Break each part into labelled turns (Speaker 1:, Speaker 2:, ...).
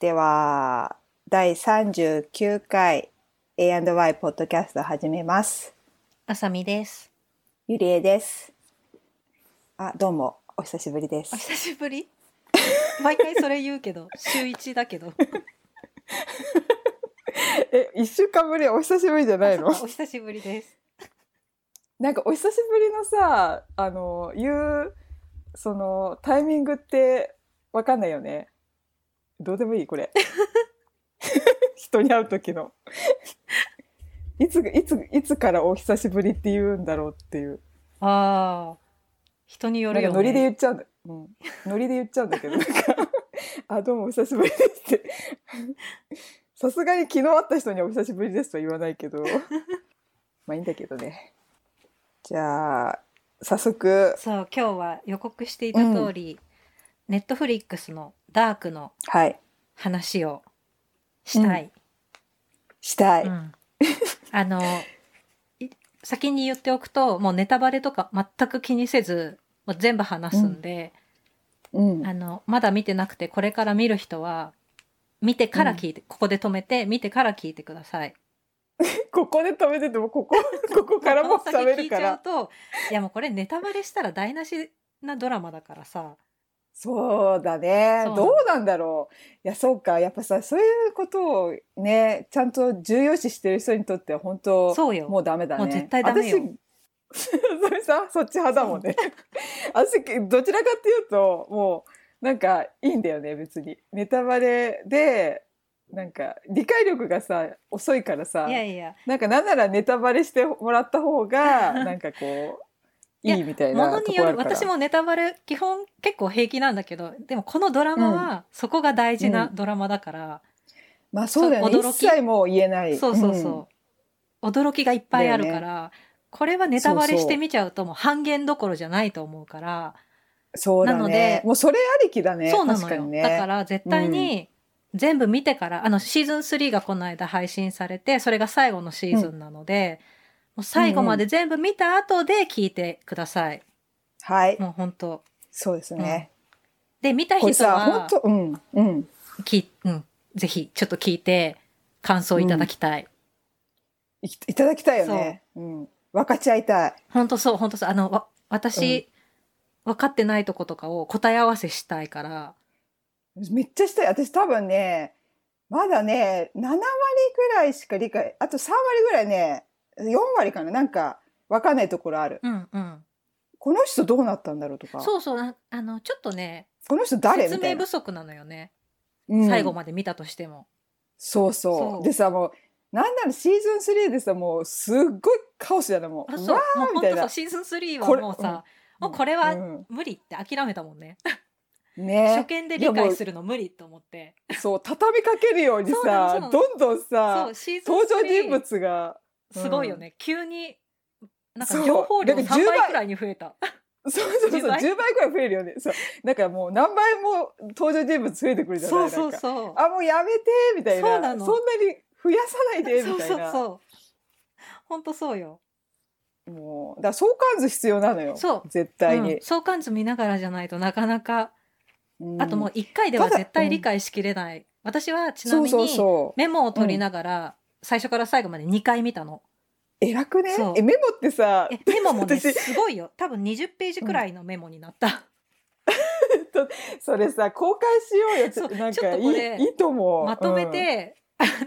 Speaker 1: では、第39回 A&Y ポッドキャストを始めます。
Speaker 2: あさみです。
Speaker 1: ゆりえです。あ、どうも、お久しぶりで
Speaker 2: お
Speaker 1: す。
Speaker 2: 久しぶり。 毎回それ言うけど、週一だけど。
Speaker 1: え、一週間ぶりお久しぶりじゃ
Speaker 2: あそっかお久しぶりです。
Speaker 1: なんかお久しぶりのさ、あの、言う、その、タイミングってわかんないよね。どうでもいい、こ れ。人に会う時の。いつ、いつ、いつからお久しぶりって言うんだろうっていう。
Speaker 2: ああ、人によ
Speaker 1: な
Speaker 2: る
Speaker 1: んかノ
Speaker 2: よ、ね。
Speaker 1: リで言っちゃうんだ。うん。ノリで言っちゃうんだ けど、なんか、あ、どうもお久しぶりですって。 さすがに昨日会った人にお久しぶりですとは言わないけ ど。まあいいんだけどね。じゃあ、早速、
Speaker 2: そう、今日は予告していた通り、ネットフリックスのダークの
Speaker 1: はい、
Speaker 2: 話をしたい。
Speaker 1: したい。
Speaker 2: うんあの、い先に言っておくと、もうネタバレとか全く気にせず、もう全部話すんで、
Speaker 1: うん。
Speaker 2: あの、まだ見てなくて、これから見る人は、見てから聞いて、ここで止めて、見てから聞いてください。
Speaker 1: ここで止めてても、こ こ、ここからも
Speaker 2: この先
Speaker 1: 喋
Speaker 2: 聞
Speaker 1: る
Speaker 2: いち
Speaker 1: か
Speaker 2: ゃう
Speaker 1: ら。
Speaker 2: と、いやもうこれネタバレしたら台無しなドラマだからさ。
Speaker 1: そうだね
Speaker 2: そう
Speaker 1: どうなんだろう。いや、そうか。やっぱさ、そういうことをね、ちゃんと重要視してる人にとっては本当、
Speaker 2: そうよ。
Speaker 1: もうダメだね。
Speaker 2: もう絶対ダメよ
Speaker 1: 私 それさ、そっち派だもん ね。私、どちらかっていうと、もう、なんか、いいんだよね、別に。ネタバレで、なんか、理解力がさ、遅いからさ
Speaker 2: い、やいや、
Speaker 1: なんか、なんならネタバレしてもらった方 が、なんかこう、
Speaker 2: いや
Speaker 1: いいみたい
Speaker 2: も
Speaker 1: な
Speaker 2: の
Speaker 1: と
Speaker 2: に
Speaker 1: こ
Speaker 2: よ
Speaker 1: あ
Speaker 2: る、
Speaker 1: るから。
Speaker 2: 私もネタバレ基本結構平気なんだけど、でもこのドラマはそこが大事なドラマだから、
Speaker 1: まあ、そうだよね。
Speaker 2: そう
Speaker 1: 一
Speaker 2: 驚き
Speaker 1: 切もう言えない。
Speaker 2: そうそう
Speaker 1: うん
Speaker 2: そう、驚きがいっぱいあるか
Speaker 1: だ
Speaker 2: ら、これはネタバ
Speaker 1: そう
Speaker 2: レ
Speaker 1: そう
Speaker 2: してみちゃうともう半減どころじゃないと思うから、
Speaker 1: そうだ
Speaker 2: なの
Speaker 1: ね
Speaker 2: で。
Speaker 1: もうそれありきだね。
Speaker 2: そうな
Speaker 1: 確
Speaker 2: の
Speaker 1: か
Speaker 2: よ。
Speaker 1: にね。
Speaker 2: だから絶対に全部見てから、あのシーズン3がこの間配信されて、それが最後のシーズンなので、もう最後まで全部見た後で聞いてください。
Speaker 1: はい。
Speaker 2: もう本当。
Speaker 1: そうですね。
Speaker 2: で、見た
Speaker 1: これ
Speaker 2: 人
Speaker 1: さ、
Speaker 2: は
Speaker 1: 本、当うん、うん。
Speaker 2: きうん、ぜひちょっと聞いて感想いただきたい。
Speaker 1: いいただきたいよね。うん。分かち合いたい。
Speaker 2: 本当そう、本当そう。あの、わ私、分かってないとことかを答え合わせしたいから、
Speaker 1: めっちゃしたい。私多分ね、まだね、7割ぐらいしか理解、あと3割ぐらいね、4割かななんか、分かんないところある。
Speaker 2: うんうん。
Speaker 1: この人どうなったんだろうとか、
Speaker 2: そうそう、なあの、ちょっとね、
Speaker 1: この人誰み
Speaker 2: 説
Speaker 1: たい
Speaker 2: 明
Speaker 1: な
Speaker 2: 不。足なのよね。
Speaker 1: うん
Speaker 2: 最後まで見たとしても。
Speaker 1: そうそう。
Speaker 2: そう
Speaker 1: でさ、もう、なんならシーズン3でさ、もう、すっごいカオスやな、もう。
Speaker 2: あ
Speaker 1: う
Speaker 2: そう
Speaker 1: わ
Speaker 2: もう
Speaker 1: み
Speaker 2: 本
Speaker 1: たい
Speaker 2: 当
Speaker 1: な
Speaker 2: そうシーズン3は
Speaker 1: これ
Speaker 2: もうさ
Speaker 1: うん
Speaker 2: もうこれは
Speaker 1: うん
Speaker 2: 無理って諦めたもんね 初
Speaker 1: ね
Speaker 2: 見で理解するの無理と思って
Speaker 1: そう、畳みかけるように
Speaker 2: そうな
Speaker 1: さ
Speaker 2: のそうな、の
Speaker 1: どんどん
Speaker 2: そ
Speaker 1: さ
Speaker 2: う、シーズン
Speaker 1: 登場人
Speaker 2: 3
Speaker 1: 物が、
Speaker 2: すごいよね、急になん
Speaker 1: そ
Speaker 2: か
Speaker 1: う
Speaker 2: 情報量
Speaker 1: だ
Speaker 2: 3
Speaker 1: から10倍
Speaker 2: 倍くらいに増えた
Speaker 1: そうそうそう、
Speaker 2: 10
Speaker 1: 10
Speaker 2: 倍
Speaker 1: 倍ぐらい増えるよね。そう。なんかもう何倍も登場人物増えてくるじゃない
Speaker 2: そ
Speaker 1: なん
Speaker 2: うそう
Speaker 1: か
Speaker 2: そう
Speaker 1: あ、もうやめてみたいな。
Speaker 2: そうなの
Speaker 1: んなに増やさないで
Speaker 2: そ
Speaker 1: み
Speaker 2: う
Speaker 1: たい
Speaker 2: そう
Speaker 1: な。
Speaker 2: そう本当そうよ
Speaker 1: もう、だから相関図必要なのよ。
Speaker 2: そう
Speaker 1: 絶対
Speaker 2: う
Speaker 1: に
Speaker 2: ん。相関図見ながらじゃないとなかなか、
Speaker 1: うん
Speaker 2: あともう、1回では
Speaker 1: ただ
Speaker 2: 絶対理解しきれない、私はちな
Speaker 1: そう
Speaker 2: み
Speaker 1: そう
Speaker 2: に
Speaker 1: そう。
Speaker 2: メモを取りながら、最初から最後まで2回見たの
Speaker 1: 偉くね
Speaker 2: そう
Speaker 1: え、メモってさ、
Speaker 2: えメモもね
Speaker 1: 私
Speaker 2: すごいよ多分20ページくらいのメモになった、
Speaker 1: それさ、公開しようよ。ちょ
Speaker 2: そう
Speaker 1: なん
Speaker 2: ちょっ
Speaker 1: か
Speaker 2: と
Speaker 1: い
Speaker 2: これ
Speaker 1: い、いいと思う。
Speaker 2: まとめて、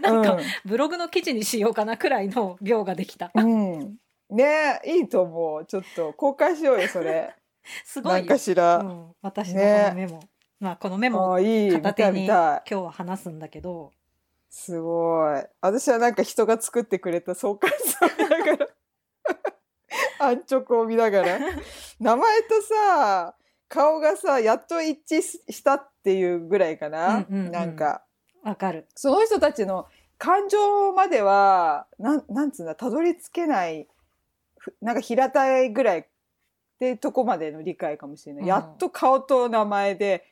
Speaker 1: う、
Speaker 2: なんんか
Speaker 1: うん
Speaker 2: ブログの記事にしようかなくらいの行ができた
Speaker 1: うん。ねいいと思う。ちょっと公開しようよ、それ。
Speaker 2: すご
Speaker 1: ないん
Speaker 2: よ
Speaker 1: か、し
Speaker 2: う
Speaker 1: ら。
Speaker 2: ん、私のこ
Speaker 1: ね
Speaker 2: のメモ、まあこのメモ
Speaker 1: あ
Speaker 2: を
Speaker 1: あ、いい。見
Speaker 2: 片
Speaker 1: た
Speaker 2: 手
Speaker 1: い
Speaker 2: に
Speaker 1: 見
Speaker 2: 今
Speaker 1: たい。
Speaker 2: 日は話すんだけど
Speaker 1: すごい。私はなんか人が作ってくれた相関図を見なが ら、アンチョコを見ながら、名前とさ、顔がさ、やっと一致ししたっていうぐらいかな。
Speaker 2: うんうんうん
Speaker 1: なんか、
Speaker 2: わかる
Speaker 1: その人たちの感情までは、なん、なんつうんだ、たどり着けない、ふなんか平たいぐらいってとこまでの理解かもしれない。
Speaker 2: うん
Speaker 1: やっと顔と名前で、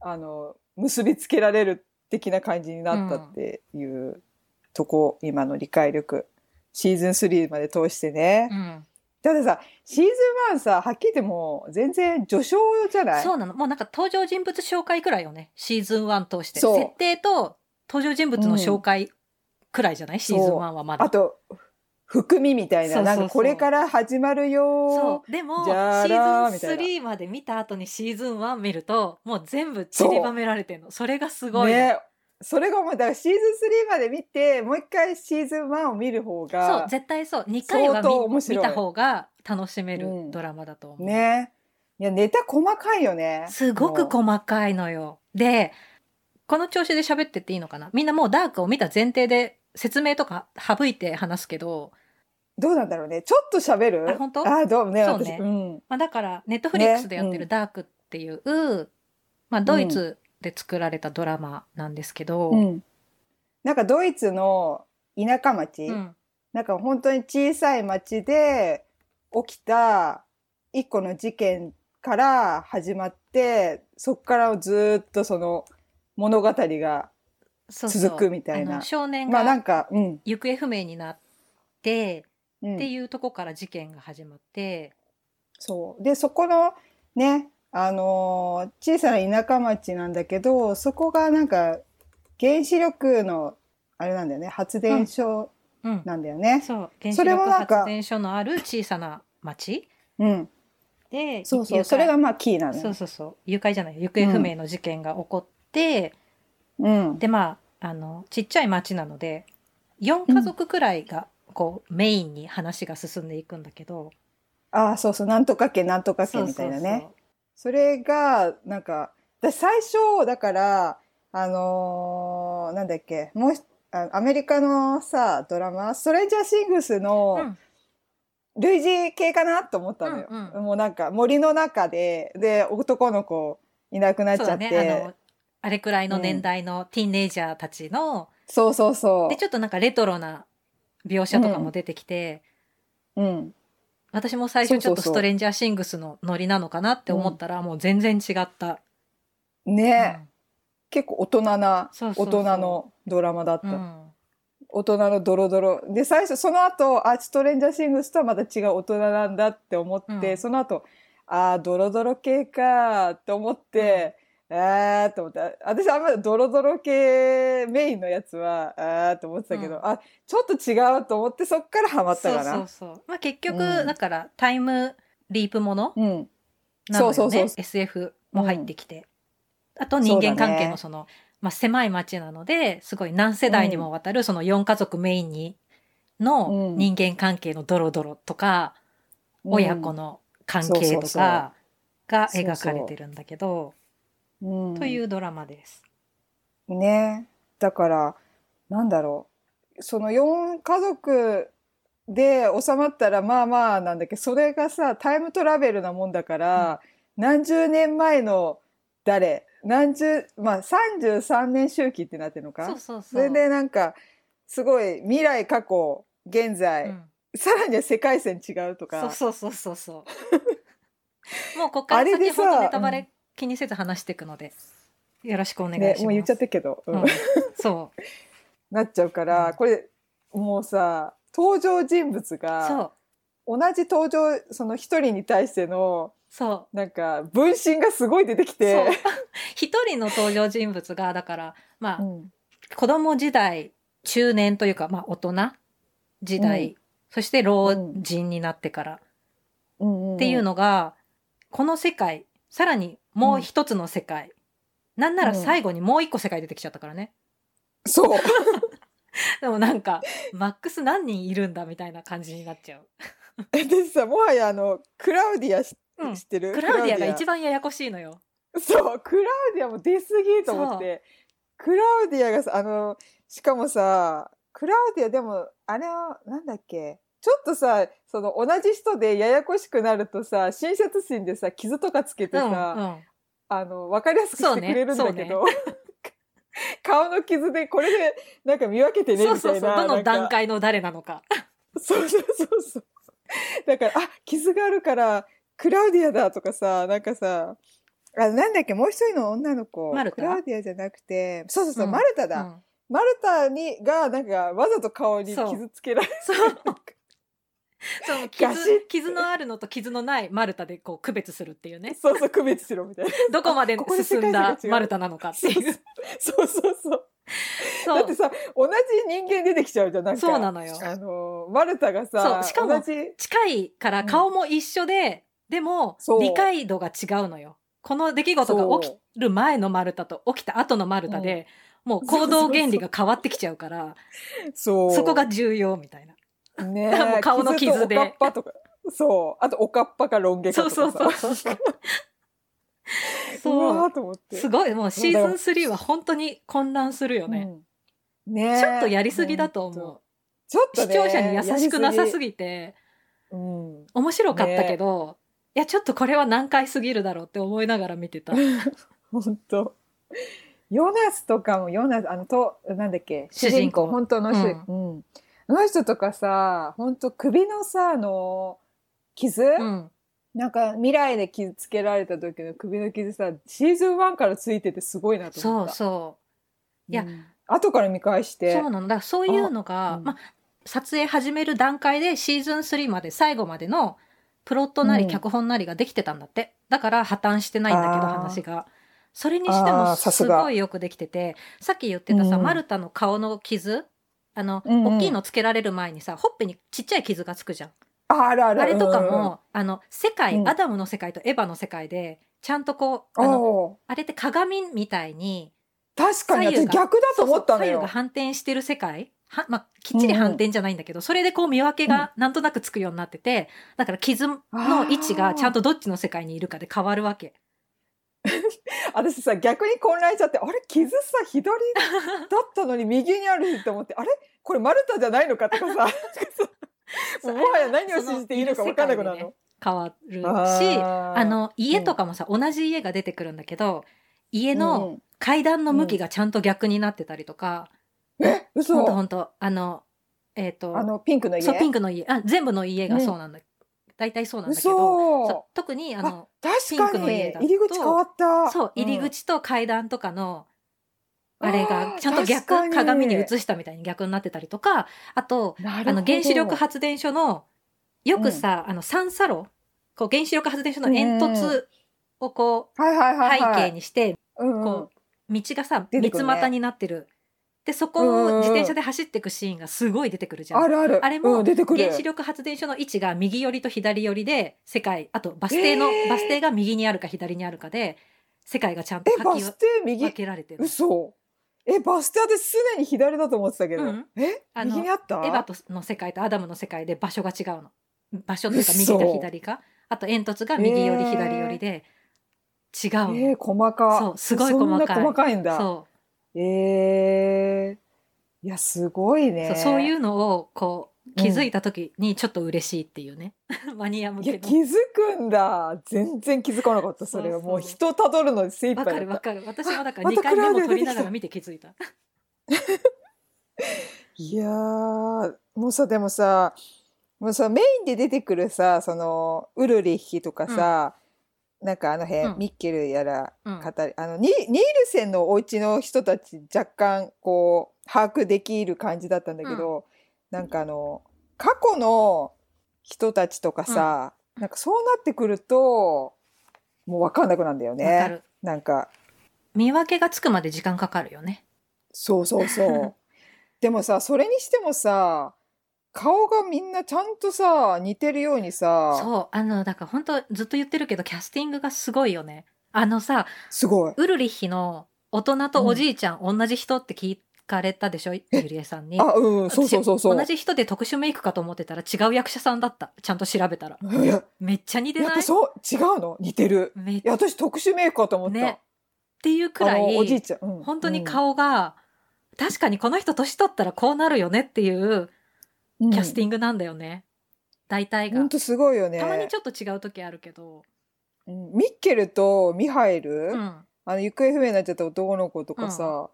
Speaker 1: あの、結びつけられる的な感じになったっていうとこ、今の理解力。シーズン3まで通してね
Speaker 2: う。ん
Speaker 1: だってさ、シーズン1さ、はっきり言ってもう全然序章じゃない
Speaker 2: そうなの。もうなんか登場人物紹介くらいよね。シーズン1通して。
Speaker 1: そう
Speaker 2: 設定と登場人物の紹介くらいじゃない、シーズン1はまだ。
Speaker 1: あと、含みみたい
Speaker 2: そ
Speaker 1: な、
Speaker 2: うそう
Speaker 1: な
Speaker 2: そうん
Speaker 1: かこれから始まるよ
Speaker 2: そう。でも、シ
Speaker 1: じゃらー
Speaker 2: ーズン
Speaker 1: みた
Speaker 2: 3まで見た後にシーズン1見ると、もう全部散りばめられてんの。それがすごいの、
Speaker 1: ね。それがもう、だからシーズン3まで見て、もう一回シーズン1を見る方
Speaker 2: そう
Speaker 1: が、
Speaker 2: 絶対そう2回
Speaker 1: 相
Speaker 2: は
Speaker 1: 当
Speaker 2: 見
Speaker 1: 面白い
Speaker 2: 見た方が楽しめ
Speaker 1: う
Speaker 2: る
Speaker 1: ん
Speaker 2: ドラマだと思う、
Speaker 1: ね。いや、ネタ細かいよね。
Speaker 2: すごく
Speaker 1: も
Speaker 2: 細かいのよでこの調子で喋ってっていいのかなみんなもうダークを見た前提で説明とか省いて話すけど、
Speaker 1: うどうなんだろうね。ちょっと喋る
Speaker 2: あ本当
Speaker 1: あ、どうね、
Speaker 2: そう
Speaker 1: 私。
Speaker 2: ね
Speaker 1: うん。
Speaker 2: まあ、だからネットフリックスでやって
Speaker 1: ねう
Speaker 2: る「
Speaker 1: ん
Speaker 2: ダークっていう、まあ、ドイツで作られたドラマなんですけど、
Speaker 1: うん。なんかドイツの田舎町、
Speaker 2: うん
Speaker 1: なんか本当に小さい町で起きた一個の事件から始まって、そこからずーっとその物語が
Speaker 2: そうそう
Speaker 1: 続くみたいな
Speaker 2: あの少年
Speaker 1: まあなん
Speaker 2: が
Speaker 1: か、うん。
Speaker 2: 行方不明になって、
Speaker 1: うん
Speaker 2: っていうとこから事件が始まって、
Speaker 1: そう。で、そこのね、あのー小さな田舎町なんだけど、そこがなんか原子力の、あれなんだよね、発電所
Speaker 2: うん、
Speaker 1: なんだよね。
Speaker 2: そう原
Speaker 1: そ
Speaker 2: 子
Speaker 1: れも
Speaker 2: 力
Speaker 1: なんか
Speaker 2: 発電所のある小さな町
Speaker 1: うん。
Speaker 2: で
Speaker 1: そう
Speaker 2: 誘
Speaker 1: そう。
Speaker 2: 拐
Speaker 1: それがまあキーなのよ。
Speaker 2: そうそうそう誘拐じゃない行方不明の事件が起こって、
Speaker 1: うん。
Speaker 2: でまああのちっちゃい町なので4家族くらいが、こうメインに話が進んでいくんだけど
Speaker 1: ああ、そうそう。なんとか家、なんとか家
Speaker 2: そう
Speaker 1: みたいなね。
Speaker 2: そうそう
Speaker 1: それが、なんか、だ最初、だから、あのーなんだっけ、もうひあアメリカのさ、ドラマ、ストレンジャーシングス
Speaker 2: う
Speaker 1: の
Speaker 2: ん
Speaker 1: 類似系かなと思ったのよ。
Speaker 2: うんう
Speaker 1: もうなんか、森の中で、で、男の子いなくなっち
Speaker 2: そう
Speaker 1: ゃ
Speaker 2: だ
Speaker 1: って、
Speaker 2: ねあのあれくらいの年代のティーンネイジャーたちの、
Speaker 1: そうそうそ
Speaker 2: でちょっとなんかレトロな描写とかも出てきて、
Speaker 1: う。うん。
Speaker 2: 私も最初ちょっと
Speaker 1: そうそうそう
Speaker 2: ストレンジャーシングスのノリなのかなって思ったら、もう全然違った、
Speaker 1: ね、結構大人な、
Speaker 2: そうそうそう
Speaker 1: 大人のドラマだった。
Speaker 2: うんうん
Speaker 1: 大人のドロドロ。で、最初、その後、あ、ストレンジャーシングスとはまた違う大人なんだって思って、
Speaker 2: うん
Speaker 1: その後、あードロドロ系かーって思って、あーと思って、あ私あんまりドロドロ系メインのやつは、あーと思ってたけど、
Speaker 2: うん
Speaker 1: あ、ちょっと違うと思って、そっからハマったかな。
Speaker 2: そうそうそう。まあ結局、
Speaker 1: うん
Speaker 2: だからタイムリープもの
Speaker 1: うん。
Speaker 2: なのよね。
Speaker 1: そうそうそう
Speaker 2: SF も入ってきて。あと人間関係のその、まあ狭い町なので、すごい何世代にもわたるその4家族メインにの
Speaker 1: うん
Speaker 2: 人間関係のドロドロとか、親子の関係
Speaker 1: そう
Speaker 2: と
Speaker 1: そうそう
Speaker 2: かが描かれてるんだけど、
Speaker 1: うん、うん
Speaker 2: というドラマです。
Speaker 1: ねだからなんだろうその4家族で収まったらまあまあなんだけどそれがさタイムトラベルなもんだから、何十年前の誰何十まあ33年周期ってなってるのか
Speaker 2: そうそう
Speaker 1: そ
Speaker 2: そう。
Speaker 1: れでなんかすごい未来過去現在、
Speaker 2: うん
Speaker 1: さらには世界線違うとか
Speaker 2: そうそうそうそ うそう。もうこっから
Speaker 1: あれで
Speaker 2: 先
Speaker 1: さ
Speaker 2: 本当ネタバ
Speaker 1: うん
Speaker 2: レ気にせず話していくので、よろしくお願いし
Speaker 1: ね
Speaker 2: ます。
Speaker 1: もう言っちゃったけど、うん
Speaker 2: うんそう
Speaker 1: なっちゃうから、
Speaker 2: うん
Speaker 1: これもうさ登場人物が
Speaker 2: そう
Speaker 1: 同じ登場その一人に対しての
Speaker 2: そう。
Speaker 1: なんか分身がすごい出てき
Speaker 2: そう
Speaker 1: て
Speaker 2: 一人の登場人物がだからま
Speaker 1: う
Speaker 2: あ
Speaker 1: ん
Speaker 2: 子供時代中年というかまあ大人時代、
Speaker 1: うん
Speaker 2: そして老人になってから、
Speaker 1: うんうん
Speaker 2: っていうのがこの世界さらにもう一つの世界、なんなら最後にもう一個世界出てきちゃったからね、
Speaker 1: そう
Speaker 2: でもなんかマックス何人いるんだみたいな感じになっちゃう。
Speaker 1: でさもはやあのクラウディアし
Speaker 2: うん
Speaker 1: 知ってる
Speaker 2: クラウディアが一番ややこしいのよ。
Speaker 1: そうクラウディアも出すぎと思ってクラウディアがさあのしかもさクラウディアでもあれはなんだっけちょっとさその同じ人でややこしくなるとさ親切心でさ傷とかつけて
Speaker 2: う
Speaker 1: さ、
Speaker 2: ん、うん。
Speaker 1: あの、わかりやすくしてくれるんだけど、 顔の傷でこれでなんか見分けてねみたい
Speaker 2: そ
Speaker 1: な。
Speaker 2: うそうそう。どの段階の誰なのか。
Speaker 1: なんかそうそうそうそう。だから、あ、傷があるから、クラウディアだとかさ、なんかさ、あなんだっけ、もう一人の女の子。
Speaker 2: マルタ
Speaker 1: クラウディアじゃなくて、そうそうそう、
Speaker 2: うん
Speaker 1: マルタ
Speaker 2: う
Speaker 1: だ。
Speaker 2: ん、
Speaker 1: マルタに、が、なんか、わざと顔に
Speaker 2: そ う
Speaker 1: 傷つけられる。
Speaker 2: そう。その
Speaker 1: ガシッ
Speaker 2: 傷傷のあるのと傷のないマルタでこう区別するっていうね
Speaker 1: そうそう、区別しろみたいな。
Speaker 2: どこまで
Speaker 1: ここで世
Speaker 2: 進
Speaker 1: 界
Speaker 2: ん
Speaker 1: 線が違う
Speaker 2: だマルタなのかっていう
Speaker 1: そうそうそう。
Speaker 2: そ
Speaker 1: だっ
Speaker 2: う
Speaker 1: てさ、同じ人間出てきちゃうじゃん、なんか。
Speaker 2: そうなのよ
Speaker 1: あのー、マルタが
Speaker 2: そう
Speaker 1: さ、
Speaker 2: しかも
Speaker 1: 同じ、
Speaker 2: 近いから顔も一緒で、でも
Speaker 1: そう
Speaker 2: 理解度が違うのよこの出来事が起きる前のマルタと起きた後のマルタで、もう行動原理が変わってきちゃうから
Speaker 1: そ。
Speaker 2: そうこが重要みたいな
Speaker 1: ね
Speaker 2: もう
Speaker 1: え
Speaker 2: 顔の傷で
Speaker 1: とおかっぱとか。そう。あと、おかっぱかロン毛か
Speaker 2: そ
Speaker 1: と
Speaker 2: う
Speaker 1: かさ。
Speaker 2: そうそうそうそう
Speaker 1: うわ
Speaker 2: そう
Speaker 1: ーと思って。
Speaker 2: すごいもうシーズン3は本当に混乱するよね、
Speaker 1: うんねえ
Speaker 2: ちょっとやりすぎだと思う、
Speaker 1: ちょっと
Speaker 2: 視
Speaker 1: ね。
Speaker 2: 聴者に優しくなさす
Speaker 1: ぎ。
Speaker 2: ぎて
Speaker 1: うん。
Speaker 2: 面白かったけど、いやちょっとこれは難解すぎるだろうって思いながら見てた
Speaker 1: 本当。ヨナスとかも、ヨナス、あの、と、なんだっけ、
Speaker 2: 主人公
Speaker 1: 本当の主、うん。あの人とかさ、本当首のさ、あの、傷、
Speaker 2: うん
Speaker 1: なんか未来で傷つけられた時の首の傷さ、シーズン1からついててすごいなと思っ
Speaker 2: そう
Speaker 1: た。
Speaker 2: そう
Speaker 1: うん
Speaker 2: いや
Speaker 1: 後から見返して。
Speaker 2: そうなのだからそういうの
Speaker 1: あ
Speaker 2: が
Speaker 1: うん
Speaker 2: まあ、撮影始める段階でシーズン3まで最後までのプロットなり
Speaker 1: うん
Speaker 2: 脚本なりができてたんだって、だから破綻してないんだけど
Speaker 1: あー
Speaker 2: 話がそれにしても
Speaker 1: あーさ
Speaker 2: す
Speaker 1: すが
Speaker 2: ごいよくできててさっき言ってたさ、
Speaker 1: うん
Speaker 2: マルタの顔の傷あの、
Speaker 1: うんうん
Speaker 2: 大きいのつけられる前にさほっぺにちっちゃい傷がつくじゃん
Speaker 1: ああるある
Speaker 2: あれとかも、
Speaker 1: うんうん
Speaker 2: あの世界、
Speaker 1: うん
Speaker 2: アダムの世界とエヴァの世界でちゃんとこうあの
Speaker 1: お
Speaker 2: あれって鏡みたいに
Speaker 1: ー確かに
Speaker 2: 左右
Speaker 1: 私
Speaker 2: が
Speaker 1: 逆だと思ったの
Speaker 2: そうそう左右が
Speaker 1: よ。
Speaker 2: 反転してる世界は、まあ、きっちり反転じゃないんだけど、それでこう見分けがなんとなくつくようになってて、だから傷の位置がちゃんとどっちの世界にいるかで変わるわけ。
Speaker 1: 私さ逆に混乱しちゃってあれ傷さ左だったのに右にあるって思ってあれこれマルタじゃないのかとかさ なんかさもはや何を信じていいのか分かんなくなるの。
Speaker 2: 変わるし、あ
Speaker 1: あー
Speaker 2: の、家とかもさ、同じ家が出てくるんだけど、家の
Speaker 1: うん
Speaker 2: 階段の向きがちゃんと逆になってたりとか、
Speaker 1: え
Speaker 2: ほんと
Speaker 1: 嘘
Speaker 2: ほんと、あの、えっ、と
Speaker 1: あ、のピンクの家
Speaker 2: そう、ピンクの家、あ、全部の家がそうなんだ。大体そうなんだけど、そう
Speaker 1: 嘘
Speaker 2: 特にあの、
Speaker 1: 確
Speaker 2: ピンク
Speaker 1: か
Speaker 2: の
Speaker 1: に
Speaker 2: 家だと
Speaker 1: 入り口変わった
Speaker 2: そう、入り
Speaker 1: ん
Speaker 2: 口と階段とかの、あれ
Speaker 1: あ
Speaker 2: が
Speaker 1: ー
Speaker 2: ちゃんと
Speaker 1: 確か
Speaker 2: 逆、
Speaker 1: に
Speaker 2: 鏡に映したみたいに逆になってたりとか、あと、
Speaker 1: なるほど
Speaker 2: あの、原子力発電所の、よくさ、あの、三叉路、こう、原子力発電所の煙突をこ、
Speaker 1: はいはいうは
Speaker 2: 背
Speaker 1: いはい
Speaker 2: 景にし
Speaker 1: う
Speaker 2: て、
Speaker 1: んうん
Speaker 2: こう、道がさ、
Speaker 1: 出
Speaker 2: 三
Speaker 1: てく
Speaker 2: つ
Speaker 1: るね
Speaker 2: 股になってる。で、そこを自転車で走っていくシーンがすごい出てくるじゃ
Speaker 1: あ
Speaker 2: ん。
Speaker 1: るある
Speaker 2: あれも
Speaker 1: うん出てくる
Speaker 2: 原子力発電所の位置が右寄りと左寄りで、世界、あとバス停の、
Speaker 1: えー
Speaker 2: バス停が右にあるか左にあるかで、世界がちゃんと
Speaker 1: え
Speaker 2: 書
Speaker 1: バ
Speaker 2: き
Speaker 1: ス停
Speaker 2: 分
Speaker 1: 右
Speaker 2: けられてる。
Speaker 1: 嘘えバス停で常に左だと思ってたけど、
Speaker 2: うん
Speaker 1: え
Speaker 2: あの
Speaker 1: 右にあった
Speaker 2: エヴァとの世界とアダムの世界で場所が違うの場所っていうか右
Speaker 1: 嘘
Speaker 2: か左かあと煙突が右寄り
Speaker 1: えー
Speaker 2: 左寄りで違うの、
Speaker 1: えー、細か
Speaker 2: そうすごい細かい
Speaker 1: そんな細かいんだ
Speaker 2: そ
Speaker 1: ええいやすごいうね
Speaker 2: そうそういうのをこう気づい
Speaker 1: い
Speaker 2: た時にちょっと嬉しいっていう ね、マニア向
Speaker 1: いや
Speaker 2: けの
Speaker 1: 気づくんだ全然気づかなかったそれは
Speaker 2: そうそう
Speaker 1: もう人をたどるのに精一
Speaker 2: わ
Speaker 1: 杯
Speaker 2: か
Speaker 1: だ
Speaker 2: る
Speaker 1: った
Speaker 2: わかる私もだから
Speaker 1: あ
Speaker 2: 2
Speaker 1: またク
Speaker 2: 回目
Speaker 1: ラウド
Speaker 2: も
Speaker 1: で
Speaker 2: 撮りながら見て気 づいた
Speaker 1: いやーもうさでもさもうさメインで出てくるさそのウルリッヒとかさ、なんかあの辺、
Speaker 2: うん
Speaker 1: ミッケルやら
Speaker 2: うん
Speaker 1: 語りあのニニールセンのお家の人たち若干こう把握できる感じだったんだけど、なんかあの過去の人たちとかさ、なんかそうなってくるともう分かんなくなんだよ
Speaker 2: わか
Speaker 1: ね。
Speaker 2: る
Speaker 1: なんか
Speaker 2: 見分けがつくまで時間かかるよね
Speaker 1: そうそう そう。でもさそれにしてもさ顔がみんなちゃんとさ似てるようにさ
Speaker 2: そうあのだから本当ずっと言ってるけどキャスティングがすごいよねあのさ
Speaker 1: すごい。
Speaker 2: ウルリッヒの大人とおじいちゃん、同じ人って聞かれたでしょゆりえさんに。
Speaker 1: あうんそうそうそうそう。
Speaker 2: 私同じ人で特殊メイクかと思ってたら違う役者さんだった。ちゃんと調べたら。
Speaker 1: いや
Speaker 2: めっちゃ似て
Speaker 1: やっ
Speaker 2: な
Speaker 1: ぱ
Speaker 2: い
Speaker 1: そう違うの似てる。
Speaker 2: めっ
Speaker 1: いや私特殊メイクかと思った。
Speaker 2: ね。っていうくら
Speaker 1: あのおじい
Speaker 2: い、
Speaker 1: ちゃん、うん
Speaker 2: 本当に、顔が、確かにこの人年取ったらこうなるよねっていう
Speaker 1: うん
Speaker 2: キャステ
Speaker 1: ィン
Speaker 2: ィングなんだよね。大体が
Speaker 1: 本。当すごいよね
Speaker 2: たまにちょっと違う時あるけど。
Speaker 1: うんミッケルとミハイル、
Speaker 2: うん。
Speaker 1: あの行方不明になっちゃった男の子とかさ、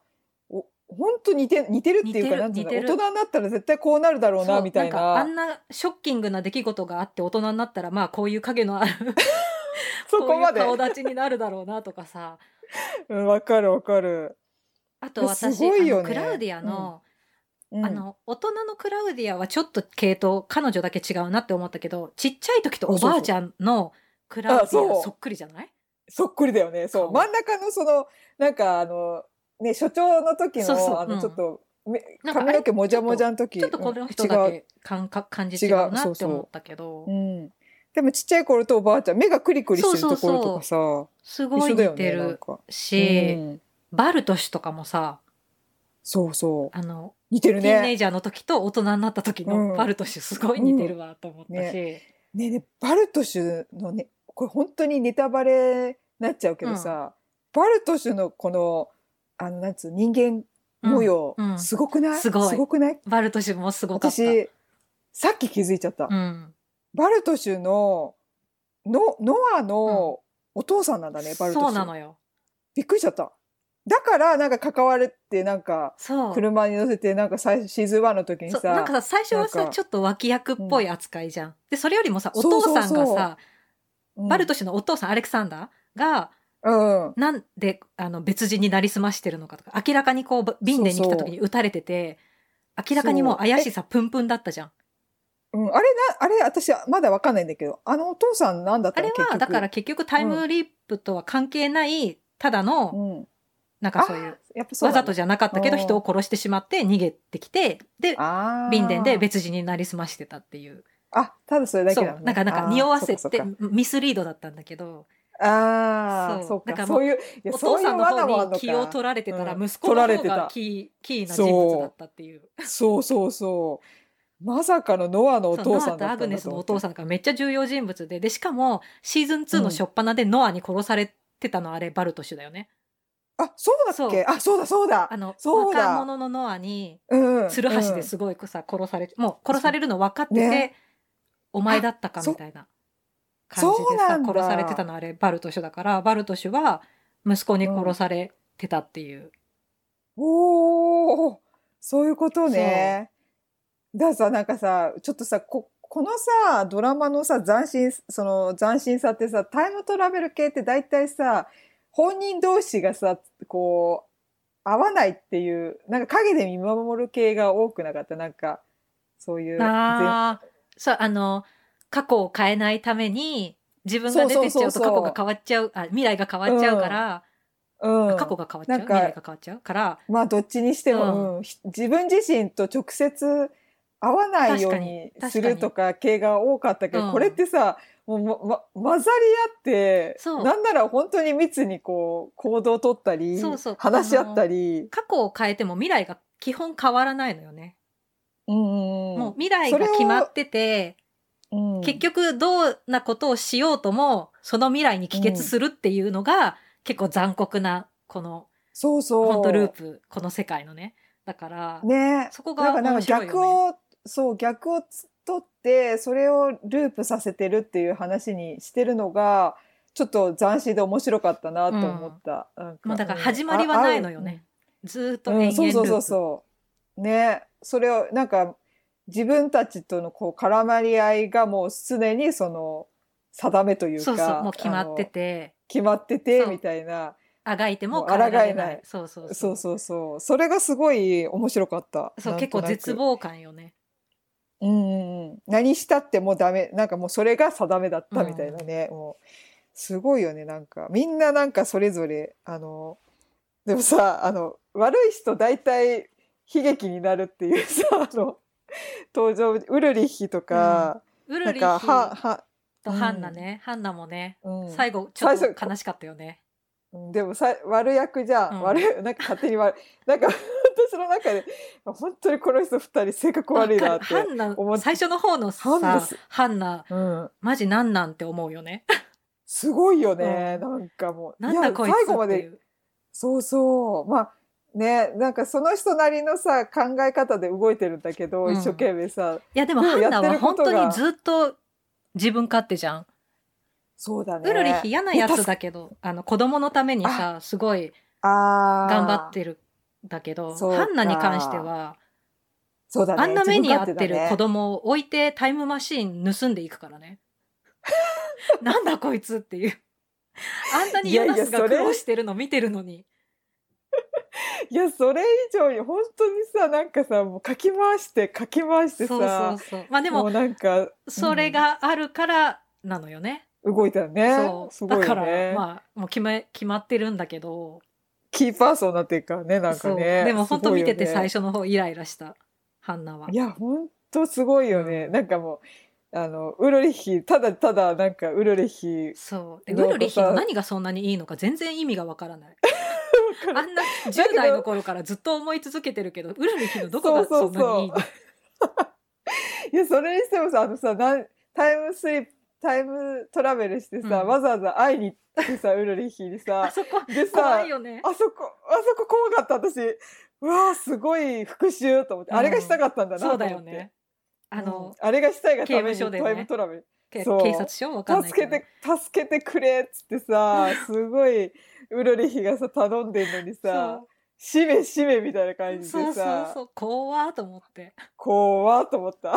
Speaker 1: お本当似て似てるっていう
Speaker 2: 似て
Speaker 1: か
Speaker 2: る
Speaker 1: なんていうの
Speaker 2: 似
Speaker 1: 大
Speaker 2: てる
Speaker 1: 人になったら絶対こうなるだろう
Speaker 2: そ
Speaker 1: な
Speaker 2: う
Speaker 1: みたい
Speaker 2: んか
Speaker 1: な
Speaker 2: あ
Speaker 1: ん
Speaker 2: なショッキングな出来事があって大人になったら、まあこういう影のある
Speaker 1: そこまで
Speaker 2: こういうう顔立ちになるだろうなとかさ。
Speaker 1: んわかるわかる
Speaker 2: あと私、
Speaker 1: すごいよね
Speaker 2: あのクラウディアの、
Speaker 1: うん
Speaker 2: あの大人のクラウディアはちょっと系統彼女だけ違うなって思ったけどちっちゃい時とおばあちゃんのクラウデ
Speaker 1: そう
Speaker 2: ィ
Speaker 1: そ
Speaker 2: ア
Speaker 1: う
Speaker 2: そっくりじゃない
Speaker 1: そっくりだよね。そう。
Speaker 2: 顔
Speaker 1: 真ん中のその、なんかあの、ね、所長の時の、
Speaker 2: そうそう
Speaker 1: あ
Speaker 2: うん
Speaker 1: の、ちょっと、め
Speaker 2: なんかあれ
Speaker 1: 髪の毛もじゃもじゃの時。
Speaker 2: ちょっとこの人
Speaker 1: うん
Speaker 2: だ
Speaker 1: 違う。
Speaker 2: け感覚感じ
Speaker 1: 違
Speaker 2: 違
Speaker 1: う
Speaker 2: うな
Speaker 1: そ
Speaker 2: っ
Speaker 1: う
Speaker 2: て
Speaker 1: そう
Speaker 2: 思ったけど
Speaker 1: うん。でもちっちゃい頃とおばあちゃん、目がクリクリしてるところとかさ、
Speaker 2: すごい
Speaker 1: 一緒
Speaker 2: 似
Speaker 1: だよ
Speaker 2: て
Speaker 1: ね、なん
Speaker 2: る
Speaker 1: か。
Speaker 2: し、
Speaker 1: うん
Speaker 2: バルト氏とかもさ
Speaker 1: そうそう。
Speaker 2: あの
Speaker 1: 似てる
Speaker 2: ティーネ
Speaker 1: ね。
Speaker 2: イジャーの時と大人になった時
Speaker 1: う
Speaker 2: の
Speaker 1: ん
Speaker 2: バルト氏すごい似てるわと思ったし、
Speaker 1: ねえねえバルトシュのね、これ本当にネタバレになっちゃうけどさ、バルトシュのこの、あの、なんつう、人間
Speaker 2: うん
Speaker 1: 模様、
Speaker 2: うん
Speaker 1: すごくない
Speaker 2: すごい
Speaker 1: すごくない
Speaker 2: バルト氏もすごかった。
Speaker 1: 私、さっき気づいちゃった。
Speaker 2: うん、
Speaker 1: バルトシュの、の、ノアのお父さんなんだね、バルトシュ。
Speaker 2: そうなのよ。
Speaker 1: びっくりしちゃった。だから、なんか関われて、なんか、
Speaker 2: そう。
Speaker 1: 車に乗せて、なんか最シーズン1の時に
Speaker 2: そう
Speaker 1: さ、
Speaker 2: なんかさ最初は
Speaker 1: な
Speaker 2: さ
Speaker 1: んか
Speaker 2: ちょっと脇役っぽい扱いじゃん。でそれよりもさお
Speaker 1: そう
Speaker 2: 父
Speaker 1: そうそう
Speaker 2: さんがさ
Speaker 1: うん
Speaker 2: バルト氏のお父さんアレクサンダーが
Speaker 1: うん。
Speaker 2: なんであの別人になりすましてるのかとか明らかにこう瓶でに来た時に撃たれてて明らかにもう怪しさプンプンだったじゃん。
Speaker 1: うん、あれな、あれ、私、まだわかんないんだけど、あのお父さんなんだっ
Speaker 2: あ
Speaker 1: たの
Speaker 2: れ
Speaker 1: 結
Speaker 2: は
Speaker 1: 局
Speaker 2: だから結局タイムリープとは関係ないただの、
Speaker 1: うん。
Speaker 2: なんかそういう
Speaker 1: やっぱそう
Speaker 2: わ
Speaker 1: な
Speaker 2: ざ
Speaker 1: ん
Speaker 2: と
Speaker 1: だ。
Speaker 2: じゃなかったけど
Speaker 1: うん
Speaker 2: 人を殺してしまって逃げてきてで
Speaker 1: ああ。
Speaker 2: ビンデンで。別人になりすましてたっていう
Speaker 1: あ、ただそれだけ
Speaker 2: そう
Speaker 1: なのね
Speaker 2: なんかなんか
Speaker 1: あー
Speaker 2: 匂わせ
Speaker 1: そってかそっ
Speaker 2: ミスリードだったんだけど
Speaker 1: かああ、
Speaker 2: そう
Speaker 1: そう
Speaker 2: なんか
Speaker 1: か。そういう、いや
Speaker 2: お
Speaker 1: そ
Speaker 2: 父
Speaker 1: ういう
Speaker 2: さんの
Speaker 1: 罠もあんの
Speaker 2: 方に
Speaker 1: か
Speaker 2: 気を取られてたら
Speaker 1: うん
Speaker 2: 息子の
Speaker 1: 取ら
Speaker 2: 方
Speaker 1: れて
Speaker 2: が
Speaker 1: た
Speaker 2: キーキーな人物だったっていう
Speaker 1: そうそうそう。まさかのノアのお
Speaker 2: そう
Speaker 1: 父
Speaker 2: ノ
Speaker 1: さ
Speaker 2: ア
Speaker 1: ん
Speaker 2: と
Speaker 1: だ
Speaker 2: ア
Speaker 1: った
Speaker 2: グ
Speaker 1: んだ
Speaker 2: ネ
Speaker 1: と
Speaker 2: ス
Speaker 1: 思
Speaker 2: の
Speaker 1: っ
Speaker 2: お
Speaker 1: て
Speaker 2: 父さんがめっちゃ重要人物ででしかもシーズン2の初っ端でノアに殺されてたのあれバルトシュだよね
Speaker 1: あ、そうだっけあ、そうだそうだ
Speaker 2: あ。の
Speaker 1: そうだ
Speaker 2: 若者のノアに
Speaker 1: うん。
Speaker 2: ツルハシですごいさ殺されてもう殺されるの分かってて、
Speaker 1: ね
Speaker 2: お前だったかみたいな感じ
Speaker 1: そう
Speaker 2: でさ
Speaker 1: なんだ
Speaker 2: 殺されてたのあれバルトシュだからバルトシュは息子に殺されてたっていう、
Speaker 1: うんおお、そういうことね。だからさ、なんかさ、ちょっとさ、こ、このさ、ドラマのさ、斬新、その斬新さってさ、タイムトラベル系って大体さ、本人同士がさ、こう、合わないっていう、なんか影で見守る系が多くなかった。なんか、そういう、
Speaker 2: ああそうあの過去を変えないために自分が出てっちゃ
Speaker 1: そうそう
Speaker 2: うと
Speaker 1: そうそう
Speaker 2: 過去が変わっちゃうあ未来が変わっちゃうから、
Speaker 1: うん。
Speaker 2: 過去が変わっちゃ
Speaker 1: な
Speaker 2: う
Speaker 1: ん
Speaker 2: 未
Speaker 1: か
Speaker 2: 来が変わっちゃうから
Speaker 1: まあどっちにして
Speaker 2: うん
Speaker 1: も、うんひ自分自身と直接会わないように
Speaker 2: 確かに
Speaker 1: するとか系が多かったけど、
Speaker 2: うん
Speaker 1: これってさもう、まま、混ざり合って
Speaker 2: そう
Speaker 1: なんなら本当に密にこう行動を取ったり
Speaker 2: そうそう
Speaker 1: 話し合ったり、
Speaker 2: 過去を変えても未来が基本変わらないのよね。
Speaker 1: うんうん
Speaker 2: もう未来が決まってて
Speaker 1: うん、うん
Speaker 2: 結局どうなことをしようともその未来に帰結するっていうのが結構残酷なこの
Speaker 1: そうそう
Speaker 2: 本当ループこの世界のねだから、
Speaker 1: ね
Speaker 2: そこ
Speaker 1: な
Speaker 2: が
Speaker 1: んかなん
Speaker 2: 面
Speaker 1: か
Speaker 2: 白いよ
Speaker 1: 逆
Speaker 2: ね。
Speaker 1: をそう逆をつ取ってそれをループさせてるっていう話にしてるのがちょっと斬新で面白かったなと思った。なんか
Speaker 2: もうだから始まりはないのよ。ね。ずーっ
Speaker 1: う
Speaker 2: と
Speaker 1: んあ合ううん
Speaker 2: 延
Speaker 1: そ
Speaker 2: 々
Speaker 1: う
Speaker 2: ループ。
Speaker 1: そうそうそう。ねそれをなんか自分たちとのこう絡まり合いがもう常にその定めというか
Speaker 2: そうそうもう決まって
Speaker 1: あの
Speaker 2: て
Speaker 1: 決まってて
Speaker 2: そう
Speaker 1: みたいな
Speaker 2: あがいても
Speaker 1: もう抗えない
Speaker 2: られない。そうそう
Speaker 1: そうそうそうそれがすごい面白かった。
Speaker 2: そ
Speaker 1: な
Speaker 2: う
Speaker 1: んと
Speaker 2: 結構
Speaker 1: なく
Speaker 2: 絶望感よね。
Speaker 1: うんうんうん、何したってもうダメなんかもうそれが定めだったみたいなね、もうすごいよねなんかみんななんかそれぞれあのでもさあの悪い人大体悲劇になるっていうさ あの登場ウルリッヒとか、
Speaker 2: ウ
Speaker 1: な
Speaker 2: ル
Speaker 1: ん
Speaker 2: リ
Speaker 1: か
Speaker 2: ッ
Speaker 1: は
Speaker 2: ヒ
Speaker 1: は、
Speaker 2: とハンナね、ハンナもね
Speaker 1: うん
Speaker 2: 最後ちょっ
Speaker 1: 最
Speaker 2: と
Speaker 1: 初
Speaker 2: 悲しかったよね。
Speaker 1: うんでもさ悪役じゃん、
Speaker 2: うん
Speaker 1: 悪いなんか勝手に悪いなんか私の中で本当にこの人二人性格悪いな
Speaker 2: わ
Speaker 1: って
Speaker 2: かるハンナ
Speaker 1: 思って
Speaker 2: 最初の方の
Speaker 1: ハンナ
Speaker 2: さ
Speaker 1: す
Speaker 2: ハンナ
Speaker 1: うん、
Speaker 2: マジなんなんって思うよね。
Speaker 1: すごいよね、なんかもう
Speaker 2: なんだこいつ
Speaker 1: 最後
Speaker 2: っ
Speaker 1: ま
Speaker 2: て
Speaker 1: で
Speaker 2: いう。
Speaker 1: そうそう。まあね、なんかその人なりのさ、考え方で動いてるんだけど、
Speaker 2: うん
Speaker 1: 一生懸命さ。
Speaker 2: いやでも
Speaker 1: でも
Speaker 2: ハンナ
Speaker 1: やって
Speaker 2: は
Speaker 1: るこ
Speaker 2: 本
Speaker 1: とが
Speaker 2: 当にずっと自分勝手じゃん。
Speaker 1: そうだね。
Speaker 2: ウルリヒ嫌なやつだけど、あの子供のためにさ、すごい
Speaker 1: あー
Speaker 2: 頑張ってるんだけど、
Speaker 1: そうか
Speaker 2: ハンナに関しては、
Speaker 1: そうだね。
Speaker 2: あんな目に遭って
Speaker 1: 自分勝手
Speaker 2: る子
Speaker 1: だね
Speaker 2: 供を置いてタイムマシーン盗んでいくから ね。なんだこいつっていう。あんなにヨナスが苦労してるの見てるのに。
Speaker 1: いやそれ以上に本当にさなんかさもうかき回してかき回してさ
Speaker 2: そうそうそう。まあで
Speaker 1: で
Speaker 2: も、
Speaker 1: うなんか
Speaker 2: それがあるからなのよね。
Speaker 1: 動いたよね
Speaker 2: そう。
Speaker 1: すごい
Speaker 2: だ
Speaker 1: よ
Speaker 2: から、
Speaker 1: ね、
Speaker 2: まあ、もう決め、決まってるんだけど。
Speaker 1: キーパーソンになっていくからねなんか
Speaker 2: そ
Speaker 1: ね
Speaker 2: うでも本当見て
Speaker 1: すご
Speaker 2: て
Speaker 1: いよね
Speaker 2: 最初の方イライラした、ハンナは。
Speaker 1: いや、ほんとすごいよね。なんかもう、あの、ウルリヒ、ただただ、なんか、ウルリヒ、
Speaker 2: そう。で
Speaker 1: なんか
Speaker 2: ウ
Speaker 1: さ
Speaker 2: ルリヒの何がそんなにいいのか全然意味がわからない。あんな10代の頃からずっと思い続けてる けど、ウルリヒのどこがそんなにいいの
Speaker 1: そういや、それにしてもさ、あのさ、なんタイムスリップ、タイムトラベルしてさ、
Speaker 2: うん
Speaker 1: わざわざ会いに行ってさ、ウルリヒにさ、
Speaker 2: あ そこ
Speaker 1: でさ
Speaker 2: 怖いよね。
Speaker 1: あそこ、あそこ怖かった、私。うわあすごい復讐と思って、
Speaker 2: うん
Speaker 1: あれがしたかったんだなと思
Speaker 2: そう
Speaker 1: って。
Speaker 2: だよね。あの、
Speaker 1: うんあれがしたいがため
Speaker 2: 刑務
Speaker 1: に
Speaker 2: 所でね
Speaker 1: タイムトラベル。
Speaker 2: け
Speaker 1: そう
Speaker 2: 警察署わかんない
Speaker 1: 助
Speaker 2: け
Speaker 1: け
Speaker 2: ど
Speaker 1: て。、助けてくれっつって さ、すごい、ウルリヒがさ、頼んでんのにさ、しめしめみたいな
Speaker 2: そ
Speaker 1: 感
Speaker 2: う
Speaker 1: じ
Speaker 2: そ
Speaker 1: で
Speaker 2: うそう
Speaker 1: さ
Speaker 2: そう怖ーと思って
Speaker 1: 怖っと思った、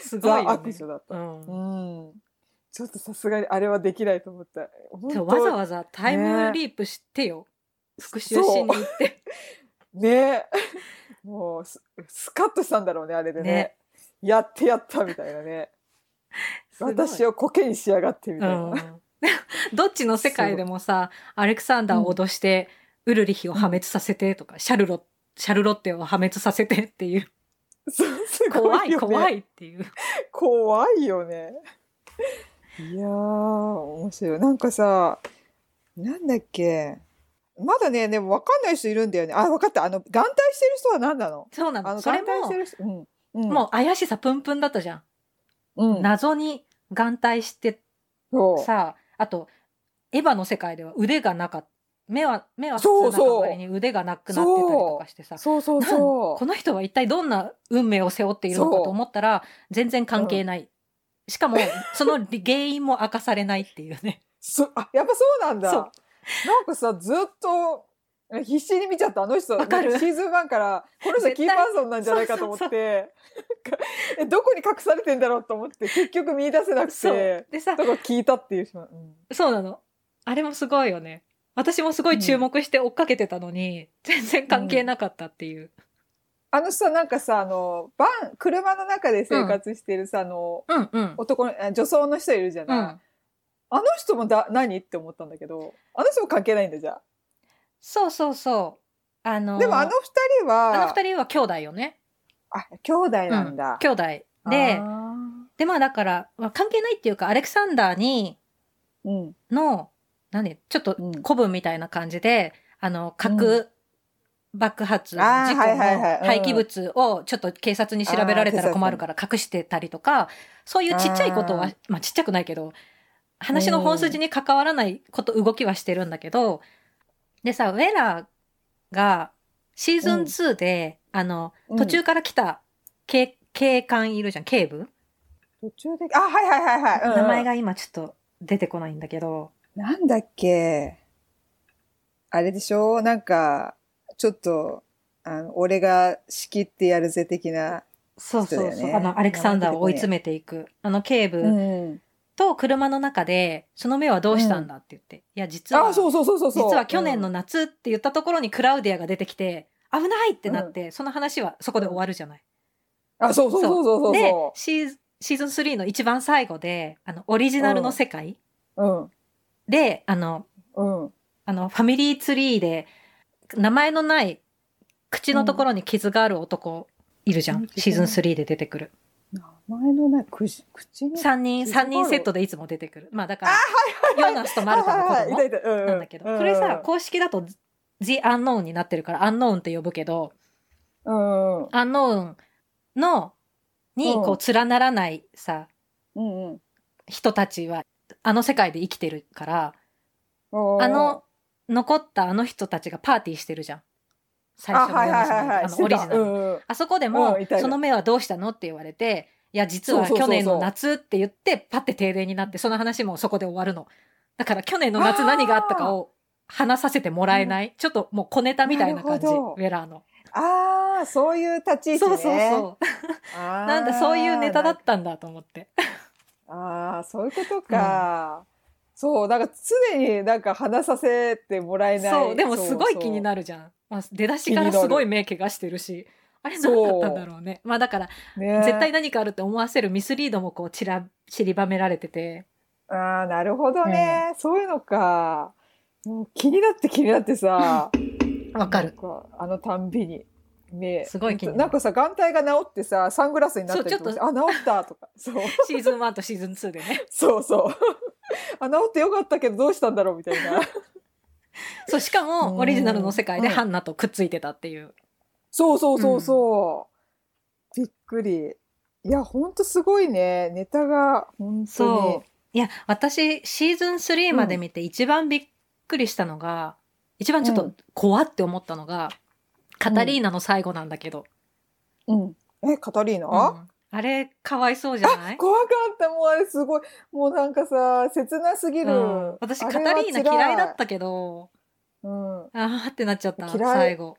Speaker 2: すごい
Speaker 1: ザ
Speaker 2: よ、ね
Speaker 1: 悪女だった、
Speaker 2: うん
Speaker 1: うん、ちょっとさすがにあれはできないと思った本
Speaker 2: で
Speaker 1: 当
Speaker 2: もわざわざタイムリープしてよ、復讐しに行って
Speaker 1: ねもうススカッとしたんだろうねあれでね
Speaker 2: ね
Speaker 1: やってやったみたいなね私
Speaker 2: を、
Speaker 1: を苔にしやがってみ
Speaker 2: う
Speaker 1: たいな、
Speaker 2: ん、どっちの世界でもさアレクサンダーを脅して、ウルリヒを破滅させてとかシャルロシャルロッテを破滅させてっていう
Speaker 1: そうすご
Speaker 2: 怖
Speaker 1: い
Speaker 2: い
Speaker 1: よね
Speaker 2: 怖いっていう
Speaker 1: 怖いよね。いやー、面白い。なんかさ、なんだっけ。まだね、でも分かんない人いるんだよね。あ、分かった。あの、眼帯してる人は何なの
Speaker 2: そうな
Speaker 1: あ
Speaker 2: の
Speaker 1: の、
Speaker 2: それ
Speaker 1: 眼帯
Speaker 2: も
Speaker 1: してる人。うん。うん、
Speaker 2: もう怪しさプンプンだったじゃん、
Speaker 1: う、ん、
Speaker 2: 謎に眼帯して
Speaker 1: そう
Speaker 2: さあとエヴァの世界では腕がなかった目は目は普通な代わりに腕がなくなってたりとかしてさ
Speaker 1: そうそうそ
Speaker 2: この人は一体どんな運命を背負っているのか
Speaker 1: そう
Speaker 2: と思ったら全然関係ない、し かもその原因も明かされないっていうね
Speaker 1: そあ、やっぱそうなんだ。
Speaker 2: そう
Speaker 1: なんかさ、ずっと、必死に見ちゃったあの人
Speaker 2: わかる
Speaker 1: なんシーズン1からこの人
Speaker 2: 絶対
Speaker 1: キーパーソンなんじゃないかと思ってなんかえどこに隠されてんだろうと思って結局見出せなく
Speaker 2: そう
Speaker 1: て
Speaker 2: でさ
Speaker 1: とか聞いたっていう人、うん
Speaker 2: そうなのあれもすごいよね私もすごい注目して追っかけてたのに、全然関係なかったっていう、
Speaker 1: あのさ、なんかさ、あの、バン、車の中で生活してるさ、あの、
Speaker 2: うん、うん
Speaker 1: 男の、あ女装の人いるじゃ
Speaker 2: う
Speaker 1: ない。
Speaker 2: ん
Speaker 1: あの人もだ、何って思ったんだけど、あの人も関係ないんだじゃ
Speaker 2: そうそうそうあの
Speaker 1: あ。
Speaker 2: ー
Speaker 1: でもあの二人は、
Speaker 2: あの二人は兄弟よね、
Speaker 1: あ、兄弟なんだ。
Speaker 2: 兄弟で
Speaker 1: あ
Speaker 2: でまあだから、まあ、関係ないっていうかアレクサンダーに
Speaker 1: ーうん。
Speaker 2: の、何ちょっと
Speaker 1: うん
Speaker 2: 古文みたいな感じで、あの、
Speaker 1: う
Speaker 2: 核爆発事
Speaker 1: あー
Speaker 2: 故の
Speaker 1: はいはいはいうん
Speaker 2: 廃棄物をちょっと警察に調べられたら困るから隠してたりとか、そういうちっちゃいこと
Speaker 1: あ
Speaker 2: は
Speaker 1: ー、
Speaker 2: まあちっちゃくないけど、話の本筋に関わらないこと、動きはしてるんだけど、でさ、ウェラーがシーズン2で、あの、
Speaker 1: うん
Speaker 2: 途中から来た警警官いるじゃん、警部、
Speaker 1: 途中で、あ、はいはいはいはい。うんうん
Speaker 2: 名前。が今ちょっと出てこないんだけど、
Speaker 1: なんだっけ。あれでしょなんか、ちょっと、あの、俺が仕切ってやるぜ的な。
Speaker 2: そうそう
Speaker 1: 人だ
Speaker 2: そう。
Speaker 1: よね
Speaker 2: あの、アレクサンダーを追い詰めていく。あの、警部
Speaker 1: ん。
Speaker 2: と車の中で、その目はどうしたんだって言って。いや、実は、
Speaker 1: あ、そうそうそうそう
Speaker 2: 実
Speaker 1: そう。
Speaker 2: は去年の夏って言ったところにクラウディアが出てきて、危ないってなって、その話はそこで終わるじゃない。
Speaker 1: うん、あ、そうそうそうそうそう
Speaker 2: で
Speaker 1: そ
Speaker 2: シーズ、シーズン3の一番最後で、あの、オリジナルの世界
Speaker 1: う。うん。
Speaker 2: で、あの、
Speaker 1: うん。
Speaker 2: あの、ファミリーツリーで、名前のない口のところに傷がある男いるじゃん。
Speaker 1: うん
Speaker 2: シーズン3で出てくる。
Speaker 1: 名前のないくじ口に
Speaker 2: 3人、
Speaker 1: 傷があ
Speaker 2: 三
Speaker 1: る
Speaker 2: 人セットでいつも出てくる。まあだか
Speaker 1: あ
Speaker 2: ら、
Speaker 1: はい
Speaker 2: ヨ
Speaker 1: はいはい
Speaker 2: ナスとマルタの子
Speaker 1: はいはい
Speaker 2: 供
Speaker 1: いたいたうん
Speaker 2: なんだけど、
Speaker 1: うん
Speaker 2: これさ、公式だと The Unknown になってるから、アンノーンって呼ぶけど、
Speaker 1: うんうん
Speaker 2: アンノーンの、に、
Speaker 1: うん
Speaker 2: こう、連ならないさ、
Speaker 1: うんうん
Speaker 2: 人たちは、あの世界で生きてるから、
Speaker 1: おー
Speaker 2: あの、残ったあの人たちがパーティーしてるじゃん。最
Speaker 1: あ
Speaker 2: 初の
Speaker 1: はいはい
Speaker 2: 話
Speaker 1: はいはい
Speaker 2: あのオリジナル
Speaker 1: う。んうん
Speaker 2: あそこで
Speaker 1: う
Speaker 2: も
Speaker 1: んい、たいた
Speaker 2: その目はどうしたのって言われて、いや、実は
Speaker 1: そうそうそ
Speaker 2: 去
Speaker 1: うそう
Speaker 2: 年の夏って言って、パッて停電になって、その話もそこで終わるの。だから去年の夏
Speaker 1: あー
Speaker 2: 何があったかを話させてもらえない。ちょっともう小ネタみたいな感じ、ウ
Speaker 1: なるほど
Speaker 2: ェラーの。
Speaker 1: あーそういう立ち位置ね
Speaker 2: そうそうそう。
Speaker 1: う
Speaker 2: なんだ、そういうネタだったんだと思って。
Speaker 1: あーそういうことかそう、なんか常になんか話させてもらえない。
Speaker 2: そうでもすごい気になるじゃん、まあ、出だしからすごい目怪我してるしあれ何だったんだろうねまあだから、
Speaker 1: そう。ね、
Speaker 2: 絶対何かあるって思わせるミスリードもこうちら散りばめられてて
Speaker 1: ああ、なるほどね、そういうのか。もう気になって気になってさ。
Speaker 2: わかる
Speaker 1: なんあのたんびに。目
Speaker 2: すごい気になる
Speaker 1: なんかさ眼帯が治ってさサングラスになったり
Speaker 2: そう
Speaker 1: と
Speaker 2: ちょ
Speaker 1: か
Speaker 2: っ
Speaker 1: し
Speaker 2: と
Speaker 1: てあ治ったとかそう
Speaker 2: シーズン1とシーズン2でね
Speaker 1: そうそう あ治ってよかったけどどうしたんだろうみたいな
Speaker 2: そうしか
Speaker 1: う
Speaker 2: も
Speaker 1: ん
Speaker 2: オリジナルの世界で
Speaker 1: うん
Speaker 2: ハンナとくっついてたっていう、
Speaker 1: そうそうそうそう、びっくりいやほんとすごいねネタが本当
Speaker 2: そういや私シーズン3まで見て一番びっくりしたのが、一番ちょっ
Speaker 1: う
Speaker 2: と
Speaker 1: ん
Speaker 2: 怖って思ったのが、カタリーナの最後なんだけど、
Speaker 1: に、うん、えカタリーナ、
Speaker 2: うんあれかわいそうじゃない
Speaker 1: 怖かったもうあれすごいもうなんかさ切なすぎる、
Speaker 2: うん、私カタリーナ嫌いだったけど
Speaker 1: た、うん、
Speaker 2: あーってなっちゃった
Speaker 1: 嫌い
Speaker 2: 最後、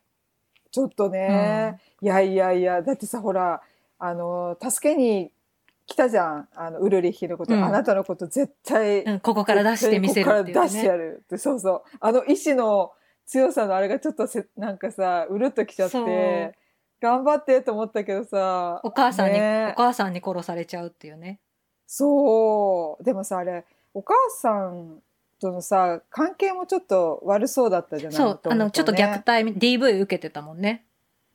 Speaker 1: ちょっとね、いやいやいやだってさほらあの助けに来たじゃんあのウルリッヒのこと、
Speaker 2: うん
Speaker 1: あなたのこと絶対、
Speaker 2: うん、ここから出してみせるってい
Speaker 1: ここか
Speaker 2: う
Speaker 1: ら出して
Speaker 2: ね
Speaker 1: やるってそうそうあの意志の強さのあれがちょっとせなんかさうるっときちゃっ
Speaker 2: そう
Speaker 1: て頑張ってと思ったけどさ
Speaker 2: お母さんに、
Speaker 1: ね
Speaker 2: お母さんに殺されちゃうっていうね
Speaker 1: そうでもさあれお母さんとのさ関係もちょっと悪そうだったじゃない
Speaker 2: そうあのちょっと虐
Speaker 1: ね
Speaker 2: 待み DV 受けてたもんね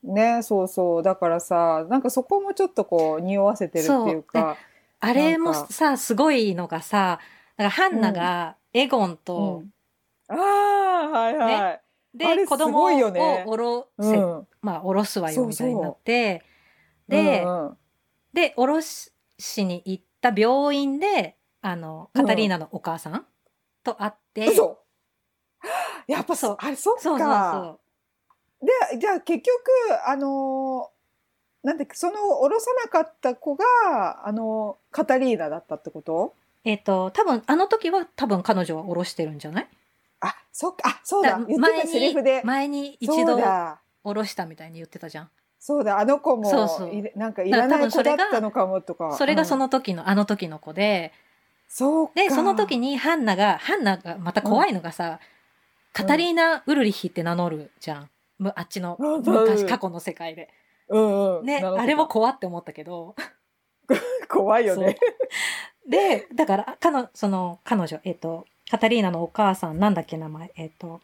Speaker 1: ねそうそうだからさなんかそこもちょっとこう匂わせてるっていうか
Speaker 2: あれも
Speaker 1: なんか
Speaker 2: さすごいのがさだからハンナがエゴン
Speaker 1: う、
Speaker 2: と、
Speaker 1: ん、ああはいはい、あ
Speaker 2: で
Speaker 1: れ
Speaker 2: 子
Speaker 1: す
Speaker 2: 供
Speaker 1: ご
Speaker 2: を
Speaker 1: いよね
Speaker 2: 下ろせ、
Speaker 1: うん
Speaker 2: まあ下ろすわ
Speaker 1: そ
Speaker 2: よ
Speaker 1: う
Speaker 2: み
Speaker 1: そ
Speaker 2: た
Speaker 1: う
Speaker 2: いになってで、
Speaker 1: うんうん
Speaker 2: で下ろしに行った病院であのカタリーナのお母さんと会って、
Speaker 1: 嘘やっぱ
Speaker 2: そ
Speaker 1: そうあれそっか
Speaker 2: そうそうそう
Speaker 1: でじゃあ結局あのーなんでその降ろさなかった子があのカタリーナだったってこと
Speaker 2: えっ、と、多分、あの時は多分彼女は降ろしてるんじゃない
Speaker 1: あそっかあそうだ
Speaker 2: だ
Speaker 1: 言ってたセリフで
Speaker 2: 前に一
Speaker 1: そう
Speaker 2: 度
Speaker 1: だ
Speaker 2: 降ろしたみたいに言ってたじゃん。
Speaker 1: そうだあの子も
Speaker 2: そうそう
Speaker 1: いれなんかいらない子だったのかもとか
Speaker 2: それがそ
Speaker 1: うん
Speaker 2: の時の、あの時の子で、
Speaker 1: そうか
Speaker 2: で、その時にハンナが、ハンナがまた怖いのがさ、カタリーナ・ウルリヒって名乗るじゃん。むあっちの
Speaker 1: うん
Speaker 2: 昔、
Speaker 1: うん
Speaker 2: 過去の世界で。
Speaker 1: うんうんな
Speaker 2: ね、
Speaker 1: るほど
Speaker 2: あれも怖って思ったけど。
Speaker 1: 怖いよね
Speaker 2: そうで、だから、かの、その、彼女、えっ、と、カタリーナのお母さん、なんだっけ名前、えっ、と、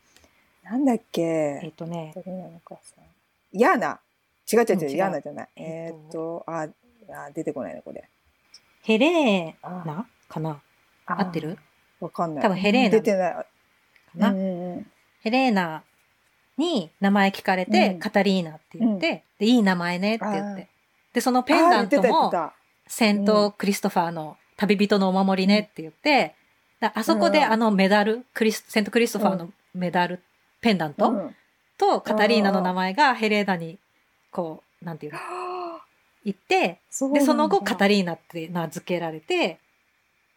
Speaker 1: なんだっ
Speaker 2: えっ、
Speaker 1: け
Speaker 2: とね、
Speaker 1: カタリーナのお母さんヤーナ違う違う
Speaker 2: うん違
Speaker 1: 違
Speaker 2: う
Speaker 1: うヤーナじゃない
Speaker 2: え
Speaker 1: え
Speaker 2: っ
Speaker 1: ーっとああ出てこないねこれ
Speaker 2: ヘレー
Speaker 1: あー
Speaker 2: ナかな
Speaker 1: あ
Speaker 2: 合ってる
Speaker 1: わかんない
Speaker 2: 多分ヘレーナ
Speaker 1: 出てない
Speaker 2: かな、
Speaker 1: うんうんうん
Speaker 2: ヘレーナに名前聞かれて、
Speaker 1: うん
Speaker 2: カタリーナって言って、で、いい名前ねって言っ
Speaker 1: あー
Speaker 2: て。で、そのペンダント
Speaker 1: あー言ってた
Speaker 2: も、
Speaker 1: 言って
Speaker 2: セント・クリストファーの旅人のお守りねって言って、だあそこで
Speaker 1: うんうん
Speaker 2: あのメダル、クリスセント・クリストファーのメダル、ペンダン
Speaker 1: た
Speaker 2: ト、とカタリーナの名前がヘレーナに、こう、なんていうの、言って、で、その後カタ
Speaker 1: り
Speaker 2: リーナって名付けられて、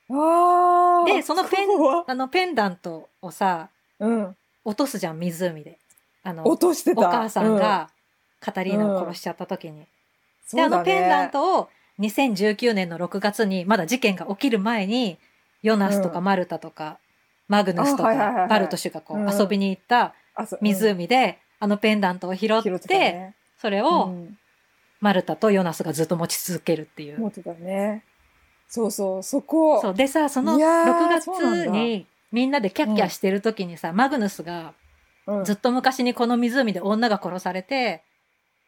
Speaker 1: あー
Speaker 2: でそのペン
Speaker 1: 怖っ
Speaker 2: あの、ペンダントをさ、
Speaker 1: うん、
Speaker 2: 落とすじゃん、湖で。あの、
Speaker 1: 落として
Speaker 2: お
Speaker 1: た
Speaker 2: 母さん、がカタリーナを殺しちゃった時に。
Speaker 1: うん
Speaker 2: で、
Speaker 1: そ
Speaker 2: あ
Speaker 1: うだ
Speaker 2: の
Speaker 1: ね
Speaker 2: ペンダントを2019年の6月に、まだ事件が起きる前に、ヨナスとか
Speaker 1: うん
Speaker 2: マルタとか、マグヌスと
Speaker 1: あはいはいはいは
Speaker 2: か、
Speaker 1: い
Speaker 2: バルトシュがこう
Speaker 1: うん
Speaker 2: 遊びに行った
Speaker 1: あそう
Speaker 2: 湖で、あのペンダントを拾
Speaker 1: うん拾
Speaker 2: っ
Speaker 1: ってた
Speaker 2: て、
Speaker 1: ね
Speaker 2: それ
Speaker 1: う
Speaker 2: を
Speaker 1: ん
Speaker 2: マルタとヨナスがずっと持ち続けるってい
Speaker 1: 持
Speaker 2: う。
Speaker 1: ってたねそうそうそこ
Speaker 2: そう。でさ、その
Speaker 1: いやー
Speaker 2: 6
Speaker 1: そうな
Speaker 2: 月
Speaker 1: ん
Speaker 2: に、みんなでキャッキャしてる時にさ、マグヌスが
Speaker 1: うん
Speaker 2: ずっと昔にこの湖で女が殺されて、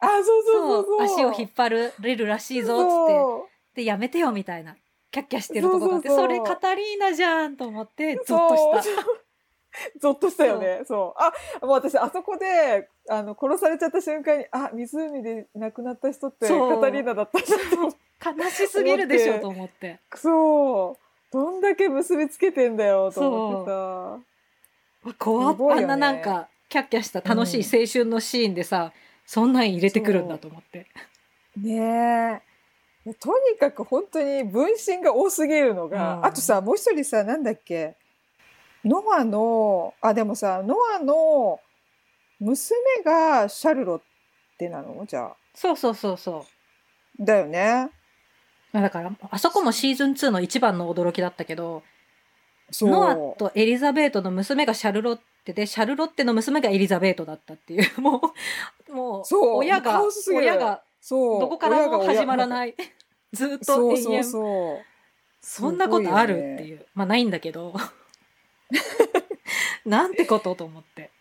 Speaker 1: あそうそ
Speaker 2: そう
Speaker 1: そう
Speaker 2: う、
Speaker 1: そう
Speaker 2: 足を引っ張られるらしいぞ、つって。でやめてよみたいなキャッキャしてるとこがあってそ
Speaker 1: そうそうそう
Speaker 2: れカタリーナじゃんと思って
Speaker 1: て
Speaker 2: ゾッとした
Speaker 1: たゾッとしたよねそうあもう私あそこであの殺されちゃった瞬間にあ湖で亡くなった人って
Speaker 2: そう
Speaker 1: カタリーナだったんだと思って
Speaker 2: 悲しすぎるでしょと思 って
Speaker 1: くそーどんだけ結びつけてんだよと思って
Speaker 2: わ怖っ、
Speaker 1: すごい
Speaker 2: あ
Speaker 1: よ
Speaker 2: ん
Speaker 1: ね
Speaker 2: ななんかキャッキャした楽しい青春のシーンでさ、そんなん入れてくるんだと思って
Speaker 1: たねえいやとにかく本当に分身が多すぎるのが、
Speaker 2: うん
Speaker 1: あとさもう一人さなんだっけノアのあでもさノアの娘がシャルロってなのじゃあ
Speaker 2: そうそうそうそ
Speaker 1: だよね
Speaker 2: うだからあそこもシーズン2の一番の驚きだったけど
Speaker 1: そう
Speaker 2: ノアとエリザベートの娘がシャルロッテで、シャルロッテの娘がエリザベートだったっていう、 もう、もう、
Speaker 1: そう
Speaker 2: 親が
Speaker 1: カオスす、ぎる
Speaker 2: 親が、
Speaker 1: そう
Speaker 2: どこからも始まら
Speaker 1: い
Speaker 2: ない。 ずっと
Speaker 1: そう
Speaker 2: 永
Speaker 1: そう
Speaker 2: 遠。
Speaker 1: そう
Speaker 2: そんなことある
Speaker 1: すごいよね
Speaker 2: っていう。まあ、ないんだけど。 なんてことと思って。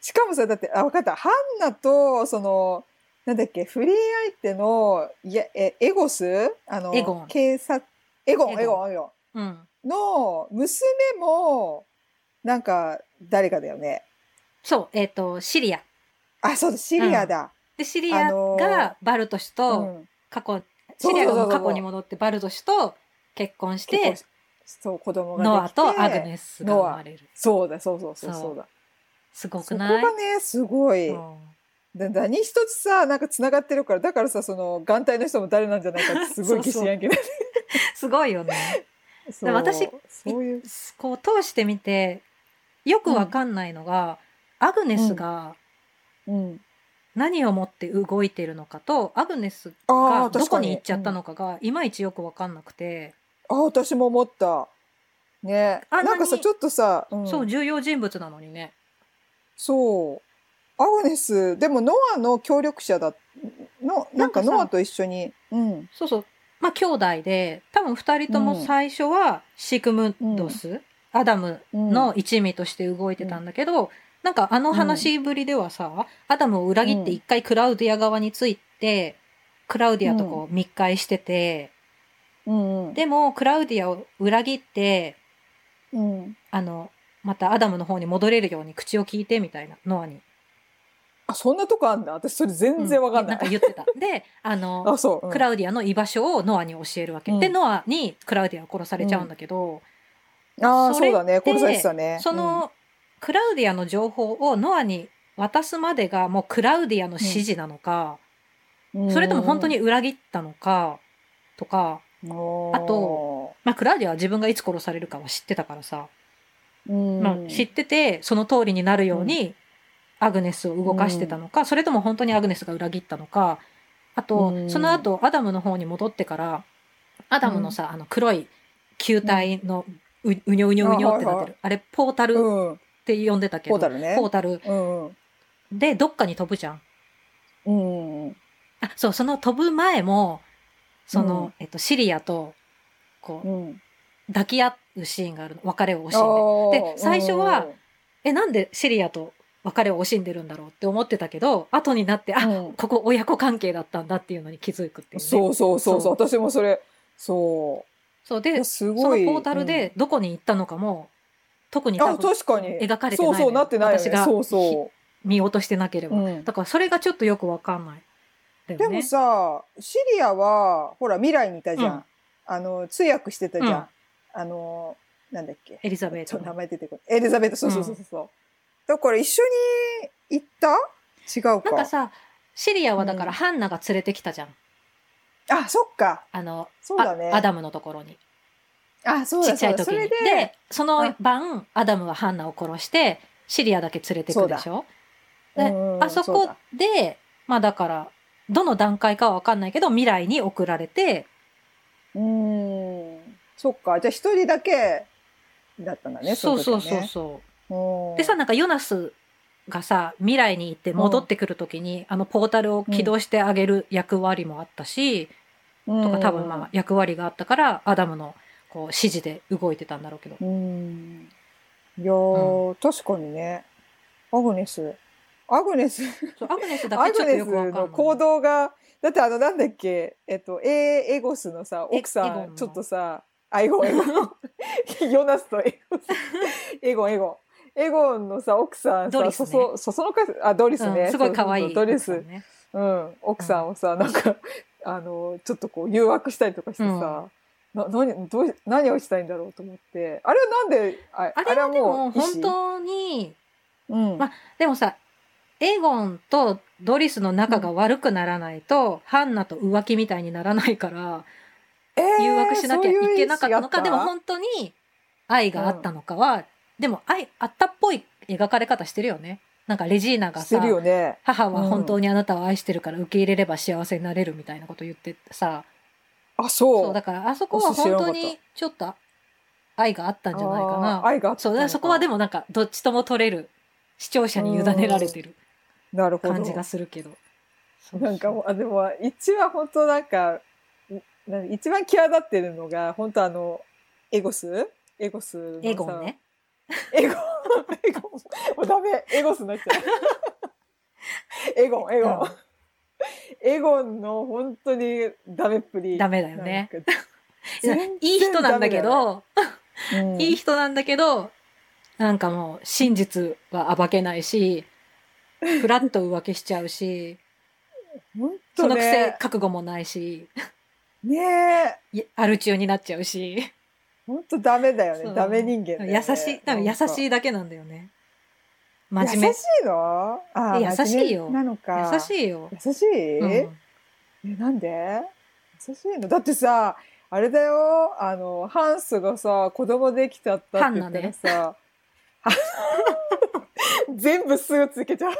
Speaker 1: しかもさだってあ分かったハンナとそのなんだっけフリー相手のいやえエゴスあの
Speaker 2: エゴン
Speaker 1: 警察エゴン
Speaker 2: エ
Speaker 1: エ
Speaker 2: ゴ
Speaker 1: ゴンエゴ
Speaker 2: うん。
Speaker 1: ンの娘もなんか誰かだよね
Speaker 2: そう、えっ、と、シリア。
Speaker 1: あそうだシリアだ、
Speaker 2: で、シリア
Speaker 1: あの
Speaker 2: がバルト
Speaker 1: う
Speaker 2: 氏
Speaker 1: ん
Speaker 2: と過去、
Speaker 1: そうそうそうそう
Speaker 2: シリアがもう過去に戻ってバルト氏と結婚し
Speaker 1: 結
Speaker 2: て
Speaker 1: 婚、しそう子供ができて
Speaker 2: ノアとアグネスが生まれる。
Speaker 1: そうだそうそうそう
Speaker 2: そう
Speaker 1: そうだ
Speaker 2: すごく
Speaker 1: そこ
Speaker 2: ない
Speaker 1: がねすごい、
Speaker 2: うん
Speaker 1: だ何一つさなんかつながってるからだからさその眼帯の人も誰なんじゃない かってすごい疑心暗鬼だ
Speaker 2: すごいよね。
Speaker 1: そう
Speaker 2: 私
Speaker 1: そういう
Speaker 2: こう通してみて、よくわかんないのが、アグネスが
Speaker 1: うん
Speaker 2: 何をもって動いてるのかと、アグネス
Speaker 1: あ
Speaker 2: が
Speaker 1: あ
Speaker 2: ど
Speaker 1: 確
Speaker 2: こ
Speaker 1: か
Speaker 2: に行っちゃったのかが、いまいちよくわかんなくて、
Speaker 1: あ私も思ったね
Speaker 2: あ
Speaker 1: なんかさ
Speaker 2: 何
Speaker 1: ちょっとさ、うん
Speaker 2: そう、重要人物なのにね。
Speaker 1: そうアグネスでもノアの協力者だのなんか
Speaker 2: なんかさ
Speaker 1: ノアと一緒にうん
Speaker 2: そうそう。まあ、兄弟で、多分二人とも最初はシクムドス、アダムの一味として動いてたんだけど、なんかあの話ぶりではさ、アダムを裏切って一回クラウディア側について、クラウディアとこう密会してて、
Speaker 1: うんうん
Speaker 2: でもクラウディアを裏切って、
Speaker 1: うん
Speaker 2: あの、またアダムの方に戻れるように口を聞いてみたいな、ノアに。
Speaker 1: あそんなとこあんだ私それ全然わかんない、
Speaker 2: うなんか言ってた。で、あの、
Speaker 1: あそう、うん
Speaker 2: クラウディアの居場所をノアに教えるわけ。で、
Speaker 1: うん
Speaker 2: ノアにクラウディアは殺されちゃうんだけど、
Speaker 1: あー
Speaker 2: そ
Speaker 1: そ
Speaker 2: れ
Speaker 1: うだね
Speaker 2: って
Speaker 1: 殺されてたね
Speaker 2: その、クラウディアの情報をノアに渡すまでがもうクラウディアの指示なのか、
Speaker 1: うん
Speaker 2: それとも本当に裏切ったのか、とか、あとまあ、クラウディアは自分がいつ殺されるかは知ってたからさ、
Speaker 1: うん
Speaker 2: まあ、知ってて、その通りになるように、アグネスを動かしてたのか、それとも本当にアグネスが裏切ったのか、あと、
Speaker 1: うん
Speaker 2: その後、アダムの方に戻ってから、アダムのさ、あの、黒い球体のう、うにょうにょうにょってな
Speaker 1: あは
Speaker 2: っ
Speaker 1: いは
Speaker 2: てる。あれ、ポータルっ
Speaker 1: うん
Speaker 2: て呼んでたけ
Speaker 1: ポー
Speaker 2: ど、
Speaker 1: タルね
Speaker 2: ポータル。
Speaker 1: うんうん
Speaker 2: で、どっかに飛ぶじゃん。
Speaker 1: うんうん
Speaker 2: あ、そう、その飛ぶ前も、その、
Speaker 1: うん
Speaker 2: えっと、シリアと、こ
Speaker 1: う
Speaker 2: う、
Speaker 1: ん
Speaker 2: 抱き合うシーンがあるの。別れを惜し
Speaker 1: あ
Speaker 2: んで。
Speaker 1: ー
Speaker 2: で最初は
Speaker 1: うん
Speaker 2: え、なんでシリアと別れを惜しんでるんだろうって思ってたけど、後になって、あ、
Speaker 1: うん
Speaker 2: ここ親子関係だったんだっていうのに気づくっていう、ね。。
Speaker 1: そううそうそうそう
Speaker 2: そう
Speaker 1: 私もそれそ
Speaker 2: そう
Speaker 1: い
Speaker 2: で
Speaker 1: や、す
Speaker 2: そのポ
Speaker 1: ごい
Speaker 2: ータルでどこに行ったのかも、特に
Speaker 1: うん
Speaker 2: 多
Speaker 1: あ
Speaker 2: 分
Speaker 1: 確かに
Speaker 2: 描かれてな
Speaker 1: そう
Speaker 2: いのよ
Speaker 1: そうなってないよね
Speaker 2: 私が
Speaker 1: そうそ
Speaker 2: 見落としてなけれ
Speaker 1: う、
Speaker 2: ば。
Speaker 1: うん
Speaker 2: だからそれがちょっとよくわかんない。だよね
Speaker 1: でもさシリアはほら未来にいたじゃん、
Speaker 2: うん
Speaker 1: あの通訳してたじゃん
Speaker 2: う、ん
Speaker 1: あのなんだっけ
Speaker 2: エリザベー
Speaker 1: ちょ
Speaker 2: ト
Speaker 1: っと
Speaker 2: の。
Speaker 1: 名前出てこないエリザベートそうそうそうそう、だから一緒に行った違うか
Speaker 2: なんかさ、シリアはだか
Speaker 1: う
Speaker 2: ら
Speaker 1: ん
Speaker 2: ハンナが連れてきたじゃん。
Speaker 1: あそっか
Speaker 2: あの、
Speaker 1: そうだね
Speaker 2: あアダムのところに。
Speaker 1: あそう
Speaker 2: ち
Speaker 1: だ
Speaker 2: っちゃ
Speaker 1: そうだそ
Speaker 2: い時に。
Speaker 1: れ
Speaker 2: で
Speaker 1: で
Speaker 2: その晩、アダムはハンナを殺して、シリアだけ連れてくでしょで
Speaker 1: うん
Speaker 2: あそうこ
Speaker 1: だ
Speaker 2: で、まあだから、どの段階かはわかんないけど、未来に送られて、
Speaker 1: うーんそっかじゃあ一人だけだったんだね
Speaker 2: そうそう
Speaker 1: の時は
Speaker 2: そう
Speaker 1: ね
Speaker 2: そうう。
Speaker 1: ん
Speaker 2: でさ、なんかヨナスがさ、未来に行って戻ってくるときに、あのポータルを起動してあげる役割もあったし、とか多分まあ役割があったから、アダムのこう指示で動いてたんだろうけど。
Speaker 1: うんいやー、確かにねアグネスアグネス
Speaker 2: そうアグネスだ
Speaker 1: ア
Speaker 2: けち
Speaker 1: グ
Speaker 2: ょっと
Speaker 1: ネ
Speaker 2: よ
Speaker 1: ス
Speaker 2: くわかんない。
Speaker 1: の行動がだってあのなんだっけえっとエーエゴスのさ奥
Speaker 2: エゴ
Speaker 1: さ
Speaker 2: ンの
Speaker 1: んちょっとさあエゴンエゴ ンヨナスとエ ゴスエゴンエゴンエゴンのさ奥さんさ
Speaker 2: ドリスね
Speaker 1: そそそそのかあドリスね、
Speaker 2: うんすごい可愛い
Speaker 1: そうそうそうドリス
Speaker 2: 奥さん、ね
Speaker 1: うん、奥さんをさ、なんかあのちょっとこう誘惑したりとかしてさ、な何どう何をしたいんだろうと思ってあれはなんであ
Speaker 2: あれはでも
Speaker 1: 意思
Speaker 2: 本当に
Speaker 1: うん
Speaker 2: までもさエゴンとドリスの仲が悪くならないと、ハンナと浮気みたいにならないから
Speaker 1: えー
Speaker 2: 誘惑しなきゃいけなかったのか、
Speaker 1: そうい
Speaker 2: で
Speaker 1: う意思が
Speaker 2: も
Speaker 1: あっ
Speaker 2: 本当に愛があったのかは、でも愛あったっぽい描かれ方してるよねなんかレジーナ
Speaker 1: た
Speaker 2: が
Speaker 1: して
Speaker 2: さ
Speaker 1: るよね
Speaker 2: 母は本当にあなたを愛してるから受け入れれば幸せになれるみたいなこと言ってさ、
Speaker 1: あそう
Speaker 2: そうだからあそこは本当にちょっと愛があったんじゃないか
Speaker 1: あ
Speaker 2: な
Speaker 1: ー。愛があった
Speaker 2: そうだからそこはで
Speaker 1: も
Speaker 2: もなんかどっちとも取れる視聴者に委ねられてる
Speaker 1: なるほど
Speaker 2: 感じがするけど。そうそう
Speaker 1: なんかもうあでも1は本当なんかんなん一番際立ってるのが本当あのエゴスエゴスのさ
Speaker 2: エゴンね。
Speaker 1: エゴン エゴンもうダメエゴスになっちゃうエゴンエゴン、
Speaker 2: うん
Speaker 1: エゴンの本当にダメっぷり
Speaker 2: ダメだよね
Speaker 1: なんか
Speaker 2: いや
Speaker 1: 全然
Speaker 2: いい人なんだけ
Speaker 1: ダ
Speaker 2: ど、
Speaker 1: メだよね、うん
Speaker 2: いい人なんだけど、なんかもう真実は暴けな いし、フラッと浮気しちゃうし、
Speaker 1: 本
Speaker 2: そ
Speaker 1: 当
Speaker 2: のくせ
Speaker 1: ね
Speaker 2: 覚悟もないし、
Speaker 1: ねえ
Speaker 2: いアル中になっちゃうし。
Speaker 1: 本当ダメだよ
Speaker 2: そ
Speaker 1: ね
Speaker 2: う
Speaker 1: ダメ人間だよね
Speaker 2: 優しい、多分優しいだけなんだよね。真面
Speaker 1: 優
Speaker 2: 目。優
Speaker 1: しいのあ
Speaker 2: え優しいよ
Speaker 1: 真面目なのか
Speaker 2: しいよ。
Speaker 1: 優しい、
Speaker 2: うん
Speaker 1: えなんで優しいのだってさあれだよあのハンスがさ子供できちゃったって言ったらさ、 全部スーツけちゃう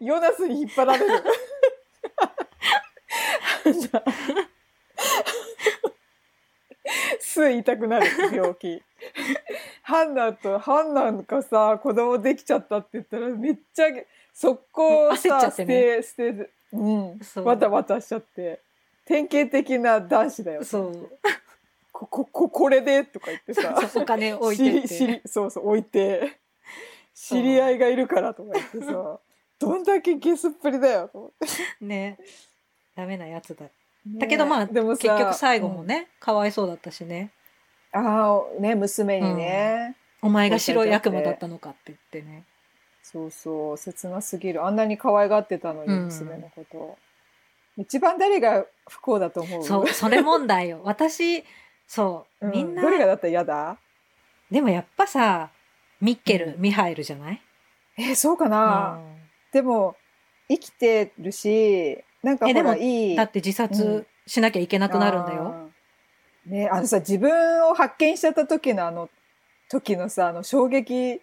Speaker 1: ヨナスに引っ張られる スー痛くなる病気ハンナとハンナがさ子供できちゃったって言ったらめっちゃ速攻
Speaker 2: 焦っちゃ
Speaker 1: さ
Speaker 2: って
Speaker 1: 捨
Speaker 2: ね
Speaker 1: て捨てずうん
Speaker 2: そう
Speaker 1: わたわたしちゃって典型的な男子だよ
Speaker 2: そう。
Speaker 1: ここここれでとか言ってさ
Speaker 2: そうお金置いてっ
Speaker 1: 知り知
Speaker 2: て。
Speaker 1: りそうそう置いて
Speaker 2: う
Speaker 1: 知り合いがいるからとか言ってさどんだけゲスっぷりだよと思って、
Speaker 2: ね。ダメなやつだ。
Speaker 1: ね
Speaker 2: だけどまあ、
Speaker 1: でもさ
Speaker 2: 結局最後も、ね、かわいそうだったしね。
Speaker 1: うんああね娘にね、
Speaker 2: お前が白い悪魔だったのかって言ってね。
Speaker 1: そうそう切なすぎるあんなに可愛がってたのに
Speaker 2: うん
Speaker 1: 娘のこと、一番誰が不幸だと思う
Speaker 2: そう、それ問題よ。私、そう、
Speaker 1: うん
Speaker 2: みんな
Speaker 1: ど、れがだったら嫌だ
Speaker 2: でもやっぱさ、ミッケル、ミハエルじゃない
Speaker 1: えーそうかな、でも生きてるしなんか
Speaker 2: え
Speaker 1: ほ
Speaker 2: でも
Speaker 1: らい
Speaker 2: うん
Speaker 1: い
Speaker 2: だって自殺しなきゃいけなくなるんだよ。
Speaker 1: あー。ねあのさ自分を発見しちゃった時のあの時のさあの衝撃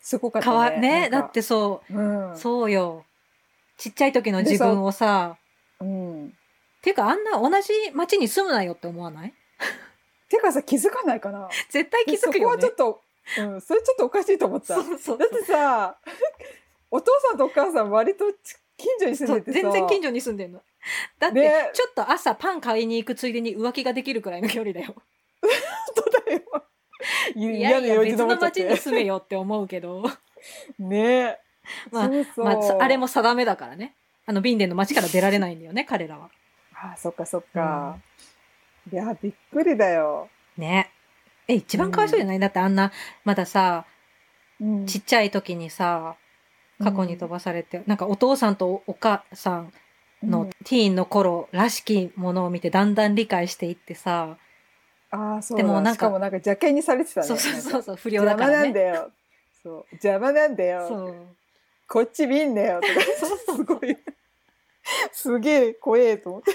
Speaker 1: すごかったね。
Speaker 2: かわね、
Speaker 1: な
Speaker 2: だ
Speaker 1: ん
Speaker 2: っ
Speaker 1: か、
Speaker 2: てそう、
Speaker 1: うん、
Speaker 2: そうよ。ちっちゃい時の自分をさ、
Speaker 1: うん。
Speaker 2: ていうかあんな同じ町に住むなよって思わない
Speaker 1: てかさ気づかないかな。
Speaker 2: 絶対 気づくよ
Speaker 1: そ
Speaker 2: ね。
Speaker 1: こはちょっと、うん、それちょっとおかしいと思った。だ
Speaker 2: そうそ
Speaker 1: っ
Speaker 2: う
Speaker 1: てさ、 お父さんとお母さん割とち近所に住
Speaker 2: そ
Speaker 1: ん
Speaker 2: う
Speaker 1: でてさ、
Speaker 2: 全然近所に住んでんの。だって、
Speaker 1: ね
Speaker 2: ちょっと朝パン買いに行くついでに浮気ができるくらいの距離だよ。
Speaker 1: 所だよ。
Speaker 2: い
Speaker 1: 嫌
Speaker 2: や
Speaker 1: ない
Speaker 2: や、
Speaker 1: 用事
Speaker 2: 別
Speaker 1: の
Speaker 2: の
Speaker 1: っちゃっ
Speaker 2: 町に
Speaker 1: て。
Speaker 2: 住めよって思うけど。
Speaker 1: ね
Speaker 2: まあ
Speaker 1: そうそう
Speaker 2: まあ、あれも定めだからね。あの、ビンデンの町から出られないんだよね、彼らは。
Speaker 1: あーそっかそっか。いやびっくりだよ。
Speaker 2: ね。え、一番かわいそうじゃない、だってあんな、まださ、
Speaker 1: うん
Speaker 2: ちっちゃい時にさ、過去に飛ばされて、なんかお父さんとお母さん
Speaker 1: う
Speaker 2: の
Speaker 1: ん
Speaker 2: ティーンの頃らしきものを見てだんだん理解していってさ、
Speaker 1: ああ、そう
Speaker 2: で
Speaker 1: だ。
Speaker 2: もなんか
Speaker 1: しかもなんか邪険にされてたね。
Speaker 2: そうそうそうそう、不良
Speaker 1: な
Speaker 2: だ
Speaker 1: ん
Speaker 2: か
Speaker 1: か邪魔
Speaker 2: ら
Speaker 1: なん
Speaker 2: ね。
Speaker 1: だよ。そう。邪魔なんだ
Speaker 2: そ
Speaker 1: よ。
Speaker 2: う。
Speaker 1: こっち見んなよ。とか
Speaker 2: そうそう
Speaker 1: すごい。すげえ怖えと思って。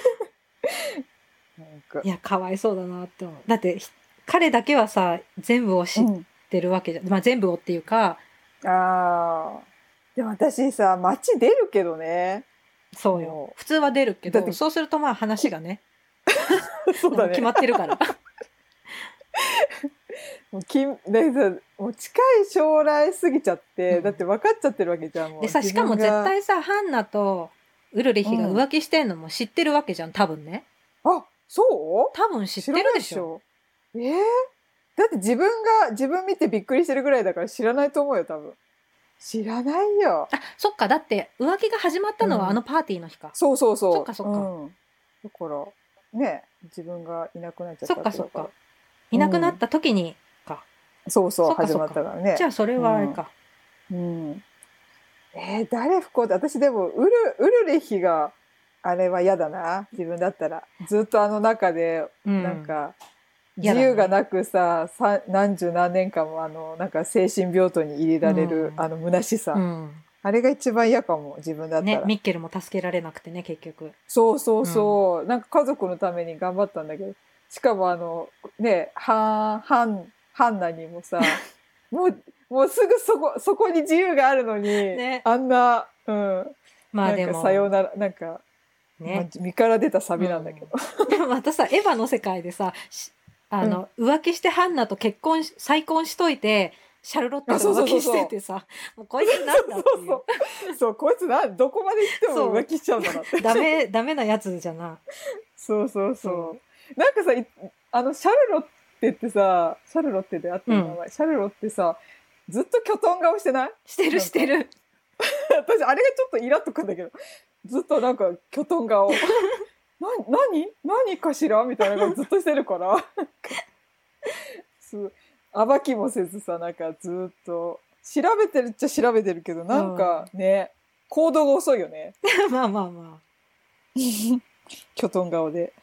Speaker 1: なんか
Speaker 2: い。や、かわいそうだなって思う。だって、ひ彼だけはさ、全部を知っ
Speaker 1: うん
Speaker 2: てるわけじゃ、ん、まあ全部をっていうか、
Speaker 1: ああ。でも私さ、街出るけどね。
Speaker 2: そうよ
Speaker 1: も。
Speaker 2: 普通は出るけ
Speaker 1: だっ
Speaker 2: ど、
Speaker 1: て
Speaker 2: そうするとまあ話がね、
Speaker 1: そうだ
Speaker 2: もう決
Speaker 1: ね。
Speaker 2: まってる から。
Speaker 1: もうきでさもう近い将来すぎちゃって、
Speaker 2: うん
Speaker 1: だって分かっちゃってるわけじゃん。もう
Speaker 2: でさ、しかも
Speaker 1: 自
Speaker 2: 絶
Speaker 1: 分が
Speaker 2: 対さ、ハンナとウルリヒが浮気してんのも知ってるわけじゃん、多分ね。
Speaker 1: あ、そう
Speaker 2: 多分知ってるでしょ。
Speaker 1: 知らないでしょえーだって自分が自分見てびっくりしてるぐらいだから知らないと思うよ多分知らないよ
Speaker 2: あ、そっか、だって浮気が始まったの
Speaker 1: う
Speaker 2: は
Speaker 1: ん
Speaker 2: あのパーティーの日か。
Speaker 1: そうそうそう
Speaker 2: そっかそっか
Speaker 1: うんだからね自分がいなくなっちゃったて
Speaker 2: そっ
Speaker 1: いう
Speaker 2: かそっか。いなくなった時に、か。
Speaker 1: そうそう
Speaker 2: そっか
Speaker 1: 始
Speaker 2: そっか
Speaker 1: まったからね
Speaker 2: じゃあそれはあれか。
Speaker 1: うんえー、誰不幸だ私でもウルウルリヒがあれは嫌だな自分だったらずっとあの中で
Speaker 2: うん。
Speaker 1: なんか、自
Speaker 2: 嫌だね
Speaker 1: 由がなくさ、さ何十何年間もあの、なんか精神病棟に入れられる、
Speaker 2: うん
Speaker 1: あの虚しさ、
Speaker 2: うん。
Speaker 1: あれが一番嫌かも、自分だった
Speaker 2: ね
Speaker 1: ら。、
Speaker 2: ミッケルも助けられなくてね、結局。
Speaker 1: そうそうそう、なんか家族のために頑張ったんだけど、しかもあの、ね、はん、はん、ハンナにも さ、もう、もうすぐそこ、そこに自由があるのに、
Speaker 2: ね
Speaker 1: あんな、うん、
Speaker 2: まあ
Speaker 1: な
Speaker 2: で
Speaker 1: んか
Speaker 2: も。
Speaker 1: さようなら、なんか、
Speaker 2: ね。
Speaker 1: まあ身から出たサビなんだけど。
Speaker 2: うん。でもまたさ、エヴァの世界でさ、しあの、浮気してハンナと結婚し再婚しといてシャルロット
Speaker 1: あそう
Speaker 2: と
Speaker 1: そ
Speaker 2: 浮
Speaker 1: うそう
Speaker 2: 気
Speaker 1: そう
Speaker 2: しててさもうこいつなんだって
Speaker 1: そう
Speaker 2: い
Speaker 1: そううそうこいつなどこまで行っても浮気しちゃうんだなって
Speaker 2: ダメダメなやつじゃな
Speaker 1: そうそうそうなんかさいあのシャルロッテってさシャルロッテであってる名前、シャルロってさずっとキョトン顔してない
Speaker 2: してるしてる
Speaker 1: 私あれがちょっとイラっとくんだけどずっとなんかキョトン顔 な何何かしらみたいな顔ずっとしてるからなんかそう暴きもせずさなんかずっと調べてるっちゃ調べてるけどなんかね、行動が遅いよね
Speaker 2: まあまあま
Speaker 1: キョトン顔で。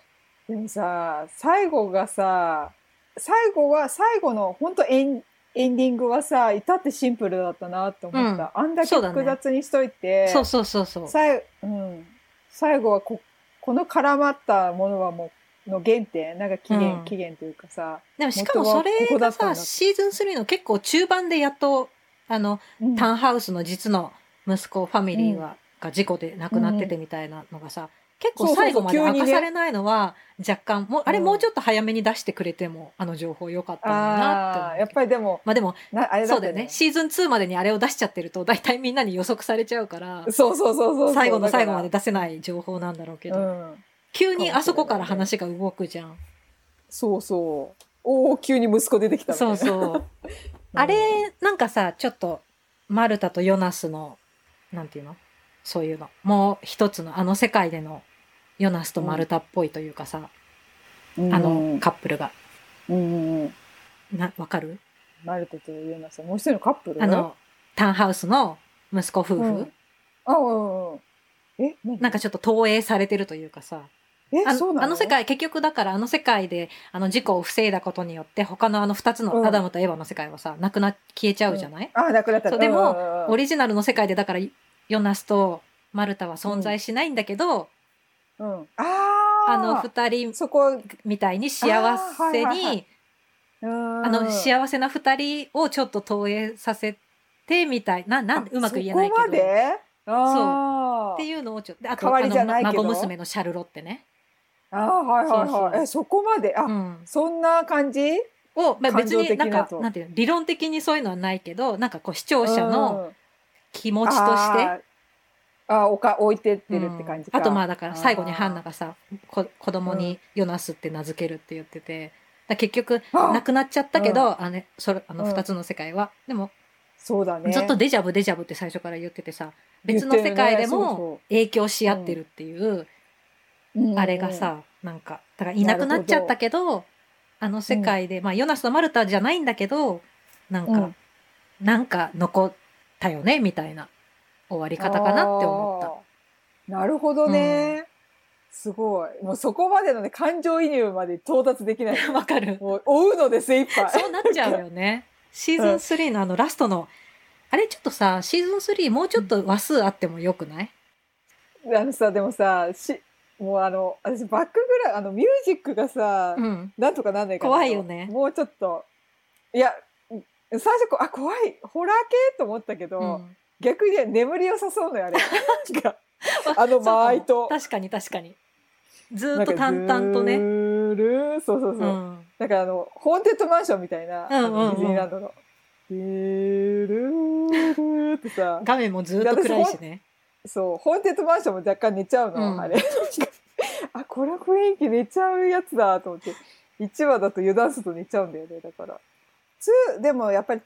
Speaker 1: でもさ、最後がさ、最後は、最後の、ほんとエンエンディングはさ、至ってシンプルだったなって思った。あんだけ
Speaker 2: そうだね
Speaker 1: 複雑にしといて、
Speaker 2: あそうそうそうそう
Speaker 1: さいうん、最後はこ、この絡まったものはもう、の原点、なんか起源、
Speaker 2: うん
Speaker 1: 起源というかさ、
Speaker 2: でもしかもそ
Speaker 1: 元はこ
Speaker 2: れ
Speaker 1: こだ
Speaker 2: が
Speaker 1: ったん
Speaker 2: さ
Speaker 1: だ
Speaker 2: シーズン3の結構中盤でやっとあの
Speaker 1: うん
Speaker 2: タウンハウスの実の息子ファミリーは、が事故で亡くなっててみたいなのがさ、結構最後まで
Speaker 1: そうそうそう急に
Speaker 2: 明
Speaker 1: ね
Speaker 2: かされないのは若干もうあれ
Speaker 1: うん
Speaker 2: もうちょっと早めに出してくれても、あの情報良かったのになって思
Speaker 1: あ
Speaker 2: う
Speaker 1: ーやっぱりでも、
Speaker 2: まあでも
Speaker 1: なあれだ
Speaker 2: そ
Speaker 1: った
Speaker 2: うだよねシーズン2までにあれを出しちゃってると大体みんなに予測されちゃうから
Speaker 1: そうそうそうそうそう。
Speaker 2: 最後の最後まで
Speaker 1: だか
Speaker 2: 出せない情報なんだろうけど、
Speaker 1: ら。うん。
Speaker 2: 急にあそこから話が動くじゃん。
Speaker 1: そうそう。おお、急に息子出てきたみたい
Speaker 2: そ
Speaker 1: な
Speaker 2: うそう。
Speaker 1: うん
Speaker 2: あれ、なんかさ、ちょっと、マルタとヨナスの、なんていうのそういうの。もう一つの、あの世界での、ヨナスとマルタっぽいというかさ、
Speaker 1: うん
Speaker 2: あのカップルが。
Speaker 1: うんうんうん。
Speaker 2: な、わかる
Speaker 1: マルトとユーナさん、もう一人のカップル
Speaker 2: あの、タウンハウスの息子夫婦。
Speaker 1: うんあ、うんうん。え、何
Speaker 2: なんかちょっと投影されてるというかさ。
Speaker 1: え、
Speaker 2: あ
Speaker 1: そうな
Speaker 2: の
Speaker 1: の
Speaker 2: あの世。界、結局だからあの世界で、あの事故を防いだことによって、他のあの二つ
Speaker 1: う
Speaker 2: の
Speaker 1: ん
Speaker 2: アダムとエヴァの世界はさ、なくな、消えちゃうじゃない、
Speaker 1: あ、なくなった。
Speaker 2: そうでも
Speaker 1: んんうん
Speaker 2: オリジナルの世界でだからヨナスとマルタは存在しないんだけど、
Speaker 1: うん。あー
Speaker 2: あの二人
Speaker 1: そこ、うん。
Speaker 2: みたいに幸せにあ,、
Speaker 1: あーはいはいはあ
Speaker 2: の幸せな二人をちょっと投影させてみたいななんうまく言えない
Speaker 1: そこま
Speaker 2: けど。っ
Speaker 1: であ
Speaker 2: て
Speaker 1: う。
Speaker 2: いうのをちょっとであと
Speaker 1: 代わりじゃない
Speaker 2: あの
Speaker 1: けど
Speaker 2: 孫娘のシャルロってね、
Speaker 1: あーはいはい
Speaker 2: そう
Speaker 1: は
Speaker 2: そ
Speaker 1: い。
Speaker 2: う
Speaker 1: え、そこまで。あ、
Speaker 2: うん、
Speaker 1: そんな感じ
Speaker 2: を、まあ、
Speaker 1: 感
Speaker 2: 別
Speaker 1: 情
Speaker 2: に
Speaker 1: 的
Speaker 2: なん
Speaker 1: な
Speaker 2: か
Speaker 1: と
Speaker 2: なんていうの理論的にそういうのはないけどなんかこう視聴者の気持
Speaker 1: うん
Speaker 2: ちとして
Speaker 1: あーあー、おか、置いてってるって感じか。
Speaker 2: うんあとまあだから最後にハンナ
Speaker 1: が
Speaker 2: がさこ子供にヨナスって名付けるって言ってて、だから結局
Speaker 1: あ
Speaker 2: なくなっちゃったけど、あのそれあの
Speaker 1: うん
Speaker 2: 2つの世界は、でも
Speaker 1: そうだね。
Speaker 2: ずっとデジャブデジャブって最初から言っててさ別の世
Speaker 1: 言って
Speaker 2: 界で
Speaker 1: るねそうそ
Speaker 2: も
Speaker 1: う
Speaker 2: 影響し合ってるっていう
Speaker 1: うん
Speaker 2: あれがさ、なんかだからいなくなっちゃったけどあの世界で、まあヨナスとマルタじゃないんだけどなんか、
Speaker 1: うん
Speaker 2: なんか残ったよねみたいな終わり方かなって思った。
Speaker 1: た。なるほどね。すごい。もうそこまでのね、感情移入まで到達でき ない。
Speaker 2: わかる
Speaker 1: もう追うので精一杯。
Speaker 2: そうなっちゃうよね。シーズン3のあのラストの、あれちょっとさ、シーズン3もうちょっと話数あってもよくない
Speaker 1: あのさ、でもさ、し、もうあの、私バックグラウンド、あのミュージックがさ、
Speaker 2: うん。
Speaker 1: なんとかなんないかな
Speaker 2: 怖いよね
Speaker 1: もうちょっと。いや、うん最初こう、あ、怖い、ホラー系と思ったけど、
Speaker 2: うん
Speaker 1: 逆にね、眠りを誘うの よ、あれ。なんか、 あ
Speaker 2: そ
Speaker 1: の
Speaker 2: うかも
Speaker 1: 間合いと。
Speaker 2: 確かに確かに。ず
Speaker 1: な
Speaker 2: ー
Speaker 1: ん
Speaker 2: っ
Speaker 1: か
Speaker 2: と淡々と
Speaker 1: ず
Speaker 2: ね。
Speaker 1: ーるーそうそうそう。
Speaker 2: うん。
Speaker 1: なんかあの、ホーンテッドマンションみたいな、あ
Speaker 2: うんうんうん
Speaker 1: のディズニーランドの。でーるーるーってさ、
Speaker 2: 画面もずーっと暗いしね。
Speaker 1: そう、ホーンテッドマンションも若干寝ちゃうの、
Speaker 2: うん
Speaker 1: あれ。 あ、これ雰囲気寝ちゃうやつだと思って、1話だと油断すると寝ちゃうんだよね、だから。2、でもやっぱり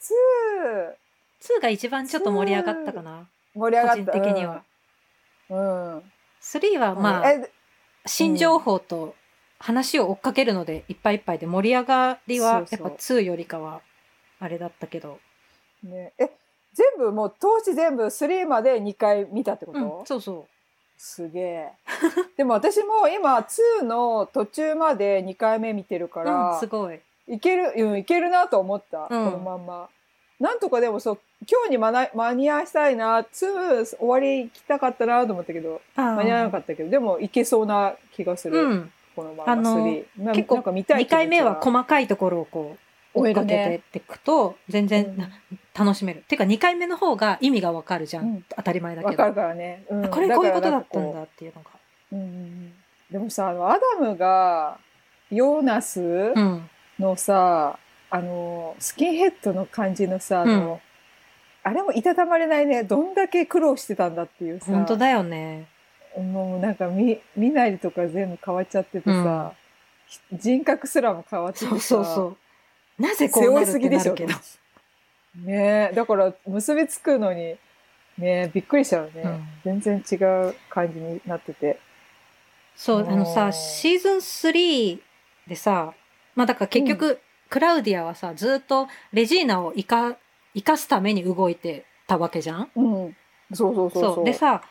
Speaker 2: 2が一番ちょっと盛り上がったかな。
Speaker 1: 2盛り上
Speaker 2: 個
Speaker 1: が
Speaker 2: 人
Speaker 1: った。
Speaker 2: 的には。
Speaker 1: うん。うん。
Speaker 2: 3はまあ、
Speaker 1: え、
Speaker 2: 新情報と話を追っかけるのでいっぱいいっぱいで盛り上がりは
Speaker 1: そ
Speaker 2: や
Speaker 1: うそ
Speaker 2: っぱ
Speaker 1: う
Speaker 2: 2よりかはあれだったけど。
Speaker 1: ね、え、全部もう、当時全部3まで2回見たってこと、
Speaker 2: うん、そうそう。
Speaker 1: すげえ。 でも私も今2の途中まで2回目見てるか
Speaker 2: うん、
Speaker 1: ら
Speaker 2: す、ごい。
Speaker 1: いける、うん、いけるなと思った、
Speaker 2: うん
Speaker 1: このまんま。なんとかでもそう、今日にまな間に合わしたいな、2終わり行きたかったなと思ったけど、間
Speaker 2: 間
Speaker 1: に合わなかったけど、でもいけそうな気がする、
Speaker 2: うん。
Speaker 1: このまんま
Speaker 2: あの
Speaker 1: 3。まあ
Speaker 2: 結構
Speaker 1: なんか見たい
Speaker 2: 2
Speaker 1: 気持ち
Speaker 2: 回目は細かいところをこう追っかけてっていくと全然な楽しめる、っていうか2回目の方が意味がわかるじゃん、
Speaker 1: うん
Speaker 2: 当たり前だ
Speaker 1: わ
Speaker 2: け
Speaker 1: か
Speaker 2: ど
Speaker 1: るからね。うん
Speaker 2: これこういうことだった。
Speaker 1: からなんかこ
Speaker 2: んだっていうのが
Speaker 1: ううんうんうんでもさ、あの、アダムが、ヨーナス、
Speaker 2: うん
Speaker 1: のさ、あの、スキンヘッドの感じのさ、あの、あれもいたたまれないね。どんだけ苦労してたんだっていうさ。
Speaker 2: 本当だよね。
Speaker 1: もうなんかみ、身なりとか全部変わっちゃっててさ、人格すらも変わっててさ。
Speaker 2: そうそうそう。なぜこうなるってなるけど。
Speaker 1: ねえ、だから結びつくのに、ねえ、びっくりしちゃうね。全然違う感じになってて。
Speaker 2: そう、あのさ、シーズン3でさ、まあだから結局、うん、クラウディアはさ、ずっとレジーナを生か、生かすために動いてたわけじゃん
Speaker 1: うん。そうそうそうそう
Speaker 2: でさ、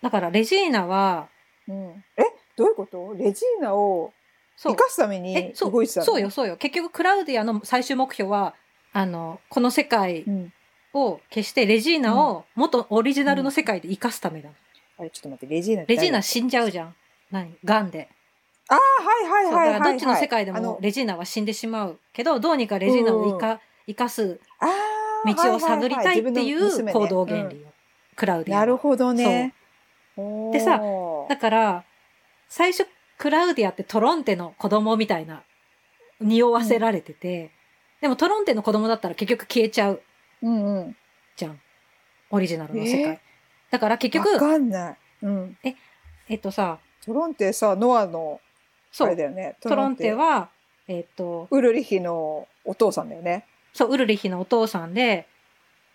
Speaker 2: だからレジーナは、
Speaker 1: うん、え、どういうことレジーナを生かすために動いてた
Speaker 2: そうよ、そうよ。結局クラウディアの最終目標は、あの、この世界を消して、レジーナを元オリジナルの世界で生かすためだ。
Speaker 1: あれ、ちょっと待って、レジーナ
Speaker 2: レジーナ死んじゃうじゃん。何ガンで。
Speaker 1: ああ、はいはいはい、はい、
Speaker 2: どっちの世界でもレジーナは死んでしまうけど、どうにかレジーナを生か、生かす道を探りたいっていう行動原理を、クラウディア。
Speaker 1: なるほどね。
Speaker 2: でさ、だから、最初、クラウディアってトロンテの子供みたいな、匂わせられてて、うん、でもトロンテの子供だったら結局消えちゃう。
Speaker 1: うんうん。
Speaker 2: じゃん。オリジナルの世界。えー、だから結局、
Speaker 1: わかんない。うん。
Speaker 2: え、えっとさ、
Speaker 1: トロンテさ、ノアの、。
Speaker 2: そう
Speaker 1: だよね。
Speaker 2: トロンテは、えっ、と、
Speaker 1: ウルリヒのお父さんだよね。
Speaker 2: そう、ウルリヒのお父さんで、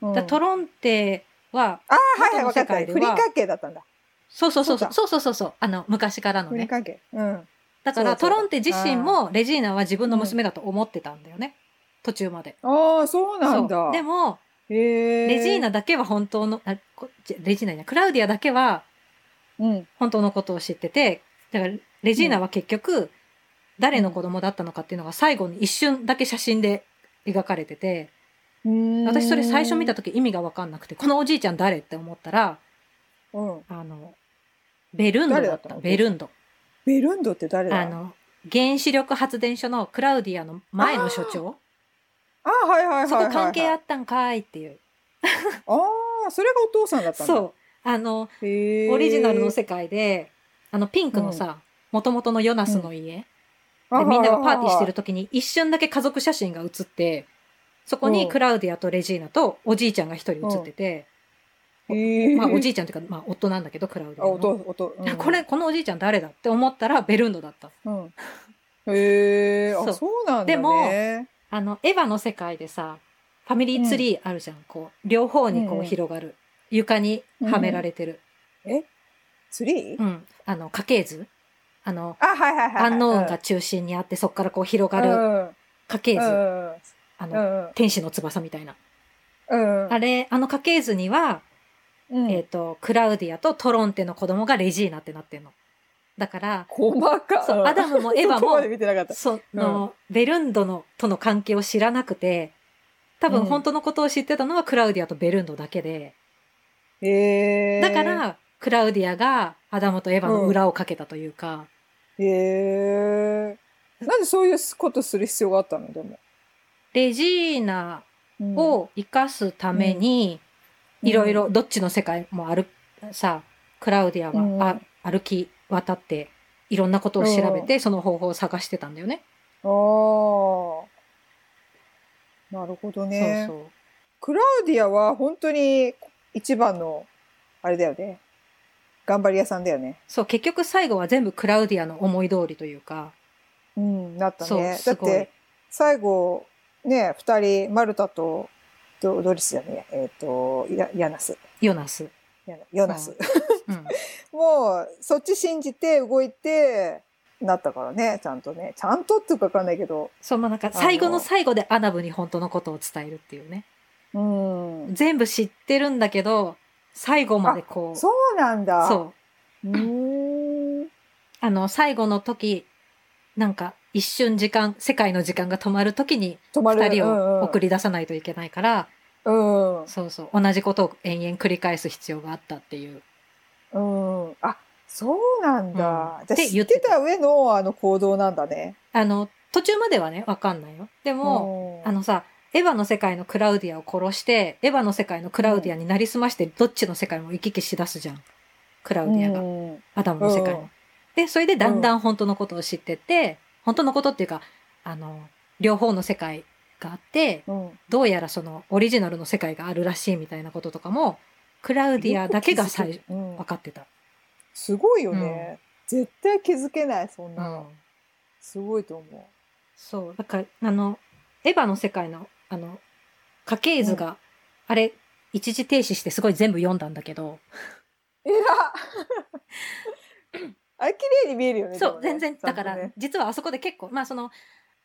Speaker 2: うん、だトロンテは、
Speaker 1: ああ、はいはい、分かった。不倫関係だったんだ。
Speaker 2: そうそうそうそう、そうそうそうそう、あの、昔からのね。
Speaker 1: 不倫関係。うん。
Speaker 2: だから、トロンテ自身も、レジーナは自分の娘だと思ってたんだよね。途中まで。
Speaker 1: ああ、そうなんだ。
Speaker 2: でも、レジーナだけは本当の、あレジーナじゃクラウディアだけは、本当のことを知ってて、だから、レジーナは結局、誰の子供だったのかっていうのが最後に一瞬だけ写真で描かれてて、私それ最初見た時意味がわかんなくて、このおじいちゃん誰って思ったら、
Speaker 1: うん、
Speaker 2: あの、ベルンドだった。ベルンド。
Speaker 1: ベルンドって誰だ
Speaker 2: あの、原子力発電所のクラウディアの前の所長。
Speaker 1: ああ、はい、はいはいはい
Speaker 2: そこ関係あったんかいっていう。
Speaker 1: ああ、それがお父さんだったんだ。
Speaker 2: そう。あの、オリジナルの世界で、あの、ピンクのさ、もともとのヨナスの家、うん、みんながパーティーしてる時に一瞬だけ家族写真が写って、そこにクラウディアとレジーナとおじいちゃんが一人写ってて、
Speaker 1: うん、
Speaker 2: まあおじいちゃんというか、まあ夫なんだけど、クラウディア
Speaker 1: の。音、
Speaker 2: うん、これ、このおじいちゃん誰だって思ったらベルンドだった。
Speaker 1: うん、へえ、あ、そうなんだ、ね、
Speaker 2: でも、あの、エヴァの世界でさ、ファミリーツリーあるじゃん。こう、両方にこう広がる。床にはめられてる。
Speaker 1: えツリー
Speaker 2: うん。あの、家系図あの、
Speaker 1: あ、はいはいはい。
Speaker 2: アンノーンが中心にあって、そこからこう広がる家系図。あの、天使の翼みたいな。あれ、あの家系図には、えっと、クラウディアとトロンテの子供がレジーナってなってんの。だから、
Speaker 1: 細か
Speaker 2: そう、アダム もエヴァも、その、ベルンドの、との関係を知らなくて、多分本当のことを知ってたのはクラウディアとベルンドだけで、
Speaker 1: へ
Speaker 2: だから、クラウディアがアダムとエヴァの裏をかけたというか。
Speaker 1: うん、へえ。なんでそういうことする必要があったのでも。
Speaker 2: レジーナを生かすために、いろいろ、どっちの世界もある、さ、クラウディアは、あ歩き渡って、いろんなことを調べて、その方法を探してたんだよね。
Speaker 1: ああ。なるほどね。そうそう。クラウディアは本当に一番の、あれだよね。頑張り屋さんだよね。
Speaker 2: そう、結局最後は全部クラウディアの思い通りというか。
Speaker 1: うん、なったね。だって、最後、ね、二人、マルタと、どドリスじゃねえ、えっ、ー、と、ヤナス。
Speaker 2: ヨナス。
Speaker 1: ヨナス。もう、そっち信じて動いて、なったからね、ちゃんとね。ちゃんとっていうかわかんないけど。
Speaker 2: そう、まあなんか、最後の最後でアナブに本当のことを伝えるっていうね。
Speaker 1: うん、
Speaker 2: 全部知ってるんだけど最後までこ
Speaker 1: うそうなんだ
Speaker 2: そう
Speaker 1: うん
Speaker 2: あの最後の時なんか一瞬時間世界の時間が止まる時に2人を送り出さないといけないから、
Speaker 1: うん、うん、
Speaker 2: そうそう同じことを延々繰り返す必要があったっていう
Speaker 1: うんあそうなんだ、うん、じゃ知ってた上のあの行動なんだね
Speaker 2: あの途中まではねわかんないよでも、うん、あのさエヴァの世界のクラウディアを殺して、エヴァの世界のクラウディアになりすまして、どっちの世界も行き来しだすじゃん。クラウディアが。うん、アダムの世界も。うん、で、それでだんだん本当のことを知ってって、うん、本当のことっていうか、あの、両方の世界があって、
Speaker 1: うん、
Speaker 2: どうやらそのオリジナルの世界があるらしいみたいなこととかも、クラウディアだけが最初、
Speaker 1: うん
Speaker 2: 分かってた。
Speaker 1: すごいよね、絶対気づけないそんなの、
Speaker 2: うん
Speaker 1: すごいと思
Speaker 2: そう。だから、あの、エヴァの世界の、あの、家系図が、あれ、一時停止してすごい全部読んだんだけど、
Speaker 1: うえら あれ綺麗に見えるよねで
Speaker 2: そう
Speaker 1: も、ね
Speaker 2: 全然、
Speaker 1: ちゃ
Speaker 2: だ
Speaker 1: ん
Speaker 2: か
Speaker 1: と
Speaker 2: ら、
Speaker 1: ね
Speaker 2: 実はあそこで結構、まあその、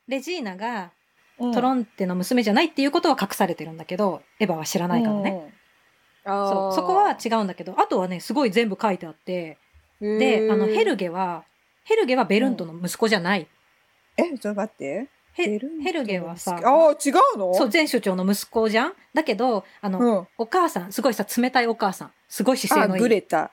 Speaker 2: レジーナが
Speaker 1: うん
Speaker 2: トロンテの娘じゃないっていうことは隠されてるんだけど、エヴァは知らないからね。、
Speaker 1: うんあー
Speaker 2: そうそこは違うんだけど、あとはね、すごい全部書いてあって、
Speaker 1: へ
Speaker 2: で、
Speaker 1: ー
Speaker 2: あの、ヘルゲは、ヘルゲはベルントの息子じゃない。
Speaker 1: えちょっと待って
Speaker 2: ヘ
Speaker 1: ルン
Speaker 2: ヘルゲはさ
Speaker 1: ああ違うの
Speaker 2: そう、前首長の息子じゃんだけど、あの、
Speaker 1: うん、
Speaker 2: お母さん、すごいさ、冷たいお母さん。すごい姿勢
Speaker 1: あ
Speaker 2: のいい。
Speaker 1: グレた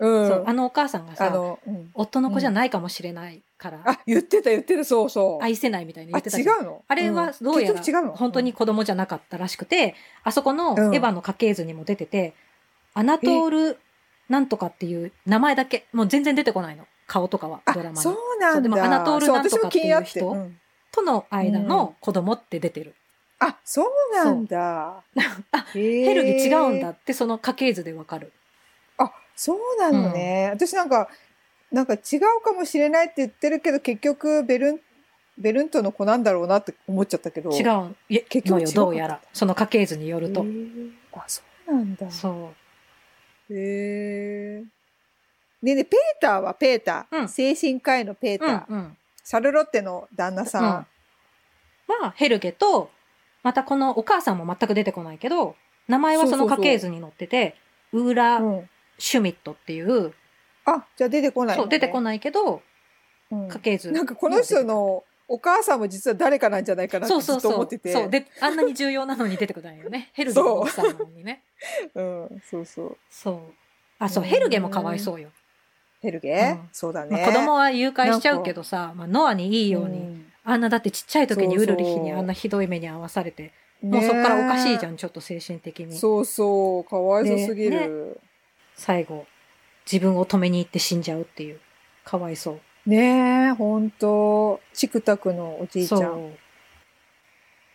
Speaker 1: うん
Speaker 2: そうあのお母さんが
Speaker 1: あ
Speaker 2: さ
Speaker 1: の、うん
Speaker 2: 夫の子じゃないかもしれないから、
Speaker 1: あ言ってた言ってたそうそう
Speaker 2: 愛せないみたいに
Speaker 1: あ
Speaker 2: 言ってた
Speaker 1: 違
Speaker 2: じゃん
Speaker 1: うの
Speaker 2: あれはどうやら
Speaker 1: 結局違うの
Speaker 2: 本当に子供じゃなかったらしくて、あそこの
Speaker 1: うん
Speaker 2: エヴァの家系図にも出てて、アナトールなんとかっていう名前だけ、もう全然出てこないの。顔とかは、ドラ
Speaker 1: あ
Speaker 2: マ
Speaker 1: そ
Speaker 2: の。
Speaker 1: うなん
Speaker 2: そ
Speaker 1: だ
Speaker 2: うでもアナトールなんとかっていう人
Speaker 1: そ私も気になってん
Speaker 2: との間の子供って出てる。
Speaker 1: あそうなんだ
Speaker 2: あ、
Speaker 1: ヘ
Speaker 2: ヘルゲ違うんだって、その家系図でわかる。
Speaker 1: あそうなのね、私なんかなんか違うかもしれないって言ってるけど結局ベルンベルントの子なんだろうなって思っちゃったけど
Speaker 2: 違
Speaker 1: う
Speaker 2: ういや
Speaker 1: 結
Speaker 2: の
Speaker 1: 局違う
Speaker 2: よ、どうやら。その家系図によると。
Speaker 1: あそうなんだ
Speaker 2: そう。
Speaker 1: へえねえねえペーターはペーター、
Speaker 2: うん
Speaker 1: 精神科医のペータ
Speaker 2: う
Speaker 1: ー、
Speaker 2: ん、うん。
Speaker 1: シャルロッテの旦那さん、
Speaker 2: はヘルゲと、またこのお母さんも全く出てこないけど、名前はその家系図に載ってて、ウーラ・
Speaker 1: うん
Speaker 2: シュミットっていう、
Speaker 1: あじゃあ出てこない
Speaker 2: そう、出てこ
Speaker 1: な
Speaker 2: ないけど、
Speaker 1: い、うん
Speaker 2: 家系図。
Speaker 1: なんかこの人のお母さんも実は誰かなんじゃないかなって
Speaker 2: そう
Speaker 1: ず
Speaker 2: そう
Speaker 1: っと
Speaker 2: そ
Speaker 1: 思
Speaker 2: う
Speaker 1: ってて。
Speaker 2: そう、で、あんなに重要なのに出てこない よね。ヘルゲの奥さんなのにね。
Speaker 1: うん、そうそう。
Speaker 2: そう。あ、そう、
Speaker 1: うん
Speaker 2: ヘルゲもかわいそうよ。
Speaker 1: ヘルゲ、
Speaker 2: うん
Speaker 1: そうだね。
Speaker 2: まあ、子供は誘拐しちゃうけどさ、まあ、ノアにいい
Speaker 1: い
Speaker 2: ように、あんなだってちっちゃい時に
Speaker 1: そう
Speaker 2: ウ
Speaker 1: そう
Speaker 2: ルリヒにあんなひどい目に遭わされて、
Speaker 1: も
Speaker 2: もうそっからおかしいじゃ
Speaker 1: ん。
Speaker 2: ん、ちょっと精神的に。
Speaker 1: そうそう、かわいそうすぎ
Speaker 2: ね
Speaker 1: る。
Speaker 2: 最後、自分を止めに行って死んじゃうっていう。かわいそう。
Speaker 1: ねえ、ほんと。チクタクのおじいちゃ
Speaker 2: そ
Speaker 1: ん。
Speaker 2: う。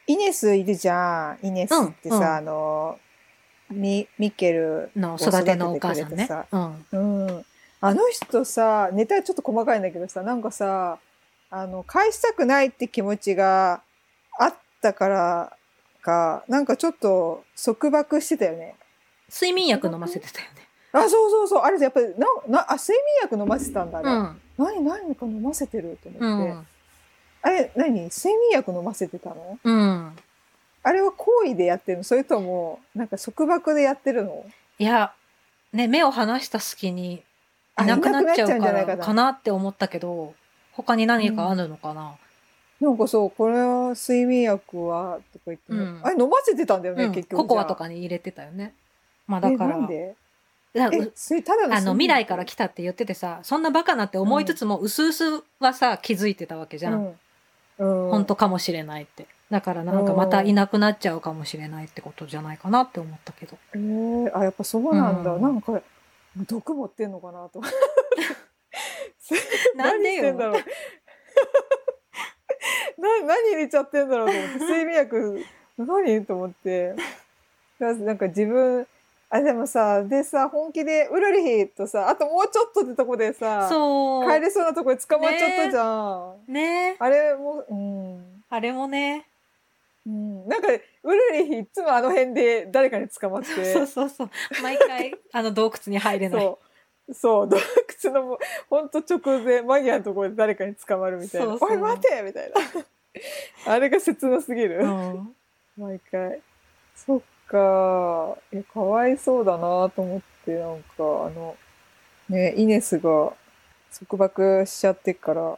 Speaker 1: イネスいるじゃん。イネスってさ、
Speaker 2: うんうん
Speaker 1: あの、ミミッケル。
Speaker 2: の育てのお母さん
Speaker 1: を育ててくれて
Speaker 2: ね
Speaker 1: さ。
Speaker 2: うん。
Speaker 1: うん。あの人さ、ネタちょっと細かいんだけどさ、なんかさ、あの、返したくないって気持ちがあったからか、なんかちょっと束縛してたよね。
Speaker 2: 睡眠薬飲ませてたよね。
Speaker 1: あ、そうそうそう、あれやっぱり、な、な、あ、睡眠薬飲ませてたんだ、あれ。
Speaker 2: うん。
Speaker 1: 何、何か飲ませてると思って。
Speaker 2: うん。
Speaker 1: あれ、何睡眠薬飲ませてたの
Speaker 2: うん。
Speaker 1: あれは行為でやってるのそれとも、なんか束縛でやってるの
Speaker 2: いや、ね、目を離した隙に
Speaker 1: あ
Speaker 2: いなくなっちゃ
Speaker 1: いなくなっ
Speaker 2: う
Speaker 1: ちゃうんじ
Speaker 2: か
Speaker 1: ゃない
Speaker 2: ら
Speaker 1: かな
Speaker 2: かなって思ったけど、他に何かあるのかな、
Speaker 1: なんかそう、これは睡眠薬は、とか言っても、
Speaker 2: うん
Speaker 1: あれ飲ませてたんだよ
Speaker 2: う
Speaker 1: ね、
Speaker 2: ん
Speaker 1: 結局じゃあ。
Speaker 2: ココアとかに入れてたよね。まあだ
Speaker 1: え
Speaker 2: から、
Speaker 1: なんで
Speaker 2: だから
Speaker 1: え、それただの
Speaker 2: あの未来か
Speaker 1: た
Speaker 2: ら来たって言っててさ、そんなバカなって思いつつも、うすうすはさ、気づいてたわけじゃん。
Speaker 1: うん。
Speaker 2: 本当かもしれないって。だからなんかまたいなくなっちゃうかもしれないってことじゃないかなって思ったけど。
Speaker 1: えーあ、やっぱそうなんだ。
Speaker 2: うん
Speaker 1: なんか、毒持ってんのかな と。
Speaker 2: なん
Speaker 1: 何し
Speaker 2: で
Speaker 1: てんだ
Speaker 2: よ。
Speaker 1: ろう。 な何入れちゃってんだろうと思って、睡眠薬、何と思って。だなんか自分、あ、でもさ、でさ、本気で、ウルリヒとさ、あともうちょっとってとこでさ、
Speaker 2: そう。
Speaker 1: 帰れそうなとこで捕まっちゃったじゃん。
Speaker 2: ね
Speaker 1: あれも、うん。
Speaker 2: あれもね。
Speaker 1: うん、なんか、ウルリヒいつもあの辺で誰かに捕まって、
Speaker 2: そうそうそう。毎 回、あの洞窟に入れない。
Speaker 1: そう、そう、洞窟のもう、ほんと直前、間際のところで誰かに捕まるみたいな。
Speaker 2: そうそう
Speaker 1: おい、待てみたい な。あれが切なすぎる。
Speaker 2: うん
Speaker 1: 毎回。そっか。え、かわいそうだなと思って、なんか、あの、ね、イネスが束縛しちゃってから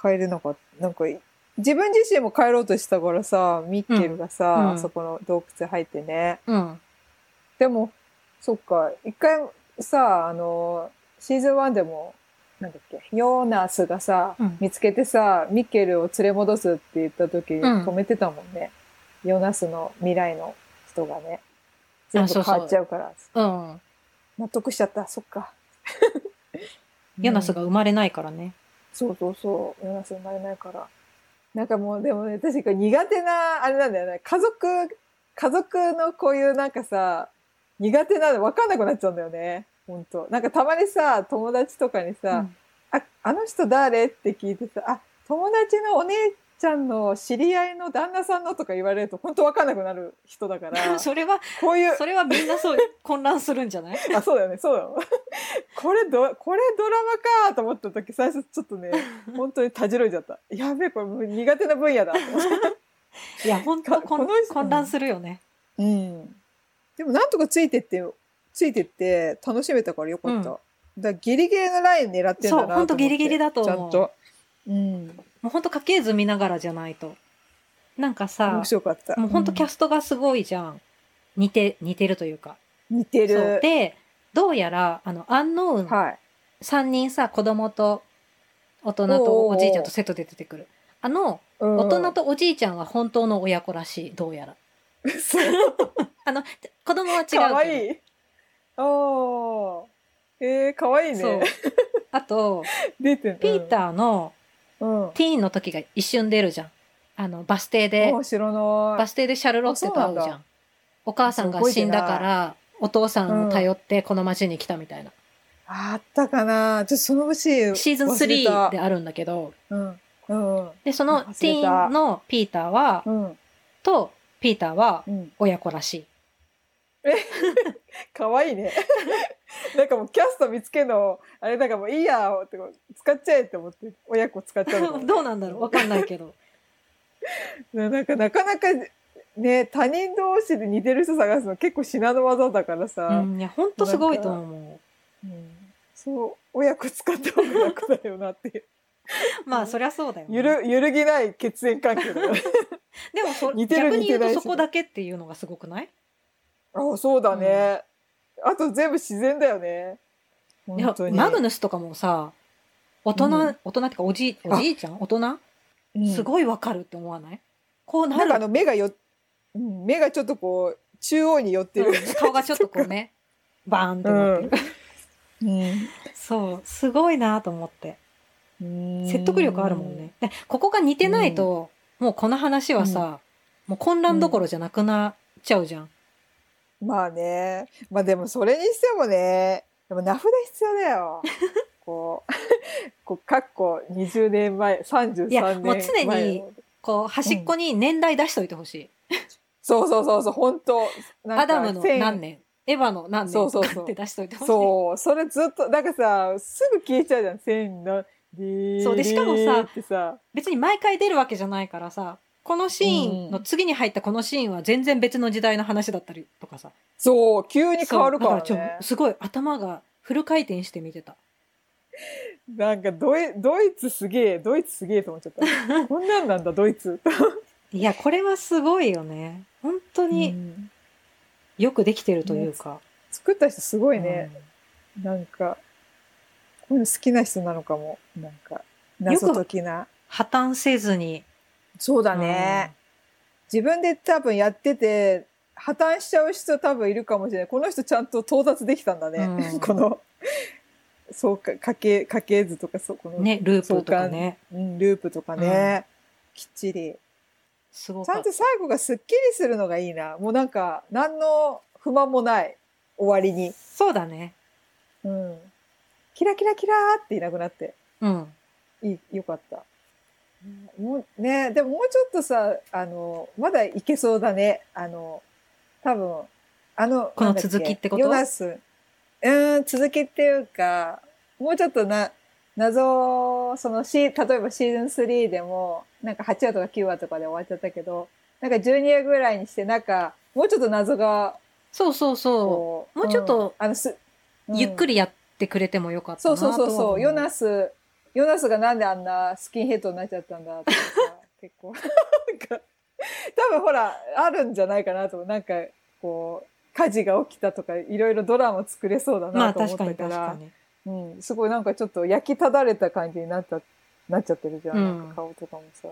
Speaker 1: 帰れなかった。なんかい、自分自身も帰ろうとしたからさ、ミッケルがさ、
Speaker 2: うんうん
Speaker 1: あそこの洞窟入ってね。
Speaker 2: うん。
Speaker 1: でも、そっか、一回さ、あの、シーズン1でも、なんだっけ、ヨーナスがさ、
Speaker 2: うん
Speaker 1: 見つけてさ、ミッケルを連れ戻すって言った時に
Speaker 2: うん
Speaker 1: 止めてたもんね。ヨーナスの未来の人がね、全
Speaker 2: あ
Speaker 1: 部変
Speaker 2: そうそう
Speaker 1: わっちゃうから、
Speaker 2: うん。
Speaker 1: 納得しちゃった、そっ か。
Speaker 2: ヨナスが
Speaker 1: うん
Speaker 2: 生まれないからね。
Speaker 1: そうそうそう、ヨーナス生まれないから。なんかもうでもね私これ苦手なあれなんだよね家族家族のこういうなんかさ苦手なの分かんなくなっちゃうんだよね本当なんかたまにさ友達とかにさ「
Speaker 2: うん
Speaker 1: ああの人誰?」って聞いてさ「あ友達のお姉ちゃんの知り合いの旦那さんの」とか言われると本当分かんなくなる人だから
Speaker 2: それは
Speaker 1: こういう
Speaker 2: それはみんなそう混乱するんじゃない
Speaker 1: あそうだよねそうだよこれどこれドラマかと思った時最初ちょっと ね本当にたじろいじゃったやべえこれもう苦手な分野だ
Speaker 2: いや本当
Speaker 1: こ
Speaker 2: 混
Speaker 1: この人
Speaker 2: 混乱するよね。
Speaker 1: うんでもなんとかついてってついてって楽しめたからよかった、
Speaker 2: う
Speaker 1: だからギリギリのライン狙ってんだなと思って
Speaker 2: そうほんとギリギリだと思う
Speaker 1: ちゃんとうん
Speaker 2: もう本当家系図見ながらじゃないと。なんかさ
Speaker 1: 面白かった
Speaker 2: もう本当キャストがすごいじゃん、似て似てるというか。
Speaker 1: うん似て
Speaker 2: そう
Speaker 1: る
Speaker 2: でどうやらあのアンノウン
Speaker 1: はい
Speaker 2: 3人さ子供と大人とおじいちゃんとセットで出てくる。あの
Speaker 1: うん
Speaker 2: 大人とおじいちゃんは本当の親子らしいどうやら。
Speaker 1: そう
Speaker 2: あの子供は違うけど
Speaker 1: かわいいあーえー、かわいい
Speaker 2: そう
Speaker 1: ね
Speaker 2: あと
Speaker 1: 出てる
Speaker 2: ピーターの
Speaker 1: うん、うん
Speaker 2: ティーンの時が一瞬出るじゃん。あのバス停で
Speaker 1: もう知らな
Speaker 2: バ
Speaker 1: い
Speaker 2: ス停でシャルロッテと会う
Speaker 1: あ
Speaker 2: じ
Speaker 1: そう
Speaker 2: ゃ
Speaker 1: なん
Speaker 2: ん。お母さんが死んだから、お父さんを頼ってこの町に来たみたいな。
Speaker 1: あったかなちょっとその節
Speaker 2: シーズン
Speaker 1: 忘れた
Speaker 2: 3であるんだけど、
Speaker 1: うんうん
Speaker 2: で、その
Speaker 1: あ忘れた
Speaker 2: ティーンのピーターは
Speaker 1: う、ん
Speaker 2: と、ピーターは
Speaker 1: うん
Speaker 2: 親子らしい。
Speaker 1: 可愛いね なんかもうキャスト見つけのあれなんかもういいやって使っちゃえって思って親子使っちゃうのか
Speaker 2: どうなんだろうわかんないけど。
Speaker 1: ななんかなかなかね他人同士で似てる人探すの結構至難の技だから
Speaker 2: う
Speaker 1: さ、
Speaker 2: ん、いや、ほんとすごいと思
Speaker 1: うんそう親子使った方が楽だよなっていう
Speaker 2: う。まあ、そりゃそうだよね、
Speaker 1: ゆる揺るぎない血縁関係だ よね
Speaker 2: でもそ、
Speaker 1: 似てる
Speaker 2: 逆に言
Speaker 1: 似て
Speaker 2: う
Speaker 1: な
Speaker 2: と
Speaker 1: いし
Speaker 2: そこだけっていうのがすごくない
Speaker 1: あそうだね、あと全部自然だよね
Speaker 2: いや
Speaker 1: 本当、に
Speaker 2: マグヌスとかもさ、大人、
Speaker 1: うん
Speaker 2: 大人ってかおじい、おじいちゃん大人、
Speaker 1: うん
Speaker 2: すごいわかるって思わないこうな
Speaker 1: なんかあ
Speaker 2: る
Speaker 1: の目がよ、うん目がちょっとこう中央に寄ってる、
Speaker 2: うん顔がちょっとこうねバーンってなってる、そうすごいなと思って説得力あるもんね。でここが似てないと、もうこの話はさ、もう混乱どころじゃなくなっちゃうじゃん、
Speaker 1: まあねまあでもそれにしてもねでも名札必要だよ こうこうかっこ20年前33年前
Speaker 2: いやもう常にこう端っこに年代出しといてほしい、
Speaker 1: そうそうそうそう本当なんか
Speaker 2: アダムの
Speaker 1: 千
Speaker 2: 何年エヴァの何年
Speaker 1: そうそう
Speaker 2: と
Speaker 1: そう
Speaker 2: かって出しといてほしい
Speaker 1: そうそれずっとなんかさすぐ消えちゃうじゃん千のリ
Speaker 2: そうでしかもさ
Speaker 1: リってさ
Speaker 2: 別に毎回出るわけじゃないからさこのシーンの次に入ったこのシーンは全然別の時代の話だったりとかさ、
Speaker 1: そう急に変わるから
Speaker 2: そうだから
Speaker 1: ね
Speaker 2: ちょすごい頭がフル回転して見てた
Speaker 1: なんかドイドイツすげえドイツすげえと思っちゃったこんなんなん だドイツ
Speaker 2: いやこれはすごいよね本当によくできてるというか、
Speaker 1: 作った人すご
Speaker 2: う
Speaker 1: いね、なんかこういうの好きな人なのかもなんか謎解きなん
Speaker 2: 破綻せずに
Speaker 1: そうだね、自分で多分やってて破綻しちゃう人多分いるかもしれないこの人ちゃんと到達できたんだね、
Speaker 2: う ん
Speaker 1: このそうか家計家系図とかそうこの、
Speaker 2: うんねループとかね
Speaker 1: うん、ループとかね、きっちり
Speaker 2: すご
Speaker 1: ちゃ
Speaker 2: か
Speaker 1: んと最後がすっきりするのがいいなもうなんか何の不満もない終わりに、
Speaker 2: そうだね
Speaker 1: うん、キラキラキラーっていなくなって
Speaker 2: うん
Speaker 1: いいよかったもうねでももうちょっとさあのまだいけそうだねあの多分あの
Speaker 2: こ
Speaker 1: な
Speaker 2: の
Speaker 1: んだけ
Speaker 2: 続きってこと
Speaker 1: ヨナスうーん続きっていうかもうちょっとな謎をそのシー例えばシーズン3でもなんか8話とか9話とかで終わっちゃったけどなんか12話ぐらいにしてなんかもうちょっと謎が
Speaker 2: そうそうそ
Speaker 1: こう
Speaker 2: もうちょっと
Speaker 1: んあのす
Speaker 2: う、ゆっ
Speaker 1: り
Speaker 2: くりやってくれてもよかった
Speaker 1: そ
Speaker 2: な
Speaker 1: うそうそう
Speaker 2: とは
Speaker 1: そ
Speaker 2: 思
Speaker 1: う。ヨナス、ヨナスがなんであんなスキンヘッドになっちゃったんだとかさ、結構。なん か、多分ほら、あるんじゃないかなと思う。なんか、こう、火事が起きたとか、いろいろドラマ作れそうだ
Speaker 2: ま
Speaker 1: な
Speaker 2: あ
Speaker 1: と思
Speaker 2: 確
Speaker 1: っ
Speaker 2: か
Speaker 1: た
Speaker 2: に
Speaker 1: から、
Speaker 2: 確かに
Speaker 1: うん、すごいなんかちょっと焼きただれた感じになった、なっちゃってるじゃん。
Speaker 2: うん
Speaker 1: なんか顔とかもさ。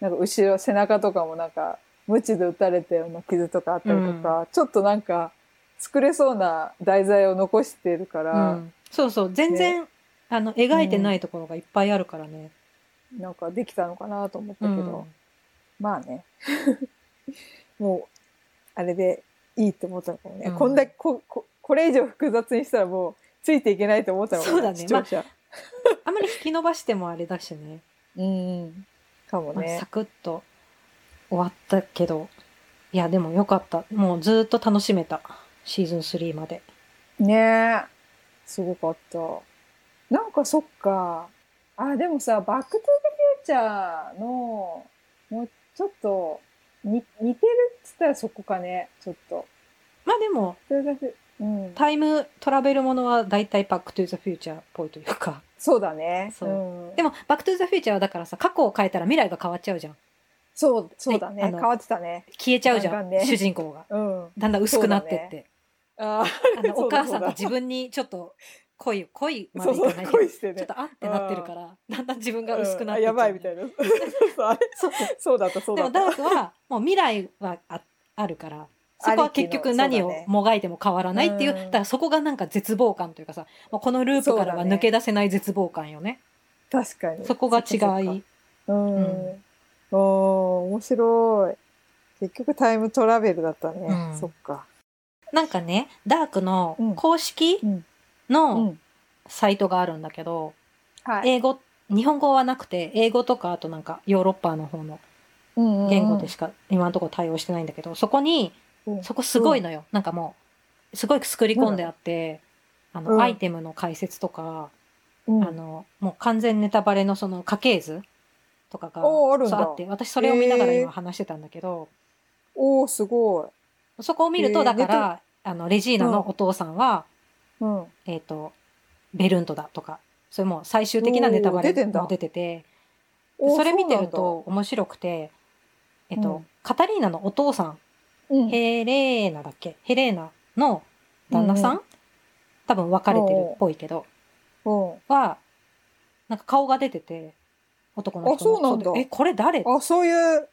Speaker 1: なんか後ろ、背中とかもなんか、無知で打たれたような傷とかあったりとか、ちょっとなんか、作れそうな題材を残してるか
Speaker 2: う
Speaker 1: ら、
Speaker 2: んそうそう全然あの描いてないところがいっぱいあるからね
Speaker 1: なんかできたのかなと思ったけど、
Speaker 2: うん
Speaker 1: まあね もうあれでいいって思ったのかもね、
Speaker 2: うん
Speaker 1: こんだけこここれ以上複雑にしたらもうついていけないと思ったのかな
Speaker 2: そうだね
Speaker 1: 視聴者、
Speaker 2: あんまり引き伸ばしてもあれだしね。
Speaker 1: うんかも
Speaker 2: まあ
Speaker 1: ね
Speaker 2: サ、クッと終わったけど。いや、でもよかった。もうずーっと楽しめた。シーズン3まで。
Speaker 1: ねえすごかったなんかそっかあでもさ「バック・トゥ・ザ・フューチャー」のもうちょっとに似てるっつったらそこかねちょっと
Speaker 2: まあでも、
Speaker 1: それだけうん
Speaker 2: タイムトラベルものは大体バックトゥーザフューチャーっぽいというか。
Speaker 1: そうだね
Speaker 2: そう
Speaker 1: うん
Speaker 2: でも、バックトゥーザフューチャーはだからさ、過去を変えたら未来が変わっちゃうじゃん。
Speaker 1: そうそうだ
Speaker 2: はい
Speaker 1: ね
Speaker 2: あの
Speaker 1: 変わってたね
Speaker 2: 消えちゃうじ
Speaker 1: ガン
Speaker 2: ゃ
Speaker 1: ガ
Speaker 2: ん、
Speaker 1: ンね
Speaker 2: 主人公が。
Speaker 1: うん
Speaker 2: だんだん薄くなってって。
Speaker 1: あ
Speaker 2: あ
Speaker 1: ー
Speaker 2: の
Speaker 1: そ
Speaker 2: お
Speaker 1: うだ
Speaker 2: 母さんと
Speaker 1: そうだ
Speaker 2: 自分にちょっと恋、恋ま
Speaker 1: そ
Speaker 2: で
Speaker 1: う
Speaker 2: い
Speaker 1: そ
Speaker 2: か
Speaker 1: う
Speaker 2: ないけど
Speaker 1: 恋して
Speaker 2: ちょっ
Speaker 1: ね
Speaker 2: とあってなってるから、だんだん自分が薄くなっ
Speaker 1: う
Speaker 2: て
Speaker 1: んや
Speaker 2: っちゃう
Speaker 1: ばいみたいな そうそうあれ
Speaker 2: そう
Speaker 1: そうだったそう
Speaker 2: で
Speaker 1: だ
Speaker 2: も
Speaker 1: った
Speaker 2: ダークはもう未来はああ るからそこは結局
Speaker 1: ありき
Speaker 2: 何
Speaker 1: のそうだ
Speaker 2: を
Speaker 1: ね
Speaker 2: もがいても変わらないっていう
Speaker 1: う
Speaker 2: だ,、
Speaker 1: ん
Speaker 2: からそこがなんか絶望感というかさもうこのループからは抜け出せない絶望感よね
Speaker 1: 確か
Speaker 2: そ
Speaker 1: に
Speaker 2: こが違い
Speaker 1: そっかうん、
Speaker 2: う
Speaker 1: おー面白い結局タイムトラベルだったね、
Speaker 2: うん
Speaker 1: そっか
Speaker 2: なんかねダークの
Speaker 1: うん
Speaker 2: 公式
Speaker 1: うん
Speaker 2: のサイトがあるんだけど、
Speaker 1: は
Speaker 2: 英語日本語はなくて英語とかあとなんかヨーロッパの方の言語でしか今のところ対応してないんだけどそこに
Speaker 1: うん
Speaker 2: そこすごいのよ、なんかもうすごい作り込んであって、あの、
Speaker 1: うん
Speaker 2: アイテムの解説とか、
Speaker 1: うん
Speaker 2: あのもう完全ネタバレのその家系図とかが
Speaker 1: おーあるん
Speaker 2: そ
Speaker 1: だ
Speaker 2: うあって私それを見ながら
Speaker 1: へー
Speaker 2: 今話してたんだけど、
Speaker 1: おおすごい
Speaker 2: そこを見ると
Speaker 1: へー
Speaker 2: だから、あのレジーナのお父さんは、
Speaker 1: うん
Speaker 2: えっ、とベルントだとかそれもう最終的なネタバ
Speaker 1: おー出
Speaker 2: レ
Speaker 1: てんだ
Speaker 2: も出ててで
Speaker 1: おー
Speaker 2: それ見て
Speaker 1: そ
Speaker 2: ると面白くて、えっと
Speaker 1: うん
Speaker 2: カタリーナのお父さん
Speaker 1: うなんだ
Speaker 2: ヘレーナだっけヘレーナの旦那さん、
Speaker 1: うん
Speaker 2: 多分別れてるっぽいけど、
Speaker 1: うん
Speaker 2: は、なんか顔が出てて、男の人
Speaker 1: あ
Speaker 2: の
Speaker 1: そうなんだ
Speaker 2: でえ、これ誰っ
Speaker 1: うんあそういう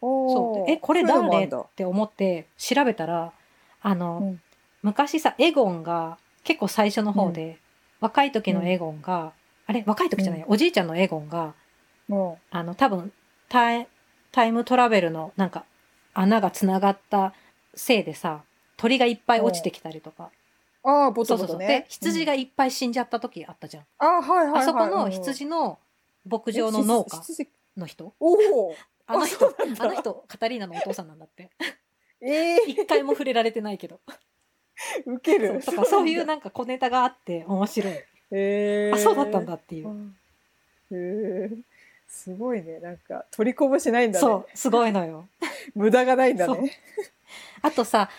Speaker 1: お
Speaker 2: そう
Speaker 1: ー
Speaker 2: でえ、こ
Speaker 1: そ
Speaker 2: れ
Speaker 1: ういうのもあ
Speaker 2: 誰
Speaker 1: ん
Speaker 2: っ
Speaker 1: だ
Speaker 2: て思って調べたら、あの、
Speaker 1: うん
Speaker 2: 昔さ、エゴンが結構最初の方で、若い時のエゴンが、あれ若い時じゃない、おじいちゃんのエゴンが、
Speaker 1: うん
Speaker 2: あの、多分タイ、タイムトラベルのなんか穴がつながったせいでさ、鳥がいっぱい落ちてきたりとか。
Speaker 1: ああボ
Speaker 2: そ
Speaker 1: ト
Speaker 2: うそ
Speaker 1: ボ
Speaker 2: う
Speaker 1: ト
Speaker 2: そう。
Speaker 1: ね
Speaker 2: で、羊が
Speaker 1: うん
Speaker 2: いっぱい死んじゃった時あったじゃん。
Speaker 1: あーはいはいはい
Speaker 2: あそこの
Speaker 1: うん
Speaker 2: 羊の牧場の農家
Speaker 1: え羊
Speaker 2: の人
Speaker 1: おお
Speaker 2: あの
Speaker 1: そ
Speaker 2: 人
Speaker 1: うなんだ
Speaker 2: あの人カタリーナのお父さんなんだって
Speaker 1: ええ
Speaker 2: 一回も触れられてないけど
Speaker 1: ウケ
Speaker 2: そう
Speaker 1: る
Speaker 2: とかそ ういうなんか小ネタがあって面白い
Speaker 1: え
Speaker 2: あそうだったんだっていう
Speaker 1: へえすごいねなんか取りこぼしないんだね
Speaker 2: そうすごいのよ
Speaker 1: 無駄がないんだ
Speaker 2: そう
Speaker 1: ね
Speaker 2: あとさ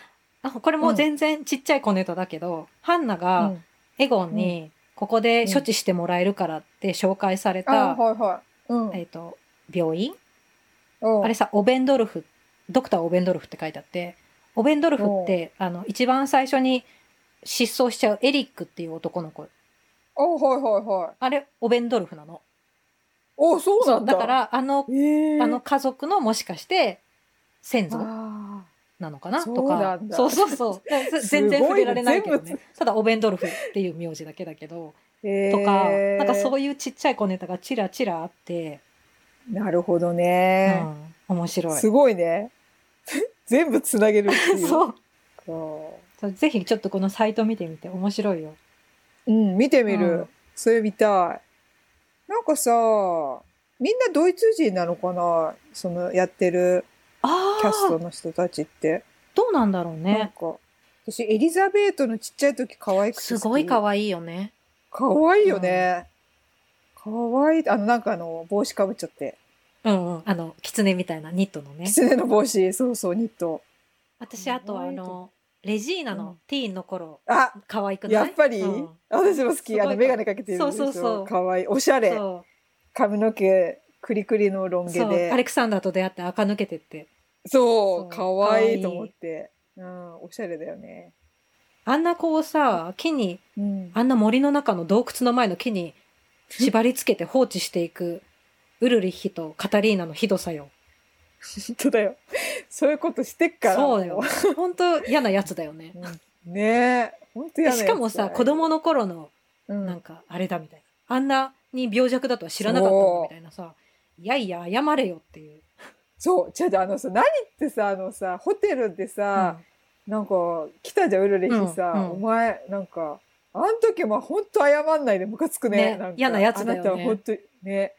Speaker 2: あこれも全然ちっちゃい小ネタだけど、ハンナ
Speaker 1: う
Speaker 2: が
Speaker 1: ん
Speaker 2: エゴンにここで処置してもらえるからって紹介され
Speaker 1: あ
Speaker 2: た、
Speaker 1: ーはいはいうん
Speaker 2: えっと病院
Speaker 1: うん
Speaker 2: あれさ、オベンドルフ、ドクターオベンドルフって書いてあって、オベンドルフって、あの、一番最初に失踪しちゃうエリックっていう男の子。
Speaker 1: おはいはいはい。
Speaker 2: あれ、オベンドルフなの。
Speaker 1: おそうなんだ。
Speaker 2: だか、ら、あの
Speaker 1: え、ー、
Speaker 2: あの、家族のもしかして、先祖
Speaker 1: あ
Speaker 2: なのかな
Speaker 1: そう
Speaker 2: とか
Speaker 1: なん。だ
Speaker 2: そうそうそう。だか
Speaker 1: す
Speaker 2: ら
Speaker 1: ごい
Speaker 2: 全
Speaker 1: ね
Speaker 2: 然触れられないけど
Speaker 1: 全
Speaker 2: ね。ただ、オベンドルフっていう名字だけだけど、
Speaker 1: ーえー
Speaker 2: とか、なんかそういうちっちゃい小ネタがチラチラあって、
Speaker 1: なるほど
Speaker 2: う
Speaker 1: ね。
Speaker 2: ん、面白い。
Speaker 1: すごいね。 全部つなげるっていう。
Speaker 2: そう
Speaker 1: そ
Speaker 2: そう。ぜひちょっとこのサイト見てみて、面白いよ。
Speaker 1: う。うん、見てみる。
Speaker 2: うん
Speaker 1: それ見たい。なんかさ、みんなドイツ人なのかなそのやってる
Speaker 2: ああ。
Speaker 1: キャストの人たちって。
Speaker 2: どうなんだろう
Speaker 1: なん
Speaker 2: ね。
Speaker 1: か、私エリザベートのちっちゃい時可愛くて
Speaker 2: すごい可
Speaker 1: い
Speaker 2: 愛いよね。
Speaker 1: 可愛いよね。可愛い。あの、なんかあの、帽子かぶっちゃって。
Speaker 2: うんうん。あの、狐みたいなニットのね
Speaker 1: キ。ツネの帽子、そうそう、ニット。
Speaker 2: 私、あとはあ
Speaker 1: 可愛いと
Speaker 2: の、レジーナ
Speaker 1: う
Speaker 2: の
Speaker 1: ん
Speaker 2: ティーンの頃、
Speaker 1: あ、
Speaker 2: 可愛くない
Speaker 1: やっぱり、
Speaker 2: うん
Speaker 1: 私も好
Speaker 2: すごい
Speaker 1: き。あの、眼鏡かけてる
Speaker 2: そ
Speaker 1: ん
Speaker 2: う
Speaker 1: です
Speaker 2: そうそう
Speaker 1: かわいい。おしゃれ。
Speaker 2: そ
Speaker 1: 髪の毛、クリクリのロン
Speaker 2: う。
Speaker 1: 毛
Speaker 2: そう。アレ
Speaker 1: で。
Speaker 2: クサンダーと出会って垢抜けてって。
Speaker 1: そう、
Speaker 2: そう
Speaker 1: かわい
Speaker 2: 可愛
Speaker 1: い
Speaker 2: い
Speaker 1: と思って。うん、おしゃれだよね。
Speaker 2: あんな子をさ、木に、
Speaker 1: うん。
Speaker 2: あんな森の中の洞窟の前の木に縛り付けて放置していく、ウルリッヒとカタリーナのひどさよ。
Speaker 1: 本当だよ。 そういうことしてっから。
Speaker 2: そうよ
Speaker 1: も。
Speaker 2: ほんと嫌なやつだよね。
Speaker 1: う。ねえ。本当やね
Speaker 2: しかもさ、子供の頃の、
Speaker 1: うん
Speaker 2: なんか、あれだみたいな。あんなに病弱だとは知らなかったん
Speaker 1: そ
Speaker 2: だ
Speaker 1: う
Speaker 2: みたいなさいやいや謝れよっていう、
Speaker 1: そう、違う違う、あのさ、何ってさ、あのさ、ホテルでさ、なんか、来たじゃん、ウルレヒさ、
Speaker 2: うんうん
Speaker 1: お前、なんか、あん時はほんと謝んないでムカつくね。
Speaker 2: ね
Speaker 1: なんか
Speaker 2: 嫌なやつだよね
Speaker 1: あなたはほんと、ね、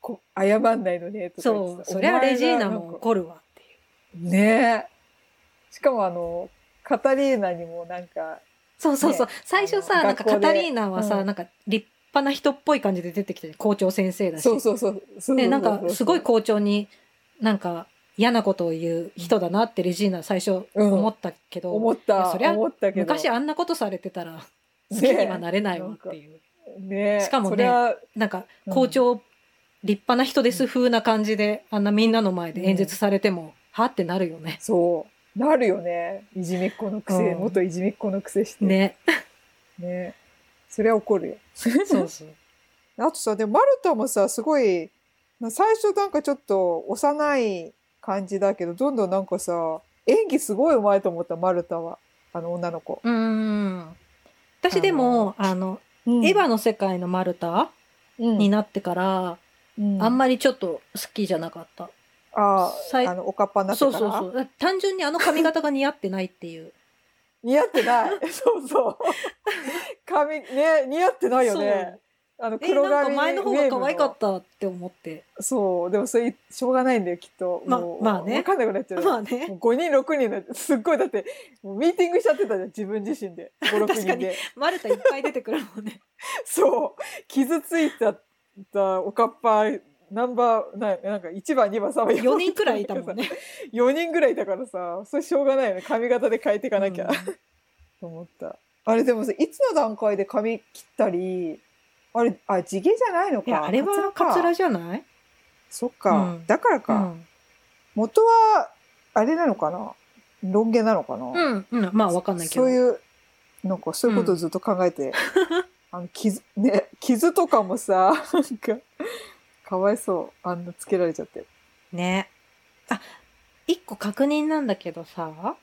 Speaker 1: こ謝んないのね、とか言っ
Speaker 2: そ
Speaker 1: て
Speaker 2: う
Speaker 1: さ
Speaker 2: そりゃレジーナ。
Speaker 1: お前
Speaker 2: も
Speaker 1: がなんか
Speaker 2: 怒るわっていう
Speaker 1: ねしかもあの、カタリーナにもなんか、
Speaker 2: そうそうそう、
Speaker 1: ね
Speaker 2: 最初
Speaker 1: あ
Speaker 2: さ
Speaker 1: の
Speaker 2: なんか
Speaker 1: 学
Speaker 2: カ
Speaker 1: 校で
Speaker 2: タリーナはさ、
Speaker 1: うん
Speaker 2: なんか立派な人っぽい感じで出てきて校長先生だし
Speaker 1: そうそうそう。そう
Speaker 2: で
Speaker 1: そう
Speaker 2: なん
Speaker 1: そう
Speaker 2: かすごい
Speaker 1: こ
Speaker 2: 校長になんか嫌なことを言う人だなってレジーナ最初
Speaker 1: うん
Speaker 2: 思ったけど、
Speaker 1: 思っ
Speaker 2: いや
Speaker 1: た、
Speaker 2: そりゃ
Speaker 1: 思ったけど。
Speaker 2: 昔あんなことされてたら好きにはなれないわっていう、
Speaker 1: ね
Speaker 2: しかも
Speaker 1: そ
Speaker 2: ね
Speaker 1: りゃ
Speaker 2: なんか
Speaker 1: うん
Speaker 2: 校長、立派な人です風な感じであんなみんなの前で演説されても、はってなるよね。
Speaker 1: そう。なるよね。いじめっ子のくせ、
Speaker 2: うん
Speaker 1: 元いじめっ子のくせして。ね。
Speaker 2: ね。
Speaker 1: そりゃ怒るよ。
Speaker 2: そうそう。
Speaker 1: あとさ、でもマルタもさ、すごい、まあ最初なんかちょっと幼い感じだけど、どんどんなんかさ、演技すごい上手いと思った、マルタは。あの女の子。
Speaker 2: うーん。私でも、あの、エヴァの世界のマルタに
Speaker 1: に、
Speaker 2: なってから、
Speaker 1: うん
Speaker 2: あんまりちょっと好きじゃなかった。
Speaker 1: あ
Speaker 2: さい
Speaker 1: ーあの、おかっぱになって
Speaker 2: そ
Speaker 1: か
Speaker 2: う
Speaker 1: ら
Speaker 2: そうそう。単純にあの髪型が似合ってないって いう。
Speaker 1: 似合って ない。そうそう。髪、ね、似合ってないよね。あの、
Speaker 2: そう。え、
Speaker 1: 黒
Speaker 2: なんか
Speaker 1: 髪
Speaker 2: 前の方
Speaker 1: ウェー
Speaker 2: が
Speaker 1: ブの
Speaker 2: 可愛かったって思って。
Speaker 1: そう、でもそれ、しょうがないんだよ、きっと。
Speaker 2: ま
Speaker 1: もう
Speaker 2: まあね
Speaker 1: わかんなくなっちゃう。
Speaker 2: まあね。
Speaker 1: もう5人、6人の、すっごい、だって、もうミーティングしちゃってたじゃん、自分自身 で。5、6人で。
Speaker 2: マルタいっぱい出てくるもんね。
Speaker 1: そう。傷ついた、たおかっぱ、ナンバー、ななんか1番、2番、3番、
Speaker 2: 4人く らいいたもん。 ね。
Speaker 1: 4人ぐらいいたからさ、それしょうがないよね。髪型で変えていかなきゃ、
Speaker 2: うん
Speaker 1: と思った。あれでもさ、いつの段階で髪切ったり、あれ、あ、地毛じゃないのか。
Speaker 2: いや、あれは
Speaker 1: か
Speaker 2: カツラじゃない
Speaker 1: そっか。
Speaker 2: うん
Speaker 1: だからか。元はあれなのかなロン毛なのかな、
Speaker 2: うん、うん、まあわかんないけど。
Speaker 1: そういうなんかそういうことをずっと考え て、あの傷ね傷とかもさなんかかわいそうあんなつけられちゃって
Speaker 2: ね。あ、一個確認なんだけどさ、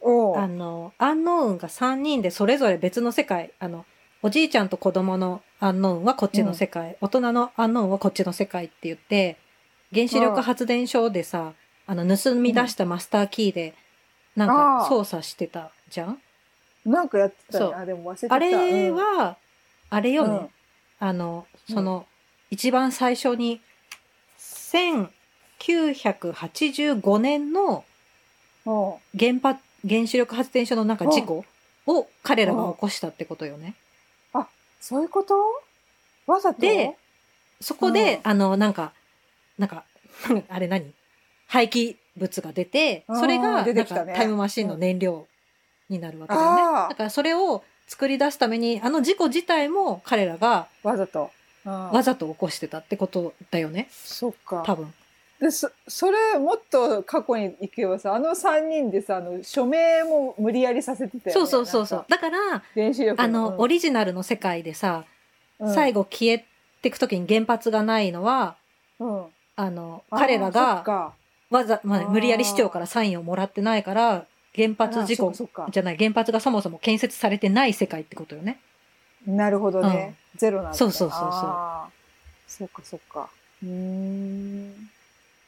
Speaker 1: お
Speaker 2: あ
Speaker 1: う
Speaker 2: の、アンノーンが3人でそれぞれ別の世界、あの、おじいちゃんと子供のアンノーンはこっちの世界、大人のアンノーンはこっちの世界って言って、原子力発電所でさ、あの、盗み出したマスターキーで、なん
Speaker 1: あ
Speaker 2: か
Speaker 1: ー
Speaker 2: 操作してたじゃん
Speaker 1: なんかやってた
Speaker 2: そう
Speaker 1: ねあでも忘れてた
Speaker 2: あれは、あれ
Speaker 1: うん
Speaker 2: よね、
Speaker 1: うん
Speaker 2: あの、
Speaker 1: うん
Speaker 2: その、一番最初に、1985年の
Speaker 1: おう
Speaker 2: 原発、原子力発電所のなんか事故を彼らが起こしたってことよね。
Speaker 1: そういうことわざと
Speaker 2: で、そこで、
Speaker 1: うん
Speaker 2: あの、なんか、なんか、 あれ何廃棄物が出て、それ
Speaker 1: あ
Speaker 2: が、
Speaker 1: ー出
Speaker 2: な
Speaker 1: て
Speaker 2: ん
Speaker 1: き
Speaker 2: か
Speaker 1: たね
Speaker 2: タイムマシンの燃料になるわけだよね。
Speaker 1: あー
Speaker 2: だからそれを作り出すために、あの事故自体も彼らが
Speaker 1: わざと、うん
Speaker 2: わざと起こしてたってことだよね。
Speaker 1: そっか
Speaker 2: 多分。
Speaker 1: でそそれもっと過去に行けばさあの3人でさあの署名も無理やりさせてたよ、ね、
Speaker 2: そうそうそうそ
Speaker 1: な
Speaker 2: うん
Speaker 1: か。
Speaker 2: だから、
Speaker 1: 原子力
Speaker 2: あの、オリジナルの世界でさ、最
Speaker 1: 後、
Speaker 2: 後消えてくときに原発がないのは、
Speaker 1: うん
Speaker 2: あの、彼らが、わざ、まあ
Speaker 1: あー
Speaker 2: 無理やり市長からサインをもらってないから、原発事故
Speaker 1: そっか
Speaker 2: じゃない、原発がそもそも建設されてない世界ってことよね。
Speaker 1: なるほどね、ゼロなんだ、ね、
Speaker 2: そうそうそうそう
Speaker 1: あーそうかそうかうーん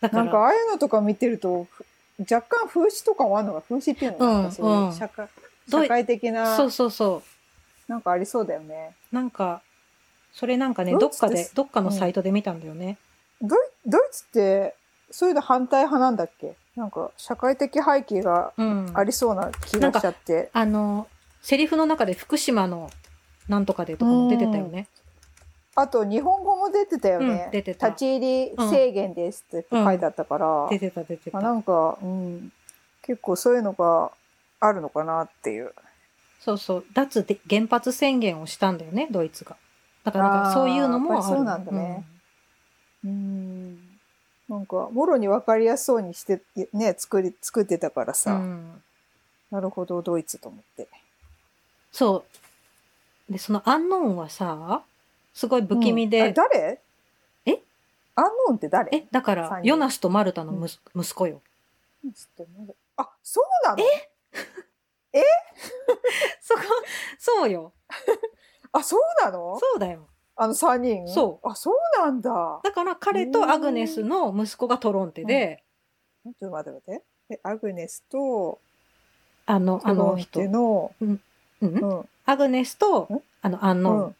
Speaker 2: だか
Speaker 1: な
Speaker 2: ら、
Speaker 1: んかああいうのとか見てるとふ若干風刺とかもあるのが風刺っていうの
Speaker 2: うん
Speaker 1: なんかそういう
Speaker 2: うん
Speaker 1: 社会,、
Speaker 2: どうい
Speaker 1: 社会的な
Speaker 2: そうそうそ
Speaker 1: なんかありそうだよね
Speaker 2: う。なんか、それなんかね、
Speaker 1: ドイ
Speaker 2: どっ
Speaker 1: ツ
Speaker 2: か
Speaker 1: で
Speaker 2: で、
Speaker 1: す
Speaker 2: どっかのサイトで見たんだよね。
Speaker 1: ドイドイツってそういうの反対派なんだっけなんか社会的背景が
Speaker 2: うん。
Speaker 1: ありそうな気がしちゃって、
Speaker 2: あの、セリフの中で福島のなんとかでとかも出てたよね。
Speaker 1: あと日本語も出てたよね、
Speaker 2: うん出てた
Speaker 1: 立ち入り制限ですって書いてあったから、
Speaker 2: 出てた出て
Speaker 1: まあ、な
Speaker 2: た。
Speaker 1: んか、うん、結構そういうのがあるのかなっていう。
Speaker 2: そうそう。脱で原発宣言をしたんだよね、ドイツが。だからなん
Speaker 1: あ
Speaker 2: か
Speaker 1: ー
Speaker 2: そういうのもあ
Speaker 1: やっ
Speaker 2: る。
Speaker 1: ぱりそうなんだねうん、なんかもろに分かりやすそうにしてね作り作ってたから
Speaker 2: う
Speaker 1: さ、
Speaker 2: ん。うん
Speaker 1: なるほどドイツと思って。
Speaker 2: そう。で、そのアンノーンはさ、すごい不気味
Speaker 1: うんあ
Speaker 2: で、
Speaker 1: 誰
Speaker 2: え
Speaker 1: アンノーンって誰
Speaker 2: え、だから
Speaker 1: 三、人
Speaker 2: ヨナスとマルタのむす息子よ。
Speaker 1: ちょっとまだあそうなの
Speaker 2: そこ、そうよ。
Speaker 1: あそうなの
Speaker 2: そうだよ。
Speaker 1: あの3人
Speaker 2: そう
Speaker 1: あそうなんだ
Speaker 2: だから彼とアグネスの息子がトロンテで、
Speaker 1: ちょっと待って待ってえアグネスと
Speaker 2: あの、あの人
Speaker 1: 手、の、
Speaker 2: うん
Speaker 1: うん
Speaker 2: アグネスと
Speaker 1: ん、
Speaker 2: あの、アンノン、
Speaker 1: うん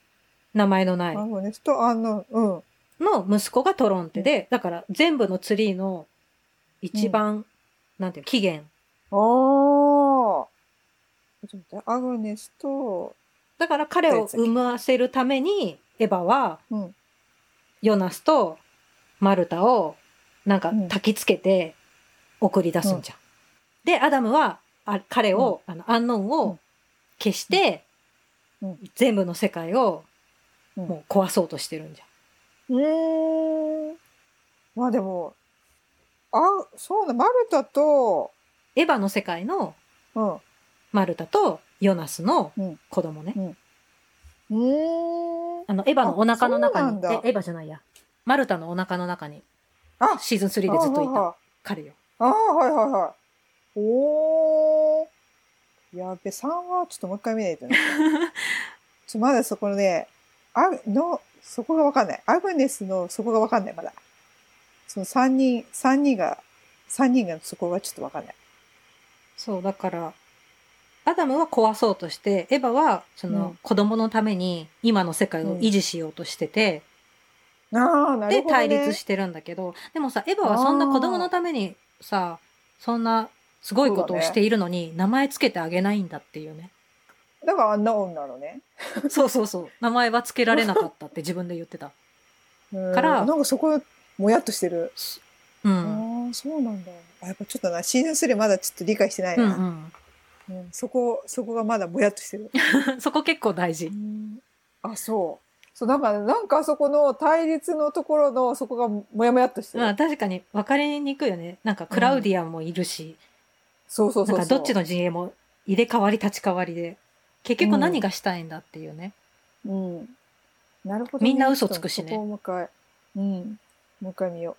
Speaker 2: 名前のない
Speaker 1: ア、グネスとあのうん
Speaker 2: の息子がトロンテで、だから全部のツリーの一番、なんていうの起源。
Speaker 1: ああちょっと待ってアグネスと
Speaker 2: だから彼を産ませるために、エヴァは、
Speaker 1: うん
Speaker 2: ヨナスとマルタを、なんか焚きつけて送り出すんじゃん。で、アダムは、あ彼を、あの、アンノン
Speaker 1: うん
Speaker 2: を消して、
Speaker 1: うん
Speaker 2: 全部の世界を、
Speaker 1: うん
Speaker 2: もう壊そうとしてるんじゃん。
Speaker 1: うーんまあでもあそうだマルタと
Speaker 2: エヴァの世界の
Speaker 1: うんう
Speaker 2: マルタとヨナスの
Speaker 1: うん
Speaker 2: 子供ね。
Speaker 1: ーん
Speaker 2: あの、エヴァのお腹の中
Speaker 1: あそうなん
Speaker 2: に、
Speaker 1: だ
Speaker 2: えエヴァじゃないや。マルタのお腹の中に、
Speaker 1: あ
Speaker 2: シーズン3でずっといた
Speaker 1: あ
Speaker 2: 彼よ。
Speaker 1: あはいはいはいおーやべ3はちょっともう一回見ないと ねちょまだそこのねあのそこがわかんないアグネスのそこがわかんないまだその3人三人が三人がそこがちょっとわかんない
Speaker 2: そう、だから、アダムは壊そうとして、エヴァは、そうの
Speaker 1: ん、
Speaker 2: 子供のために、今の世界を維持しようとしてて、
Speaker 1: ああなる
Speaker 2: で、
Speaker 1: ほど、ね、
Speaker 2: 対立してるんだけど、でもさ、エヴァはそんな子供のためにさ、そんな、すごいことをしているのに、名前つけてあげないんだっていう ね。
Speaker 1: だからあんな女のね
Speaker 2: そうそうそう。名前はつけられなかったって自分で言ってた。
Speaker 1: うん
Speaker 2: から
Speaker 1: なんかそこもやっとしてる
Speaker 2: うん。
Speaker 1: ああ、そうなんだ。あやっぱちょっとな、シーズン3まだちょっと理解してない
Speaker 2: うん
Speaker 1: な。うんそこ、そこがまだぼやっとしてる。
Speaker 2: うん、 そこ結構大事。
Speaker 1: あ、そう。そう、なんか、なんかあそこの対立のところの、そこがもやもやっとしてる。
Speaker 2: まあ確かに分かりにくいよね。なんかクラウディアもいるし、
Speaker 1: そうそうそうそう。
Speaker 2: なんかどっちの陣営も入れ替わり立ち替わりで、結局何がしたいんだっていうね。
Speaker 1: うん。なるほどね、
Speaker 2: みんな嘘つくしね
Speaker 1: そこをもう一回。うん。もう一回見よう。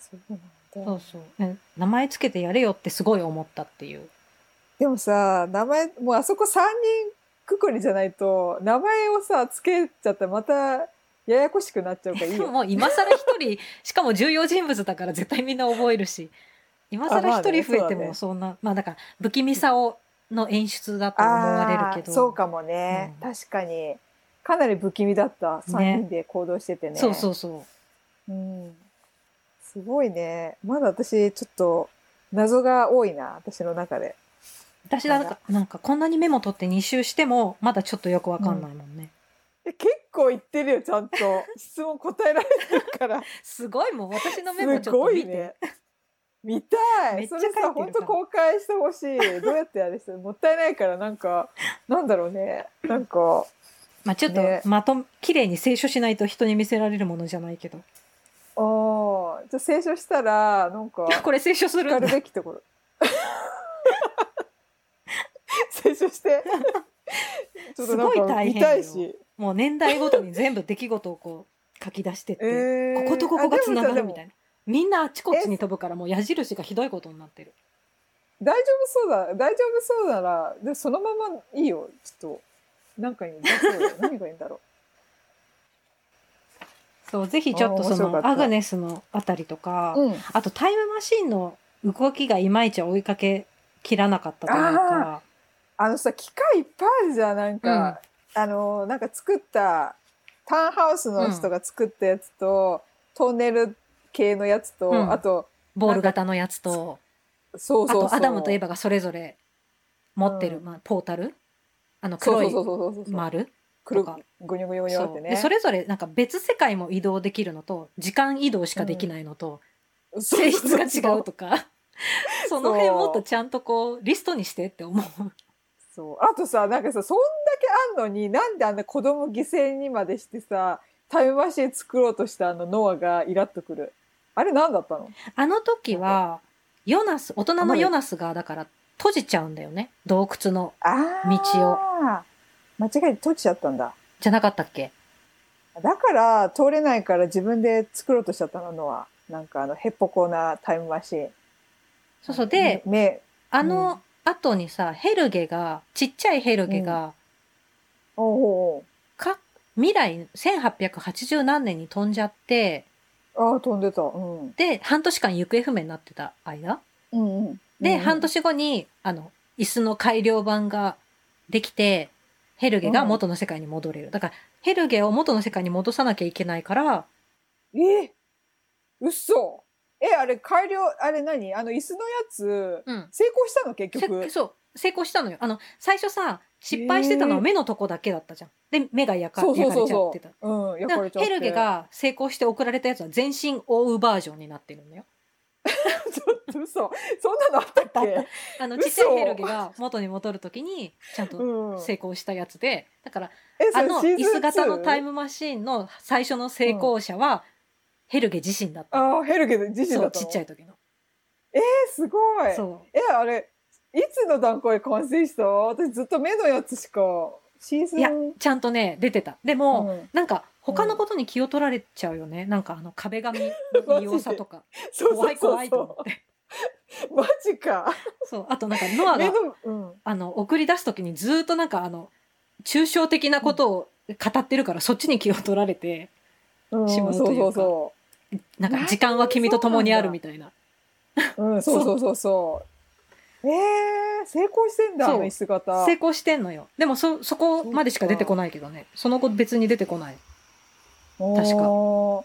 Speaker 1: そうなんだ。
Speaker 2: そうそう。うん名前つけてやれよってすごい思ったっていう。
Speaker 1: でもさ、名前、もうあそこ3人くくりじゃないと、名前をさ、つけちゃったらまた、ややこしくなっちゃう からいい
Speaker 2: で
Speaker 1: よ
Speaker 2: も。もう今更一人、 しかも重要人物だから絶対みんな覚えるし、今
Speaker 1: あま
Speaker 2: 更
Speaker 1: あ
Speaker 2: 一
Speaker 1: ね
Speaker 2: 人
Speaker 1: そ
Speaker 2: 増えて
Speaker 1: うだね
Speaker 2: もそんな、まあだから不気味さを、の演出だと思われるけ
Speaker 1: あー
Speaker 2: ど。
Speaker 1: そうかもね、
Speaker 2: う
Speaker 1: 確かにかなり不気味だった3人で行動しててね
Speaker 2: そうそうそう。
Speaker 1: うん、すごいねまだ私ちょっと謎が多いな私の中で
Speaker 2: 私なんか、なんかこんなにメモ取って2周しても、まだちょっとよくわかんないもんね。
Speaker 1: え結構言ってるよちゃんと 質問答えられてる から
Speaker 2: すごいもん。私のメモち
Speaker 1: す
Speaker 2: ょっと
Speaker 1: ご
Speaker 2: 見
Speaker 1: い
Speaker 2: て。
Speaker 1: ね見たい
Speaker 2: めっちゃ
Speaker 1: それ
Speaker 2: 書いてるから
Speaker 1: さ本当公開してほしいどうやってあれしてもったいないからなんかなんだろうねなんか
Speaker 2: まあちょっと、
Speaker 1: ね
Speaker 2: まと、綺麗に清書しないと人に見せられるものじゃないけど。
Speaker 1: あーじゃあ清書したらなんか
Speaker 2: これ清書する
Speaker 1: 叱
Speaker 2: ん
Speaker 1: る
Speaker 2: だ。
Speaker 1: べきところ。清書して。 ちょっとなん
Speaker 2: すごい
Speaker 1: か
Speaker 2: 大変よ
Speaker 1: 見たいし。
Speaker 2: もう年代ごとに全部出来事をこう書き出してって、
Speaker 1: えー
Speaker 2: こことここがつなが
Speaker 1: あで
Speaker 2: る
Speaker 1: もさ
Speaker 2: みたいな。みんなあっちこっちに飛ぶからもう矢印がひどいことになってる。
Speaker 1: 大丈夫そうだ、大丈夫そうなら、で、そのままいいよ。ちょっと、なんかに出そうよ。何がいいん だろ
Speaker 2: そう、ぜひちょっとそ
Speaker 1: あー面白かっ
Speaker 2: の
Speaker 1: た
Speaker 2: アグネスのあたりとか、
Speaker 1: う。うん。
Speaker 2: あとタイムマシンの動きがいまいち追いかけきらなかったというか、
Speaker 1: あのさ、機械いっぱいあるじゃん。なんか、あの、なんか作った、タウンハウスの人が作ったやつと、トンネル系のやつと、
Speaker 2: うん
Speaker 1: あと、
Speaker 2: ボール型のやつと、
Speaker 1: そうそ
Speaker 2: あ
Speaker 1: うそう。
Speaker 2: とアダムとエヴァがそれぞれ持ってる、
Speaker 1: うん
Speaker 2: まあ、ポータルあの
Speaker 1: そう
Speaker 2: 黒い
Speaker 1: そうそうそうそうそう。
Speaker 2: 丸
Speaker 1: くる
Speaker 2: とか
Speaker 1: ぐにょぐにょぐにょ
Speaker 2: そ
Speaker 1: っ
Speaker 2: う
Speaker 1: て
Speaker 2: で
Speaker 1: ね。
Speaker 2: それぞれなんか別世界も移動できるのと時間移動しかできないのと、
Speaker 1: そう
Speaker 2: 性
Speaker 1: そうそ
Speaker 2: 質
Speaker 1: う
Speaker 2: が違うとか その辺もっとちゃんとこうリストにしてって思う
Speaker 1: そう。あとさ、なんかさ、そんだけあんのに、なんであんな子供犠牲にまでしてさ、タイムマシン作ろうとしたあのノアがイラっとくる。あれ何だったの
Speaker 2: あの時はヨナス大人のヨナスがだから閉じちゃうんだよね洞窟の
Speaker 1: あ
Speaker 2: ー道を。
Speaker 1: 間違えて閉じちゃったんだ。
Speaker 2: じゃなかったっけ
Speaker 1: だから、通れないから自分で作ろうとしちゃったの、ノア。なんかあの、へっぽこなタイムマシン。
Speaker 2: そうそうで、
Speaker 1: 目、
Speaker 2: あの後にさヘルゲがちっちゃいヘルゲが、
Speaker 1: おうおうおう
Speaker 2: か未来1880何年に飛んじゃって
Speaker 1: ああ、飛んでた。うん。
Speaker 2: で半年間行方不明になってた間
Speaker 1: うんうん。
Speaker 2: で、
Speaker 1: うん
Speaker 2: 半年後にあの椅子の改良版ができてヘルゲが元の世界に戻れる、だからヘルゲを元の世界に戻さなきゃいけないから
Speaker 1: え嘘え、あれ改良、あれ何あの椅子のやつ、
Speaker 2: うん
Speaker 1: 成功したの結
Speaker 2: せ
Speaker 1: 局。
Speaker 2: そう成功したのよあの最初さ失敗してたのは目のとこだけだったじゃん、で目が焼か
Speaker 1: そうそう
Speaker 2: 焼か
Speaker 1: そ
Speaker 2: れ
Speaker 1: う
Speaker 2: ちゃっ
Speaker 1: そ
Speaker 2: てた
Speaker 1: う。うん、
Speaker 2: だ
Speaker 1: 焼か
Speaker 2: か
Speaker 1: ら れちゃって。
Speaker 2: ヘルゲ。が成功して送られたやつは全身覆うバージョンになってるんだよ。
Speaker 1: ちょっと嘘。そんなのあったっ
Speaker 2: あっ
Speaker 1: け
Speaker 2: あの
Speaker 1: 嘘
Speaker 2: ちっちゃいヘルゲが元に戻るときにちゃんと
Speaker 1: うん。
Speaker 2: 成功したやつで、だから
Speaker 1: え、
Speaker 2: あの椅子型のタイ
Speaker 1: ム。
Speaker 2: ムマシンの最初の成功者はヘルゲ自身だった。
Speaker 1: ああ、ヘルゲ自身
Speaker 2: そ
Speaker 1: だ
Speaker 2: う
Speaker 1: った
Speaker 2: ち
Speaker 1: の
Speaker 2: っちゃい時の。
Speaker 1: え、すごい。
Speaker 2: そ
Speaker 1: え、あれ、いつの段階で完成した私ずっと目のやつしか、シーズ
Speaker 2: う
Speaker 1: ン。
Speaker 2: いやちゃんとね出てた。でも、
Speaker 1: うん
Speaker 2: なんか他のことに気を取られちゃうよね。なんかあの壁紙の異様さとか
Speaker 1: そう
Speaker 2: 怖
Speaker 1: そう
Speaker 2: い怖
Speaker 1: そう
Speaker 2: いと思
Speaker 1: そ
Speaker 2: って。
Speaker 1: う。マジか。
Speaker 2: そうあとなんかノア
Speaker 1: 目
Speaker 2: が
Speaker 1: の、うん。
Speaker 2: あの、送り出すときにずーっとなんかあの、抽象的なことを語ってるから、そっちに気を取られて、
Speaker 1: うん、
Speaker 2: し
Speaker 1: そ
Speaker 2: まう
Speaker 1: う
Speaker 2: というか
Speaker 1: そうそう。
Speaker 2: なんか
Speaker 1: なるほど
Speaker 2: 時間は君と共にあるみたいな。
Speaker 1: うん、そうそうそうそう。えー、成功してんだ、あ
Speaker 2: そう
Speaker 1: の椅子型。
Speaker 2: 成功してんのよ。でもそ、そこまでしか出てこないけどね。その後別に出てこない。確か
Speaker 1: お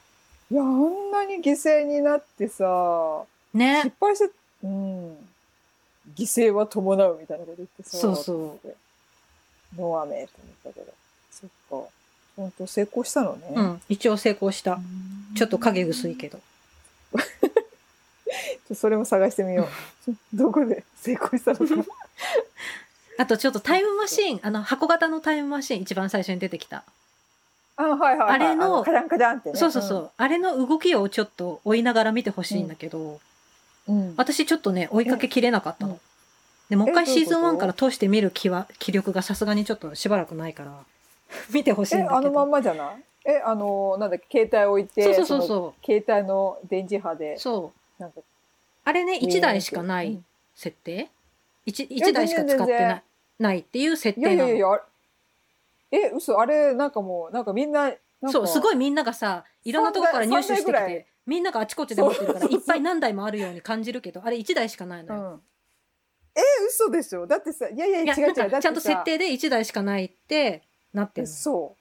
Speaker 1: ー。いや、あんなに犠牲になってさ、失
Speaker 2: ね。
Speaker 1: 敗して、うん。犠牲は伴うみたいなこと言ってさ、
Speaker 2: そうそう。
Speaker 1: ノアメと思ったけど。そっか。本当成功したのね。
Speaker 2: うん。一応成功した。ちょっと影薄い
Speaker 1: ど。
Speaker 2: けど。
Speaker 1: ちょっとそれも探してみよう。 どこで成功したのか。
Speaker 2: あとちょっとタイムマシーン、あの、箱型のタイムマシーン、一番最初に出てきた。
Speaker 1: あ、はいはい、はい。
Speaker 2: あれの
Speaker 1: カランカランってね。
Speaker 2: そうそうそう。あれの動きをちょっと追いながら見てほしいんだけど、
Speaker 1: うん。うん。
Speaker 2: 私ちょっとね追いかけきれなかった
Speaker 1: うん
Speaker 2: の。でもう一回
Speaker 1: えどういう
Speaker 2: シー
Speaker 1: こと
Speaker 2: ズン1から通して見る気は気力がさすがにちょっとしばらくないから 見てほしいん
Speaker 1: え、
Speaker 2: だけど。
Speaker 1: あのまんまじゃないえ、あの、なんだっけ、携帯置いて、
Speaker 2: そうそうそう
Speaker 1: の
Speaker 2: そ
Speaker 1: 携帯の電磁波で
Speaker 2: う。、そう
Speaker 1: なんか、
Speaker 2: あ れね1台しかな
Speaker 1: う
Speaker 2: い
Speaker 1: ん
Speaker 2: 設定 1, 一台しか使って
Speaker 1: 全然全
Speaker 2: ない
Speaker 1: 然
Speaker 2: ないっていう設
Speaker 1: いや
Speaker 2: 定
Speaker 1: い
Speaker 2: な
Speaker 1: やいやい
Speaker 2: の。
Speaker 1: や、あれえ、嘘、あれ、なんかもう、なんかみんな、なんか
Speaker 2: そうすごいみんながさいろんなとこから入手して
Speaker 1: 三台
Speaker 2: き
Speaker 1: ぐらい
Speaker 2: てみんながあちこちで持ってるから
Speaker 1: そうそうそ
Speaker 2: いっ
Speaker 1: う
Speaker 2: ぱい何台もあるように感じるけどあれ1台しかないの
Speaker 1: う
Speaker 2: よ。
Speaker 1: ん。え、嘘でしょだってさ、いやいや
Speaker 2: い
Speaker 1: い
Speaker 2: や
Speaker 1: や、違う違
Speaker 2: な。
Speaker 1: うん
Speaker 2: かちゃんと設
Speaker 1: だっ
Speaker 2: 定で1台しかないってなって
Speaker 1: て
Speaker 2: る
Speaker 1: さ。そ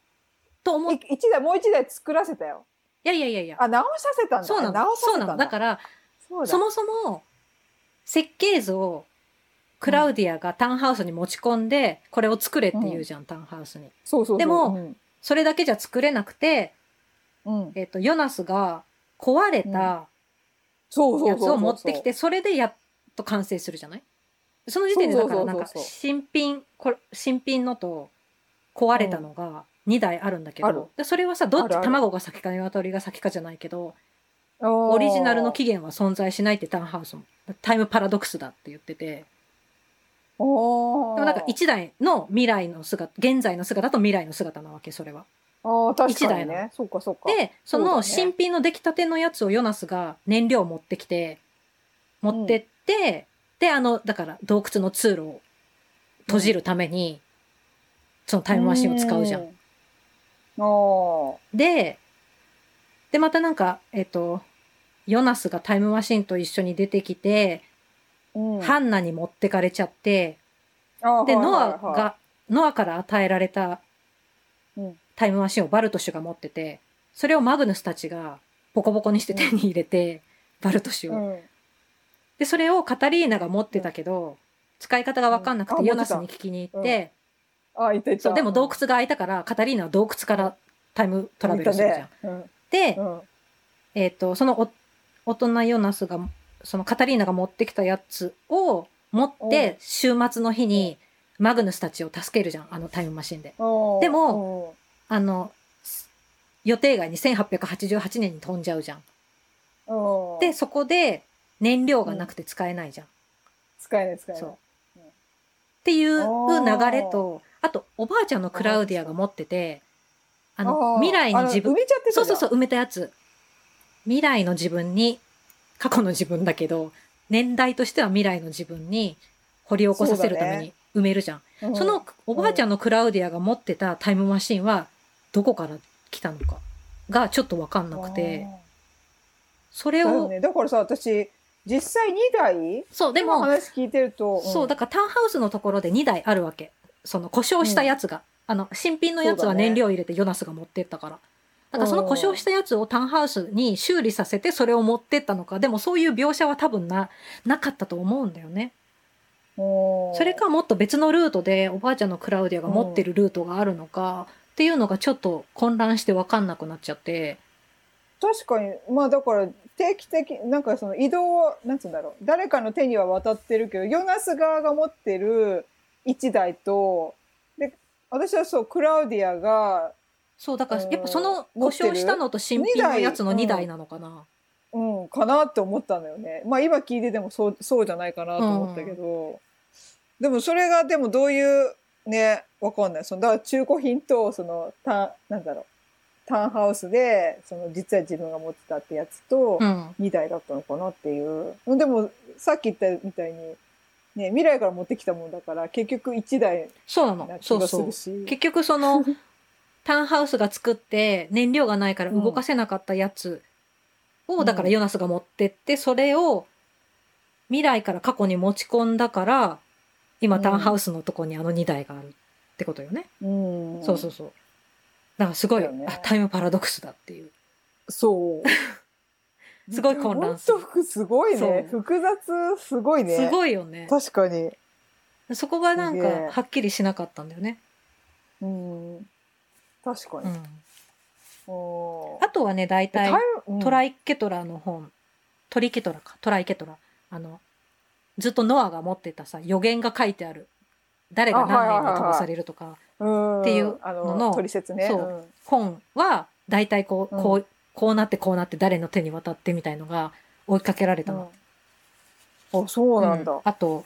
Speaker 2: と思
Speaker 1: う。
Speaker 2: う。
Speaker 1: い
Speaker 2: い
Speaker 1: 一台、もう一台作らせたよ。
Speaker 2: やいやいやいや。
Speaker 1: あ、直させたんだ。
Speaker 2: そうなの
Speaker 1: 直。さ
Speaker 2: そ
Speaker 1: せた
Speaker 2: うなん
Speaker 1: だ。
Speaker 2: の。だから
Speaker 1: そうだ、
Speaker 2: そもそも設計図をクラウディアがタウンハウスに持ち込んで、これを作れって言うじゃん、タウンハウスに。
Speaker 1: そうそうそう。
Speaker 2: でも
Speaker 1: うん、
Speaker 2: それだけじゃ作れなくて、
Speaker 1: うん。
Speaker 2: えっ、と、ヨナスが壊れた
Speaker 1: そうそうそ
Speaker 2: や
Speaker 1: う
Speaker 2: つ
Speaker 1: そう。
Speaker 2: を持ってきて、それでやっと完成するじゃないその時点でだからなんか
Speaker 1: そうそうそうそう
Speaker 2: 新品、これ新品のと壊れたのが2台あるんだけど、
Speaker 1: ある
Speaker 2: でそれはさ、どっち
Speaker 1: あるある
Speaker 2: 卵が先か鶏が先かじゃないけど、
Speaker 1: オ
Speaker 2: オリジナルの期限は存在しないってタウンハウスも、タイムパラドックスだって言ってて。
Speaker 1: おー
Speaker 2: でもなんか一台の未来の姿、現在の姿と未来の姿なわけ、それは。
Speaker 1: あー確
Speaker 2: 一
Speaker 1: か
Speaker 2: 台
Speaker 1: に
Speaker 2: な
Speaker 1: ね。そうかそうか。
Speaker 2: で、そ
Speaker 1: そうだ
Speaker 2: の
Speaker 1: ね
Speaker 2: 新品の出来たてのやつをヨナスが燃料を持ってきて、持ってって、で、あの、だから洞窟の通路を閉じるために、そのタイムマシンを使うじゃん。
Speaker 1: あー
Speaker 2: で、で、またなんか、えっと、ヨナスがタイムマシンと一緒に出てきて、
Speaker 1: うん
Speaker 2: ハンナに持ってかれちゃって、
Speaker 1: あー
Speaker 2: で、
Speaker 1: はい
Speaker 2: ノ
Speaker 1: は
Speaker 2: ア
Speaker 1: いは
Speaker 2: が、ノアから与えられた
Speaker 1: うん
Speaker 2: タイムマシンをバルトシュが持ってて、それをマグヌスたちがボコボコにして手に入れて、バルトシ
Speaker 1: い
Speaker 2: ュを。
Speaker 1: うん
Speaker 2: で、それをカタリーナが持ってたけど、使い方がわかんなく
Speaker 1: う
Speaker 2: て
Speaker 1: んあ
Speaker 2: ヨナスに聞きに行って、
Speaker 1: あー、いたいた。
Speaker 2: そう、でも洞窟が開いたから、カタリーナは洞窟からタイムトラベルするじゃん。
Speaker 1: うん。
Speaker 2: で、
Speaker 1: うん
Speaker 2: えっ、と、そのお大人ヨナスが、そのカタリーナが持ってきたやつを持って、週末の日にマグヌスたちを助けるじゃん、あのタイムマシンで。
Speaker 1: うん
Speaker 2: でも、あの、す予定外に1888年に飛んじゃうじゃん。
Speaker 1: うんうん
Speaker 2: で、そこで燃料がなくて使えないじゃん。
Speaker 1: 使えない使えない。
Speaker 2: そ
Speaker 1: う
Speaker 2: う。
Speaker 1: ん
Speaker 2: っていう
Speaker 1: おー
Speaker 2: 流れと、あと、おばあちゃんのクラウディアが持ってて、あ
Speaker 1: ー
Speaker 2: の、未来に自
Speaker 1: あの埋
Speaker 2: 分、
Speaker 1: めちゃってたじ
Speaker 2: そ
Speaker 1: ゃ
Speaker 2: うんそうそう、埋めたやつ。未来の自分に、過去の自分だけど、年代としては未来の自分に掘り起こさせるために埋めるじゃん。
Speaker 1: うん
Speaker 2: そのおばあちゃんのクラウディアが持ってたタイムマシンはどこから来たのかがちょっとわかんなくて
Speaker 1: あー
Speaker 2: それ
Speaker 1: だ
Speaker 2: を
Speaker 1: よねだからさ私実際2台
Speaker 2: そうでも
Speaker 1: 今話聞いてると、
Speaker 2: そうだからタウンハウスのところで2台あるわけその故障したやつが、あの新品のやつ
Speaker 1: そうだ
Speaker 2: は
Speaker 1: ね
Speaker 2: 燃料入れてヨナスが持ってったからだからその故障したやつをタウンハウスに修理させてそれを持ってったのかでもそういう描写は多分ななかったと思うんだよね
Speaker 1: そ
Speaker 2: それかもっと別のルートでおばあちゃんのクラウディアが持ってるルートがあるのかっていうのがちょっと混乱して分かんなくなっちゃって
Speaker 1: 確かにまあだから定期的なんかその移動をなんつうんだろう誰かの手には渡ってるけどヨナス側が持ってる1台とで私はそうクラウディアが、
Speaker 2: そうだから
Speaker 1: うん
Speaker 2: やっぱその故障したのと新品のやつの
Speaker 1: 持ってる
Speaker 2: 2台なのかな、
Speaker 1: うん、かなって思ったんだよねまあ今聞いててもそうそうじゃないかなと思ったけど、でもそれがでもどういうねわかんないそのだから中古品とそのたなんだろうタウンハウスでその実は自分が持ってたってやつと、
Speaker 2: うん、
Speaker 1: 2台だったのかなっていうでもさっき言ったみたいに、ね、未来から持ってきたもんだから結局1台
Speaker 2: そうなの
Speaker 1: な気
Speaker 2: そう
Speaker 1: がす
Speaker 2: そう
Speaker 1: るし
Speaker 2: 結局 そのタウンハウスが作って燃料がないから動かせなかったやつを、
Speaker 1: うん
Speaker 2: だからヨナスが持ってってそれを未来から過去に持ち込んだから今
Speaker 1: うん
Speaker 2: タウンハウスのとこにあの2台があるってことよね、
Speaker 1: うん
Speaker 2: そうそうそうだからすごい、
Speaker 1: だよね
Speaker 2: あタイムパラドックスだっていう
Speaker 1: そう
Speaker 2: すごい混乱す
Speaker 1: す
Speaker 2: る
Speaker 1: るすごいね
Speaker 2: そ
Speaker 1: 複雑すごいね
Speaker 2: すごいよね
Speaker 1: 確かに、
Speaker 2: そこがなん
Speaker 1: すげえ
Speaker 2: かはっきりしなかったんだよね、
Speaker 1: うん、確か
Speaker 2: う
Speaker 1: に、
Speaker 2: ん、
Speaker 1: おー
Speaker 2: あとはね大
Speaker 1: タイ
Speaker 2: 体
Speaker 1: ムうん
Speaker 2: トライケトラの本、トリケトラか、トライケトラ。あの、ずっとノアが持ってたさ、予言が書いてある。誰が何年に飛ばされるとか、
Speaker 1: うん
Speaker 2: っていう
Speaker 1: あ
Speaker 2: のの
Speaker 1: 取説ね
Speaker 2: そう
Speaker 1: うん
Speaker 2: 本は、大体こう、
Speaker 1: うん
Speaker 2: こう、こうなってこうなって誰の手に渡ってみたいのが追いかけられたの。
Speaker 1: うんあそうなんだ、
Speaker 2: うんあと、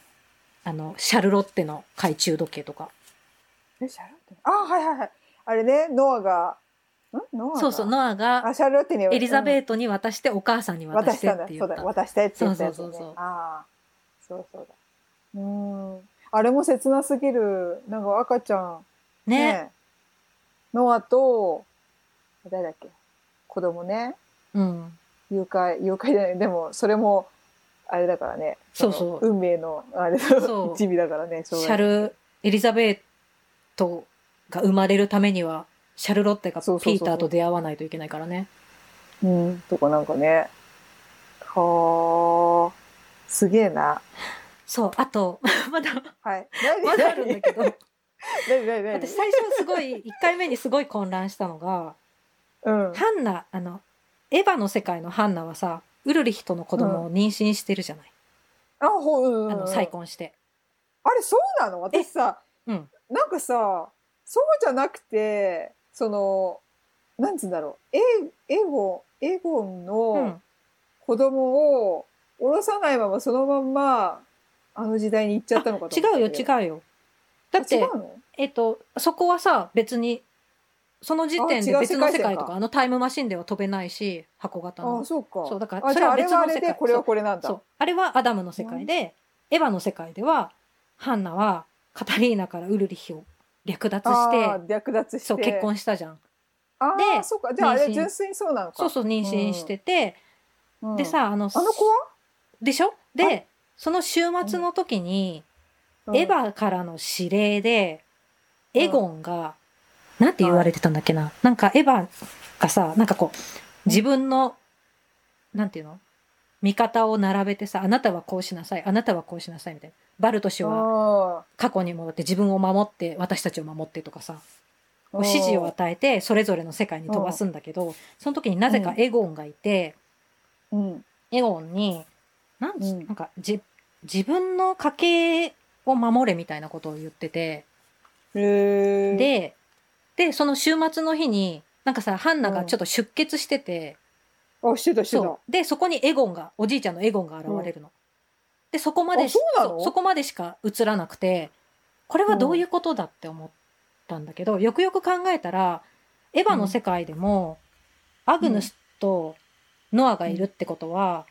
Speaker 2: あの、シャルロッテの懐中時計とか。
Speaker 1: えシャルロッテあはいはいはいあれねノアがんノアが
Speaker 2: そうそう、ノアが
Speaker 1: あシャルロッテに
Speaker 2: エリザ
Speaker 1: ー
Speaker 2: ベートに渡して、お母さんに渡
Speaker 1: 渡
Speaker 2: し
Speaker 1: してた
Speaker 2: っ
Speaker 1: んだ
Speaker 2: て言
Speaker 1: そう
Speaker 2: った。
Speaker 1: だ渡したいって言ったやつ、ね、
Speaker 2: そうそうそうそう
Speaker 1: ああそうそうだうーんあれも切なすぎるなんか赤ちゃん
Speaker 2: ね
Speaker 1: ノアと誰だっけ子供ね
Speaker 2: うん。
Speaker 1: 誘拐誘拐じゃないでもそれもあれだからね
Speaker 2: そう
Speaker 1: の
Speaker 2: そう
Speaker 1: 運命のあれ
Speaker 2: そう
Speaker 1: 一味だからね
Speaker 2: シ
Speaker 1: そう
Speaker 2: ャル、エリザベートが生まれるためには、シャルロッテが
Speaker 1: そうそうそう
Speaker 2: ピ
Speaker 1: そう
Speaker 2: ーターと出会わないといけないからね。
Speaker 1: うんとかなんかねはあすげえな
Speaker 2: そう、あと、 まだ、
Speaker 1: はい
Speaker 2: まだあるんだ けど、
Speaker 1: 何何何
Speaker 2: 私最初すごい、1回目にすごい混乱したのが、
Speaker 1: うん
Speaker 2: ハンナ、あの、エヴァの世界のハンナはさ、ウルリヒとの子供を妊娠してるじゃない。
Speaker 1: あ、ほう、うんうんうん、
Speaker 2: あの、再婚して。
Speaker 1: あれ、そうなの私さ、
Speaker 2: うん。
Speaker 1: なんかさ、そうじゃなくて、その、なんつうんだろう、エエゴン、エゴン
Speaker 2: う
Speaker 1: の
Speaker 2: ん。
Speaker 1: 子供を降ろさないままそのまんま、あの時代に行っちゃったのかと
Speaker 2: 違うよ、違うよ。だ
Speaker 1: だ
Speaker 2: っ
Speaker 1: って。違
Speaker 2: て
Speaker 1: う、の
Speaker 2: えっと、そこはさ、別に、その時点で
Speaker 1: あ違う
Speaker 2: 別の世
Speaker 1: 世界
Speaker 2: 界
Speaker 1: 線
Speaker 2: と
Speaker 1: か
Speaker 2: か、あのタイムマシンでは飛べないし、箱型
Speaker 1: あ
Speaker 2: の
Speaker 1: あ、。そうか。
Speaker 2: そうだから
Speaker 1: あ
Speaker 2: そ
Speaker 1: じ
Speaker 2: れ
Speaker 1: ゃあ
Speaker 2: は
Speaker 1: あれ
Speaker 2: 別
Speaker 1: は
Speaker 2: の
Speaker 1: あ
Speaker 2: 世界
Speaker 1: れで、これはこれなんだ。
Speaker 2: そう。あれはアダムの世界で、エヴァの世界では、ハンナはカタリーナからウルリヒを略奪し
Speaker 1: ああ
Speaker 2: て、、
Speaker 1: 略奪して。
Speaker 2: そう、結婚したじゃん。
Speaker 1: あ
Speaker 2: で
Speaker 1: あ、そうか。じゃああ
Speaker 2: 妊娠
Speaker 1: れ、純粋にそうなのか。
Speaker 2: そうそう、妊娠してて、
Speaker 1: うん
Speaker 2: で、さ、あの、
Speaker 1: あの子は
Speaker 2: でしょで、その週末の時に、
Speaker 1: うん
Speaker 2: エヴァからの指令で、エゴンが、なんて言われてたんだっけな。なんかエヴァがさ、なんかこう、自分の、なんていうの味方を並べてさ、あなたはこうしなさい、あなたはこうしなさい、みたいな。バルト氏は
Speaker 1: あ
Speaker 2: 過去に戻って自分を守って、私たちを守ってとかさ、
Speaker 1: あ
Speaker 2: こう指示を与えて、それぞれの世界に飛ばすんだけど、その時になぜかエゴンがいて、
Speaker 1: うん。
Speaker 2: エゴンに、なん
Speaker 1: う
Speaker 2: つ、
Speaker 1: ん
Speaker 2: なんか、じ、自分の家系を守れみたいなことを言ってて、
Speaker 1: へえ。、
Speaker 2: で、で、その週末の日に、なんかさ、ハンナがちょっと出血してて、
Speaker 1: あ、してた、してた。
Speaker 2: そう。で、そこにエゴンが、おじいちゃんのエゴンが現れるの。で、そこまで
Speaker 1: あ
Speaker 2: し
Speaker 1: そうなの
Speaker 2: そこまでしか映らなくて、これはどういうことだって思ったんだけど、よくよく考えたら、エヴァの世界でも、アグヌスとノアがいるってことは、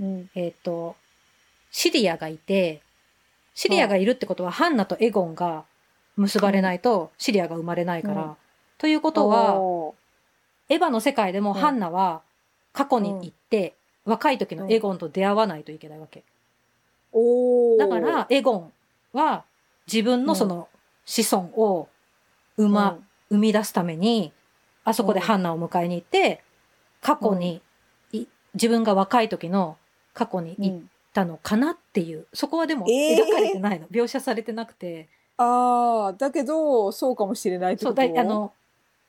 Speaker 1: うん。
Speaker 2: えっ、と、シリアがいて、シリアがいるってことは、ハンナとエゴンが結ばれないと、シリアが生まれないから、
Speaker 1: うん
Speaker 2: ということは、
Speaker 1: お
Speaker 2: エヴァの世界でも
Speaker 1: うん
Speaker 2: ハンナは過去に行って、若い時のエゴンと出会わないといけないわけ。
Speaker 1: ーおー
Speaker 2: だから、エゴンは自分のその子孫を生ま、生み出すために、あそこでハンナを迎えに行って、過去に、い自分が若い時の過去に
Speaker 1: うん
Speaker 2: 行ったのかなっていう、そこはでも
Speaker 1: えー
Speaker 2: 描かれてないの。描写されてなくて。
Speaker 1: ああだけどそうかもしれないって
Speaker 2: そ
Speaker 1: こ
Speaker 2: う、
Speaker 1: と
Speaker 2: だいあの、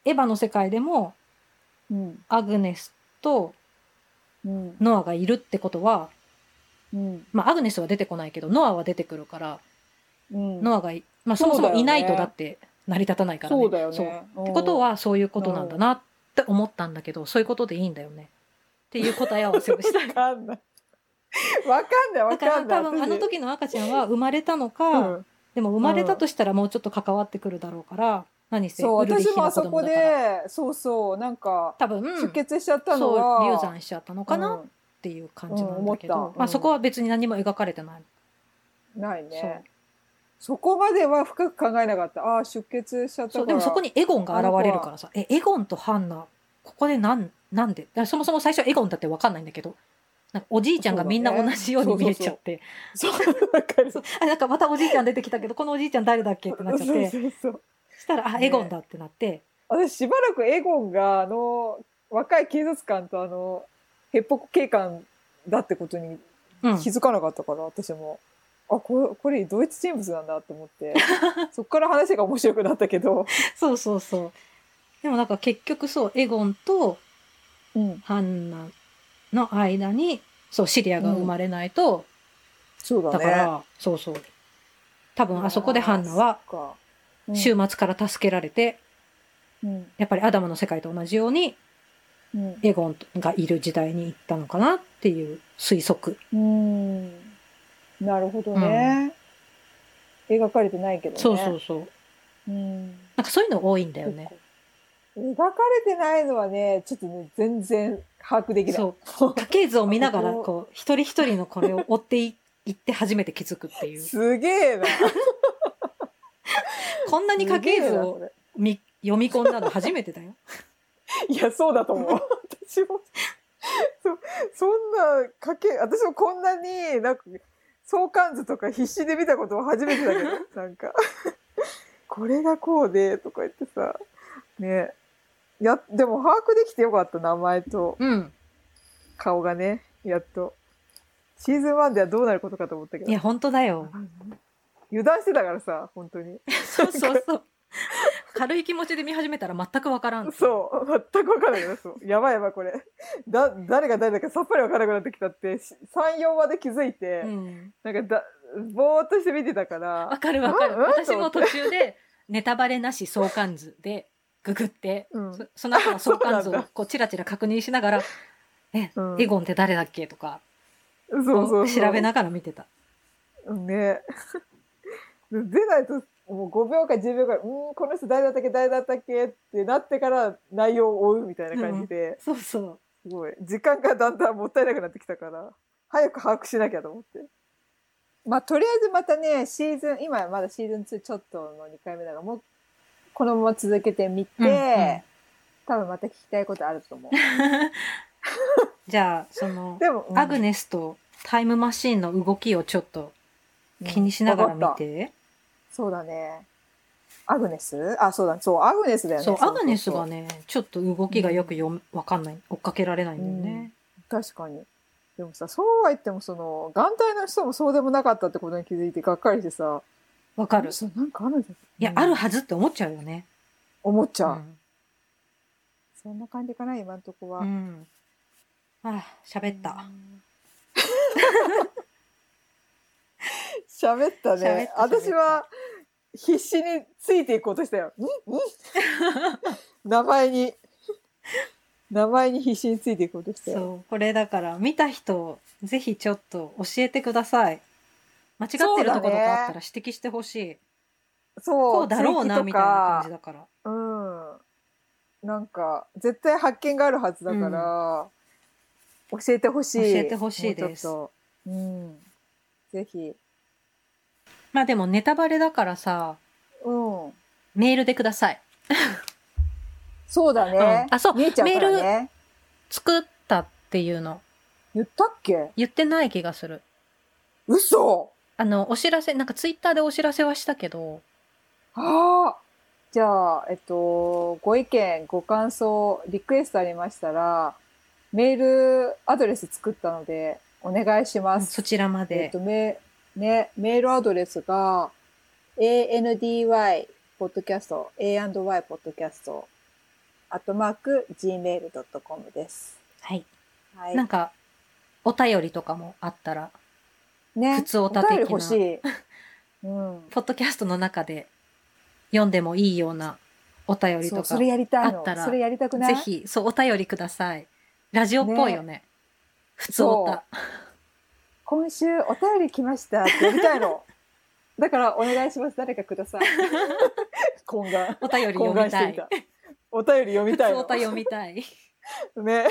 Speaker 2: エヴァの世界でも
Speaker 1: うん
Speaker 2: アグネスと
Speaker 1: うん
Speaker 2: ノアがいるってことは、
Speaker 1: うん
Speaker 2: まあ、アグネスは出てこないけど、ノアは出てくるから、
Speaker 1: うん
Speaker 2: ノアがい、まあ、そ
Speaker 1: そうだよ
Speaker 2: もそ
Speaker 1: ね
Speaker 2: もいないとだって成り立たないからね。
Speaker 1: そうだよね
Speaker 2: そう
Speaker 1: っ
Speaker 2: ってことは、そういうことなんだなって思ったんだけど、そういうことでいいんだよね。っていう答え合わせをした。
Speaker 1: わかんない わかんないわ
Speaker 2: だか
Speaker 1: からんない
Speaker 2: 多分あの時の赤ちゃんは生まれたの
Speaker 1: 私
Speaker 2: か、
Speaker 1: うん
Speaker 2: でも生まれたとしたらもうちょっと関わってくるだろうから、何せ
Speaker 1: そう
Speaker 2: ウルリッ
Speaker 1: 私
Speaker 2: ヒ
Speaker 1: もあ
Speaker 2: の子
Speaker 1: そ
Speaker 2: 供
Speaker 1: こ
Speaker 2: だか
Speaker 1: で
Speaker 2: ら
Speaker 1: そうそうなんか
Speaker 2: 多分、
Speaker 1: 出血しちゃったの
Speaker 2: そ
Speaker 1: は
Speaker 2: う流産しちゃったのかな
Speaker 1: うん
Speaker 2: っていう感じなんだけど、
Speaker 1: うん思ったう
Speaker 2: まあ
Speaker 1: ん
Speaker 2: そこは別に何も描かれてない。
Speaker 1: ないねそこまでは深く考えなかったああ出血しちゃったか
Speaker 2: そ
Speaker 1: ら
Speaker 2: うでもそこにエゴンが現れるからさえエゴンとハンナここでなんなんでだからそもそも最初エゴンだって分かんないんだけどなんかおじいちゃんがみんな
Speaker 1: そうだ
Speaker 2: 同
Speaker 1: ね
Speaker 2: じように見えちゃって
Speaker 1: そうわかる
Speaker 2: そうあなんかまたおじいちゃん出てきたけどこのおじいちゃん誰だっけってなっちゃって
Speaker 1: そうそうそう
Speaker 2: そしたらあ
Speaker 1: ね
Speaker 2: エゴンだってなって
Speaker 1: 私しばらくエゴンがあの若い警察官とあのヘッポコ警官だってことに
Speaker 2: うん
Speaker 1: 気づかなかったから、私もあこれこれドイツ人物なんだと思って そっから話が面白くなったけど、
Speaker 2: そうそうそうでもなんか結局そうエゴンと
Speaker 1: うん、
Speaker 2: ハンナの間にそうシリアが生まれないと、
Speaker 1: そうだね
Speaker 2: だから、そうそう多分あそこでハンナは
Speaker 1: そっか
Speaker 2: 週末から助けられて
Speaker 1: うん
Speaker 2: やっぱりアダムの世界と同じように
Speaker 1: うん
Speaker 2: エゴンがいる時代に行ったのかなっていう推測。
Speaker 1: うん、なるほどね、描かれてないけどね
Speaker 2: そうそうそう。
Speaker 1: うん
Speaker 2: なんかそういうの多いんだよね。
Speaker 1: 描かれてないのはねちょっとね全然把握できない
Speaker 2: そう。家系図を見ながら、
Speaker 1: ここ
Speaker 2: こう、一人一人のこれを追っていいって初めて気づくって いう。
Speaker 1: すげえな。
Speaker 2: こんなに家系図を
Speaker 1: すげえな
Speaker 2: 見読み込んだの初めてだよ。
Speaker 1: それいや、そうだと思 う。私も。そそんな家系、私もこんなに、なんか、相関図とか必死で見たことは初めてだ けど、なんか、これがこうで、とか言ってさ、ね。いや、でも把握できてよかった、名前と
Speaker 2: うん。
Speaker 1: 顔がね、やっと。シーズン1ではどうなることかと思ったけ
Speaker 2: い
Speaker 1: ど
Speaker 2: や、。本当だよ。
Speaker 1: 油断してたからさ、本当に。
Speaker 2: そうそうそう。 軽い気持ちで見始めたら全くわからん。う。
Speaker 1: そう、全く分からないなそう。やばいやばい、これ。だ、誰が誰だかさっぱり分からなくなってきたって、し3、4話で気づいて、
Speaker 2: うん。
Speaker 1: なんかだ、ぼーっとして見てたか
Speaker 2: わ
Speaker 1: ら、
Speaker 2: かるわかる。
Speaker 1: うんうん
Speaker 2: 私も途中で、ネタバレなし相関図で、ググって、
Speaker 1: うん
Speaker 2: そその後の相関図
Speaker 1: そうな
Speaker 2: を
Speaker 1: んだ
Speaker 2: こうチラチラ確認しながら、え、
Speaker 1: うん
Speaker 2: エゴンって誰だっけとか、
Speaker 1: そう
Speaker 2: こ
Speaker 1: そううそう。
Speaker 2: 調べながら見てた。
Speaker 1: ね。出ないと、もう5秒か10秒か、うーん、この人誰だったっけ、誰だったっけってなってから内容を追うみたいな感じで、
Speaker 2: そうそう。
Speaker 1: すごい。時間がだんだんもったいなくなってきたから、早く把握しなきゃと思って。まあ、とりあえずまたね、シーズン、今まだシーズン2ちょっとの2回目だから、もう、このまま続けてみて、
Speaker 2: うんうん
Speaker 1: 多分また聞きたいことあると思
Speaker 2: じゃあ、その
Speaker 1: う。、でも、うん
Speaker 2: アグネスとタイムマシーンの動きをちょっと気にしながら見。
Speaker 1: わかった
Speaker 2: て。
Speaker 1: そうだね。アグネスあ、そうだ、そう、アグネスだよね。
Speaker 2: そう、アグネス
Speaker 1: そう
Speaker 2: がね、ちょっと動きがよく読むわかんない、追っかけられないんだよね。
Speaker 1: 確かに。でもさ、そうは言っても、その、眼帯の人もそうでもなかったってことに気づいて、がっかりしてさ、
Speaker 2: わ
Speaker 1: あ
Speaker 2: かる。い
Speaker 1: そう、なんかあるんじゃ
Speaker 2: や、あるはずって思っちゃうよね。
Speaker 1: 思っちゃう。
Speaker 2: うん
Speaker 1: そんな感じかな、今んとこは。
Speaker 2: うん。ああ、喋った。
Speaker 1: 喋った
Speaker 2: 喋っ
Speaker 1: ね
Speaker 2: た。
Speaker 1: 私は必死についていこうとしたよ。んん 名前に。名前に必死についていこうとしたよ。
Speaker 2: そう、これだから、見た人、ぜひちょっと教えてください。間違ってるとこと
Speaker 1: そうだね
Speaker 2: かあったら指摘してほしい。
Speaker 1: そう
Speaker 2: こうだろうな、みたいな感じだから。
Speaker 1: じうん。なんか、絶対発見があるはずだから、教えてほしい。
Speaker 2: 教えてほしいです
Speaker 1: もうちょっとうん。ぜひ。
Speaker 2: まあでも、ネタバレだからさ、
Speaker 1: うん。
Speaker 2: メールでください。
Speaker 1: そうだね。
Speaker 2: うんあそう
Speaker 1: 見えちゃうからね。
Speaker 2: 作ったっていうの
Speaker 1: 言ったっけ
Speaker 2: 言ってない気がする
Speaker 1: 嘘
Speaker 2: あのお知らせなんかツイッターでお知らせはしたけど
Speaker 1: ああじゃあ、えっと、ご意見、ご感想、リクエストありましたら、メールアドレス作ったので、お願いします。
Speaker 2: そちらま
Speaker 1: えっ
Speaker 2: で
Speaker 1: と、メね、メールアドレスが、andypodcast、a&ypodcast、アットマーク、gmail.com です。
Speaker 2: はい
Speaker 1: はい。
Speaker 2: なんかお便りとかもあったら
Speaker 1: ね
Speaker 2: 普通オタ
Speaker 1: お
Speaker 2: 的な
Speaker 1: 便り欲しい。うん。
Speaker 2: ポッドキャストの中で読んでもいいようなお便り
Speaker 1: そ
Speaker 2: と
Speaker 1: う、そ
Speaker 2: か
Speaker 1: れやりたい
Speaker 2: あっ
Speaker 1: の
Speaker 2: た。ら
Speaker 1: それやりたくない
Speaker 2: ぜひそうお便りくださいラジオっぽいよね普通おた
Speaker 1: 今週お便り来ましたってやりたいの。 だからお願いします。誰かください。 懇願。
Speaker 2: お便り
Speaker 1: 懇
Speaker 2: 読み
Speaker 1: 願したてい
Speaker 2: い
Speaker 1: た。お便り読み
Speaker 2: 普
Speaker 1: たい
Speaker 2: 通
Speaker 1: の
Speaker 2: お。た読みたい
Speaker 1: ね。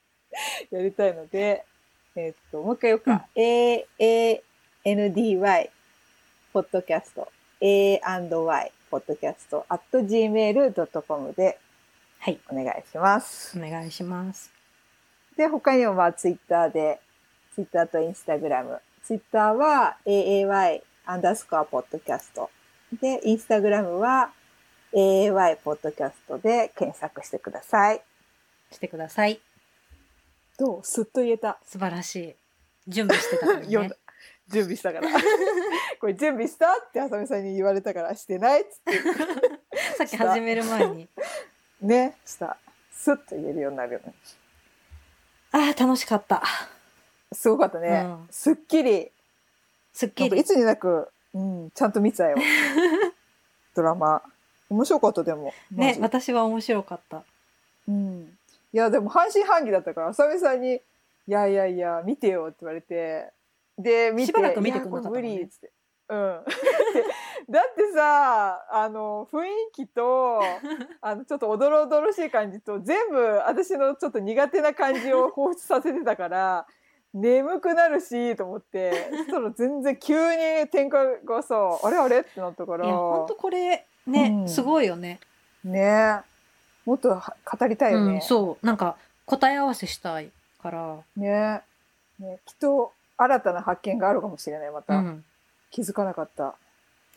Speaker 1: やりたいので、えーっと、もう一回よっか。A, A, N, D, Y, ポッドキャスト。A and Y, ポッドキャスト。at gmail.com で
Speaker 2: はい
Speaker 1: お願いします。
Speaker 2: お願いします
Speaker 1: で、他にもまあツイッターで、ツイッターとインスタグラム。ツイッターは aay アンダースコアポッドキャスト。で、インスタグラムは aay ポッドキャストで検索してください。
Speaker 2: してください
Speaker 1: どうすっと言えた。
Speaker 2: 素晴らしい準備してたから
Speaker 1: 読ん
Speaker 2: ね
Speaker 1: だ。準備した から。これ準備したって浅見さんに言われたからしてないっつって。
Speaker 2: さっき始める前に
Speaker 1: ね、した。すっと言えるようになるよね。
Speaker 2: ああ楽しかった
Speaker 1: すごかったね。
Speaker 2: うん
Speaker 1: すっきり。
Speaker 2: すっ
Speaker 1: な
Speaker 2: き
Speaker 1: んか
Speaker 2: り
Speaker 1: いつになく、うん、ちゃんと見てた よ。ドラマ。面白かった、でも。マ
Speaker 2: ね
Speaker 1: ジ
Speaker 2: 私は面白かった
Speaker 1: うん。いや、でも半信半疑だったから、浅見さんに、いやいやいや、見てよって言われて、で、見て、
Speaker 2: しばらく見てくんなかったも
Speaker 1: いやこれ
Speaker 2: んね
Speaker 1: 無理っつって。うん。 だってさ、あの、雰囲気 と、あの、ちょっとおどろおどろしい感じと、全部私のちょっと苦手な感じを放出させてたから、 眠くなるし、と思って、そしたら全然急に展開がさ、あれあれってなったか
Speaker 2: い
Speaker 1: ら、
Speaker 2: や本当これね、
Speaker 1: うん
Speaker 2: すごいよね
Speaker 1: ねもっとは語りたいよね。
Speaker 2: うん、そうなんか答え合わせしたいから、
Speaker 1: ねねきっと新たな発見があるかもしれないま
Speaker 2: う
Speaker 1: た、
Speaker 2: ん、
Speaker 1: 気づかなかった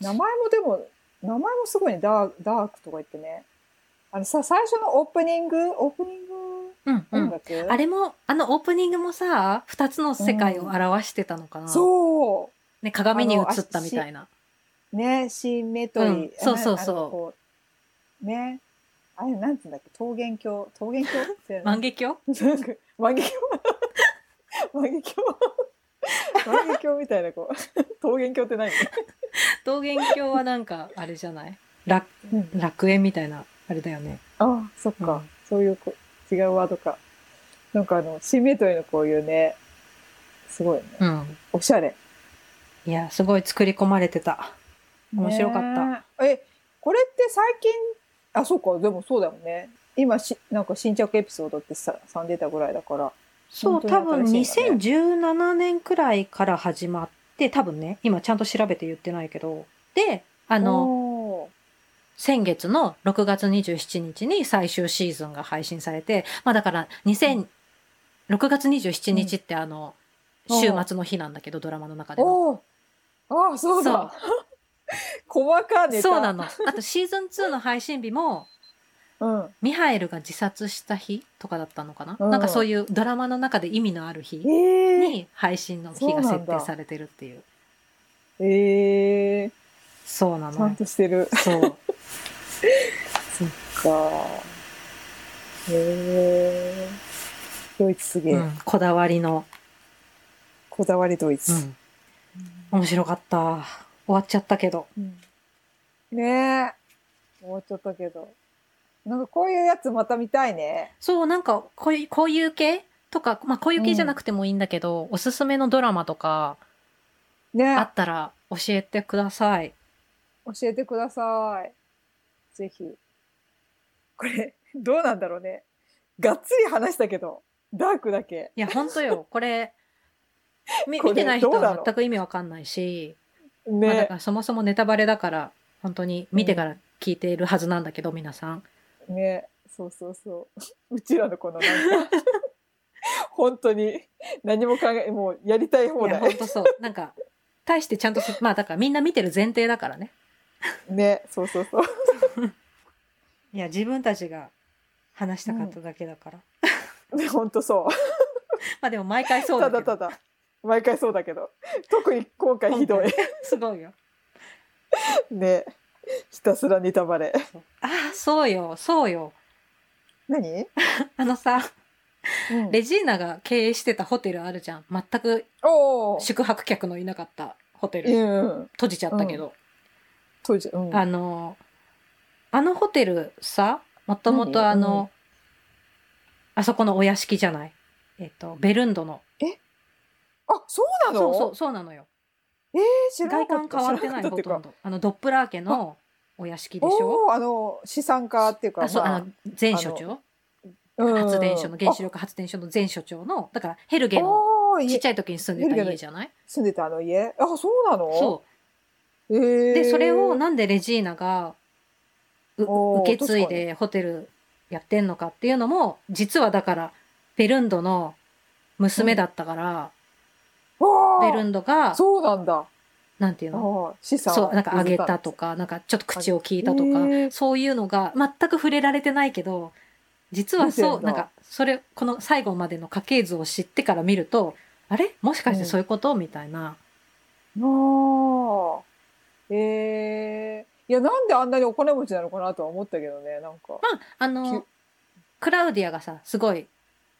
Speaker 1: 名前もでも名前もすごいねダーダークとか言ってねあのさ最初のオープニングオープニング
Speaker 2: うんう
Speaker 1: 音
Speaker 2: ん
Speaker 1: 楽、
Speaker 2: あれもあのオープニングもさ2つの世界を表してたのかな、
Speaker 1: そ
Speaker 2: ね、鏡に映ったみたいな
Speaker 1: うねシンメトリー、
Speaker 2: うんそうそうそう
Speaker 1: あのこうねあれなんつうんだっけ桃源郷桃源郷 って
Speaker 2: 万華
Speaker 1: な
Speaker 2: 鏡
Speaker 1: んか、万華鏡 万華鏡 万華鏡みたいなこう 桃源郷って 何
Speaker 2: 桃源郷はなん かあれじゃない楽
Speaker 1: うん
Speaker 2: 楽園みたいなあれだよね
Speaker 1: ああ、そっか。
Speaker 2: うん
Speaker 1: そういうこ違うワードか。なんかあの、シンメトリーのこういうね、すごいね。
Speaker 2: うん
Speaker 1: おしゃれ。
Speaker 2: いやすごい作り込まれてた面白かった、
Speaker 1: ねえ。え、これって最近、あ、そうか、でもそうだよね。今し、なんか新着エピソードってさ3出たぐらいだから。
Speaker 2: そ
Speaker 1: 本
Speaker 2: う
Speaker 1: 当に
Speaker 2: 多分
Speaker 1: 新しいんだね
Speaker 2: 2017年くらいから始まって多分ね今ちゃんと調べて言ってないけどであ
Speaker 1: あ
Speaker 2: の
Speaker 1: の、
Speaker 2: 先月の6月27日に最終シーズンが配信されて、まあだから2000、6月27日ってあの、
Speaker 1: うん
Speaker 2: 週末の日なんだけど、ドラマの中でも。
Speaker 1: おーああ、そうだ。 細かね。
Speaker 2: そうな。の。あとシーズン2の配信日も、
Speaker 1: うん。
Speaker 2: ミハエルが自殺した日とかだったのかな、
Speaker 1: うん
Speaker 2: なんかそういうドラマの中で意味のある日
Speaker 1: ええ
Speaker 2: に配信の日が設定されてるっていう。
Speaker 1: ええ
Speaker 2: そうな
Speaker 1: ちゃん
Speaker 2: の。
Speaker 1: としてる。
Speaker 2: そう。
Speaker 1: か。へえ。ドイツすげえ、
Speaker 2: うんこだわりの。
Speaker 1: こだわりドイツ
Speaker 2: う。ん。面白かった。終わっちゃったけど。
Speaker 1: ねえ。終わっちゃったけど。なんかこういうやつまた見たいね。
Speaker 2: そう、なんか、こういう、こういう系とか、まあ、こういう系じゃなくてもいいんだけど、おすすめのドラマとか、あ
Speaker 1: ね
Speaker 2: ったら教えてください。
Speaker 1: 教えてください。ぜひ。これ、どうなんだろうね。がっつり話したけど、ダークだけ。
Speaker 2: いや、ほん とよ。これ、み
Speaker 1: これ
Speaker 2: 見てない人
Speaker 1: どうな
Speaker 2: は
Speaker 1: の
Speaker 2: 全く意味わかんないし、まあ、だ
Speaker 1: ね
Speaker 2: か。らそもそもネタバレだから、本当に見てから聞いているはずなんだけど、皆さん。
Speaker 1: ね。そうそうそう。うちらのこのなん か本当に何も考えもうやりたい放
Speaker 2: いや、ほ
Speaker 1: 題
Speaker 2: んとそう。なんか、大してちゃんとす、まあだからみんな見てる前提だからね。
Speaker 1: ねそうそうそう。
Speaker 2: いや、自分たちが話したかっただけだから。
Speaker 1: ね本当そう。
Speaker 2: まあでも毎回そうだ
Speaker 1: た
Speaker 2: けど
Speaker 1: だただ毎回そうだけど特に今回ひどい
Speaker 2: すごいよ。
Speaker 1: ねひたすらネタバレ
Speaker 2: そうああ、そうよ、そうよ。
Speaker 1: 何、
Speaker 2: あのさ、
Speaker 1: うん
Speaker 2: レジーナが経営してたホテルあるじゃん。全く
Speaker 1: おー
Speaker 2: 宿泊客のいなかったホテル。
Speaker 1: うん
Speaker 2: 閉じちゃったけど。
Speaker 1: 当時うん
Speaker 2: あの、あのホテルさ、もともと
Speaker 1: 何
Speaker 2: あの、あそこのお屋敷じゃない。えっと、ベルンドの。
Speaker 1: あそうなの
Speaker 2: そうそう、そうなのよ。
Speaker 1: えー、知らな
Speaker 2: 外
Speaker 1: かっ
Speaker 2: 観
Speaker 1: た
Speaker 2: 変わってな
Speaker 1: 知らな
Speaker 2: い、
Speaker 1: か
Speaker 2: ほ
Speaker 1: った
Speaker 2: と
Speaker 1: っ
Speaker 2: ん
Speaker 1: て
Speaker 2: ど。あの、ドップラー家のお屋敷
Speaker 1: いうか
Speaker 2: でしょ
Speaker 1: おーあの資産家っていうか
Speaker 2: あ、そう、
Speaker 1: まあ
Speaker 2: あの、前所長
Speaker 1: うん
Speaker 2: 発電所の、原子力発電所の前所長の、だからヘルゲ
Speaker 1: あ
Speaker 2: の
Speaker 1: おー
Speaker 2: ちっ
Speaker 1: い
Speaker 2: ちゃい時に住んでた家じゃない
Speaker 1: 住んでたあの家あそうなの、
Speaker 2: そう
Speaker 1: え
Speaker 2: う。
Speaker 1: ー、
Speaker 2: で、それをなんでレジーナがう
Speaker 1: おー
Speaker 2: 受け継いでホテルやってんのかっていうのも、実はだから、ベルンドの娘だったから、
Speaker 1: わー
Speaker 2: ベルンドが、
Speaker 1: そうなんだ
Speaker 2: なんていう
Speaker 1: あ
Speaker 2: の
Speaker 1: ー資産
Speaker 2: そう、なんかあげたとか、なんかちょっと口を聞いたと
Speaker 1: あへ
Speaker 2: か、
Speaker 1: ー
Speaker 2: そういうのが全く触れられてないけど、実は
Speaker 1: 見
Speaker 2: そ
Speaker 1: て
Speaker 2: う、
Speaker 1: んだ
Speaker 2: なんか、それ、この最後までの家系図を知ってから見ると、あれもしかしてそういうことみたいな。
Speaker 1: ああ。ええいや、なんであんなにお金持ちなのかなとは思ったけどね、なんか。
Speaker 2: まあ、あの
Speaker 1: き、
Speaker 2: クラウディアがさ、すごい、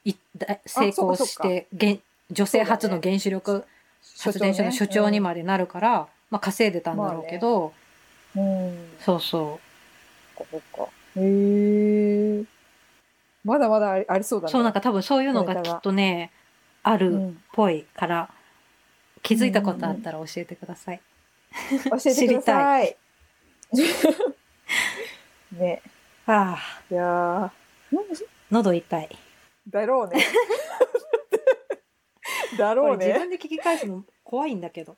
Speaker 2: いだ成功
Speaker 1: そっかそっ
Speaker 2: し
Speaker 1: か
Speaker 2: て、原女性初の原子力発電所の所長に
Speaker 1: も。
Speaker 2: までなるから、まあ稼いでたんだろうけど、
Speaker 1: うん、うん
Speaker 2: そうそ
Speaker 1: そっかそっか。ええまだまだありありそうだ
Speaker 2: う。
Speaker 1: ね。
Speaker 2: そう、なんか多分そういうのがきっとね、あ
Speaker 1: う
Speaker 2: るっ
Speaker 1: ん
Speaker 2: ぽいから、気づいたことあったら教えてください。
Speaker 1: 教えてください。 ね、
Speaker 2: ああ、
Speaker 1: いやー
Speaker 2: 喉痛い。
Speaker 1: だろう ね。だ
Speaker 2: こ
Speaker 1: ろ
Speaker 2: れ
Speaker 1: う
Speaker 2: 自
Speaker 1: ね。
Speaker 2: 分で聞き返すの怖いんだけど。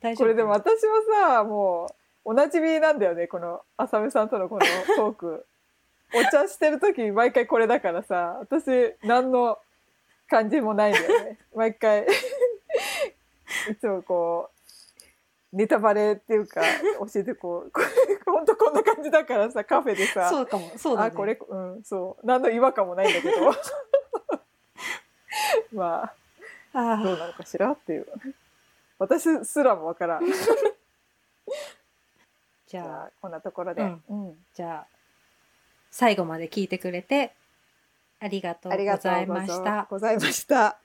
Speaker 2: 大丈夫
Speaker 1: これでも
Speaker 2: かな
Speaker 1: 私はさ、もう、おなじみなんだよね、この、浅見さんとのこのトー ク。お茶してる時毎回これだからさ、私、何の感じもないんだよね。毎回。いつもこう、ネタバレっていうか、教えてこう、これ、ほんとこんな感じだからさ、カフェでさ、
Speaker 2: そうかも。そうだね。
Speaker 1: あ、これ、うん、そう、何の違和感もないんだけど。 まあ。
Speaker 2: あ
Speaker 1: どう
Speaker 2: あ。
Speaker 1: なのかしらっていう。私すらもわからん。じ
Speaker 2: じゃ
Speaker 1: ゃ
Speaker 2: あ、
Speaker 1: あ、こんなところで。
Speaker 2: うん
Speaker 1: うん
Speaker 2: じゃあ、最後まで聞いてくれて、ありがとう
Speaker 1: あり
Speaker 2: ご
Speaker 1: がと
Speaker 2: ざいう
Speaker 1: ご
Speaker 2: まし
Speaker 1: ざ
Speaker 2: た。
Speaker 1: ございました。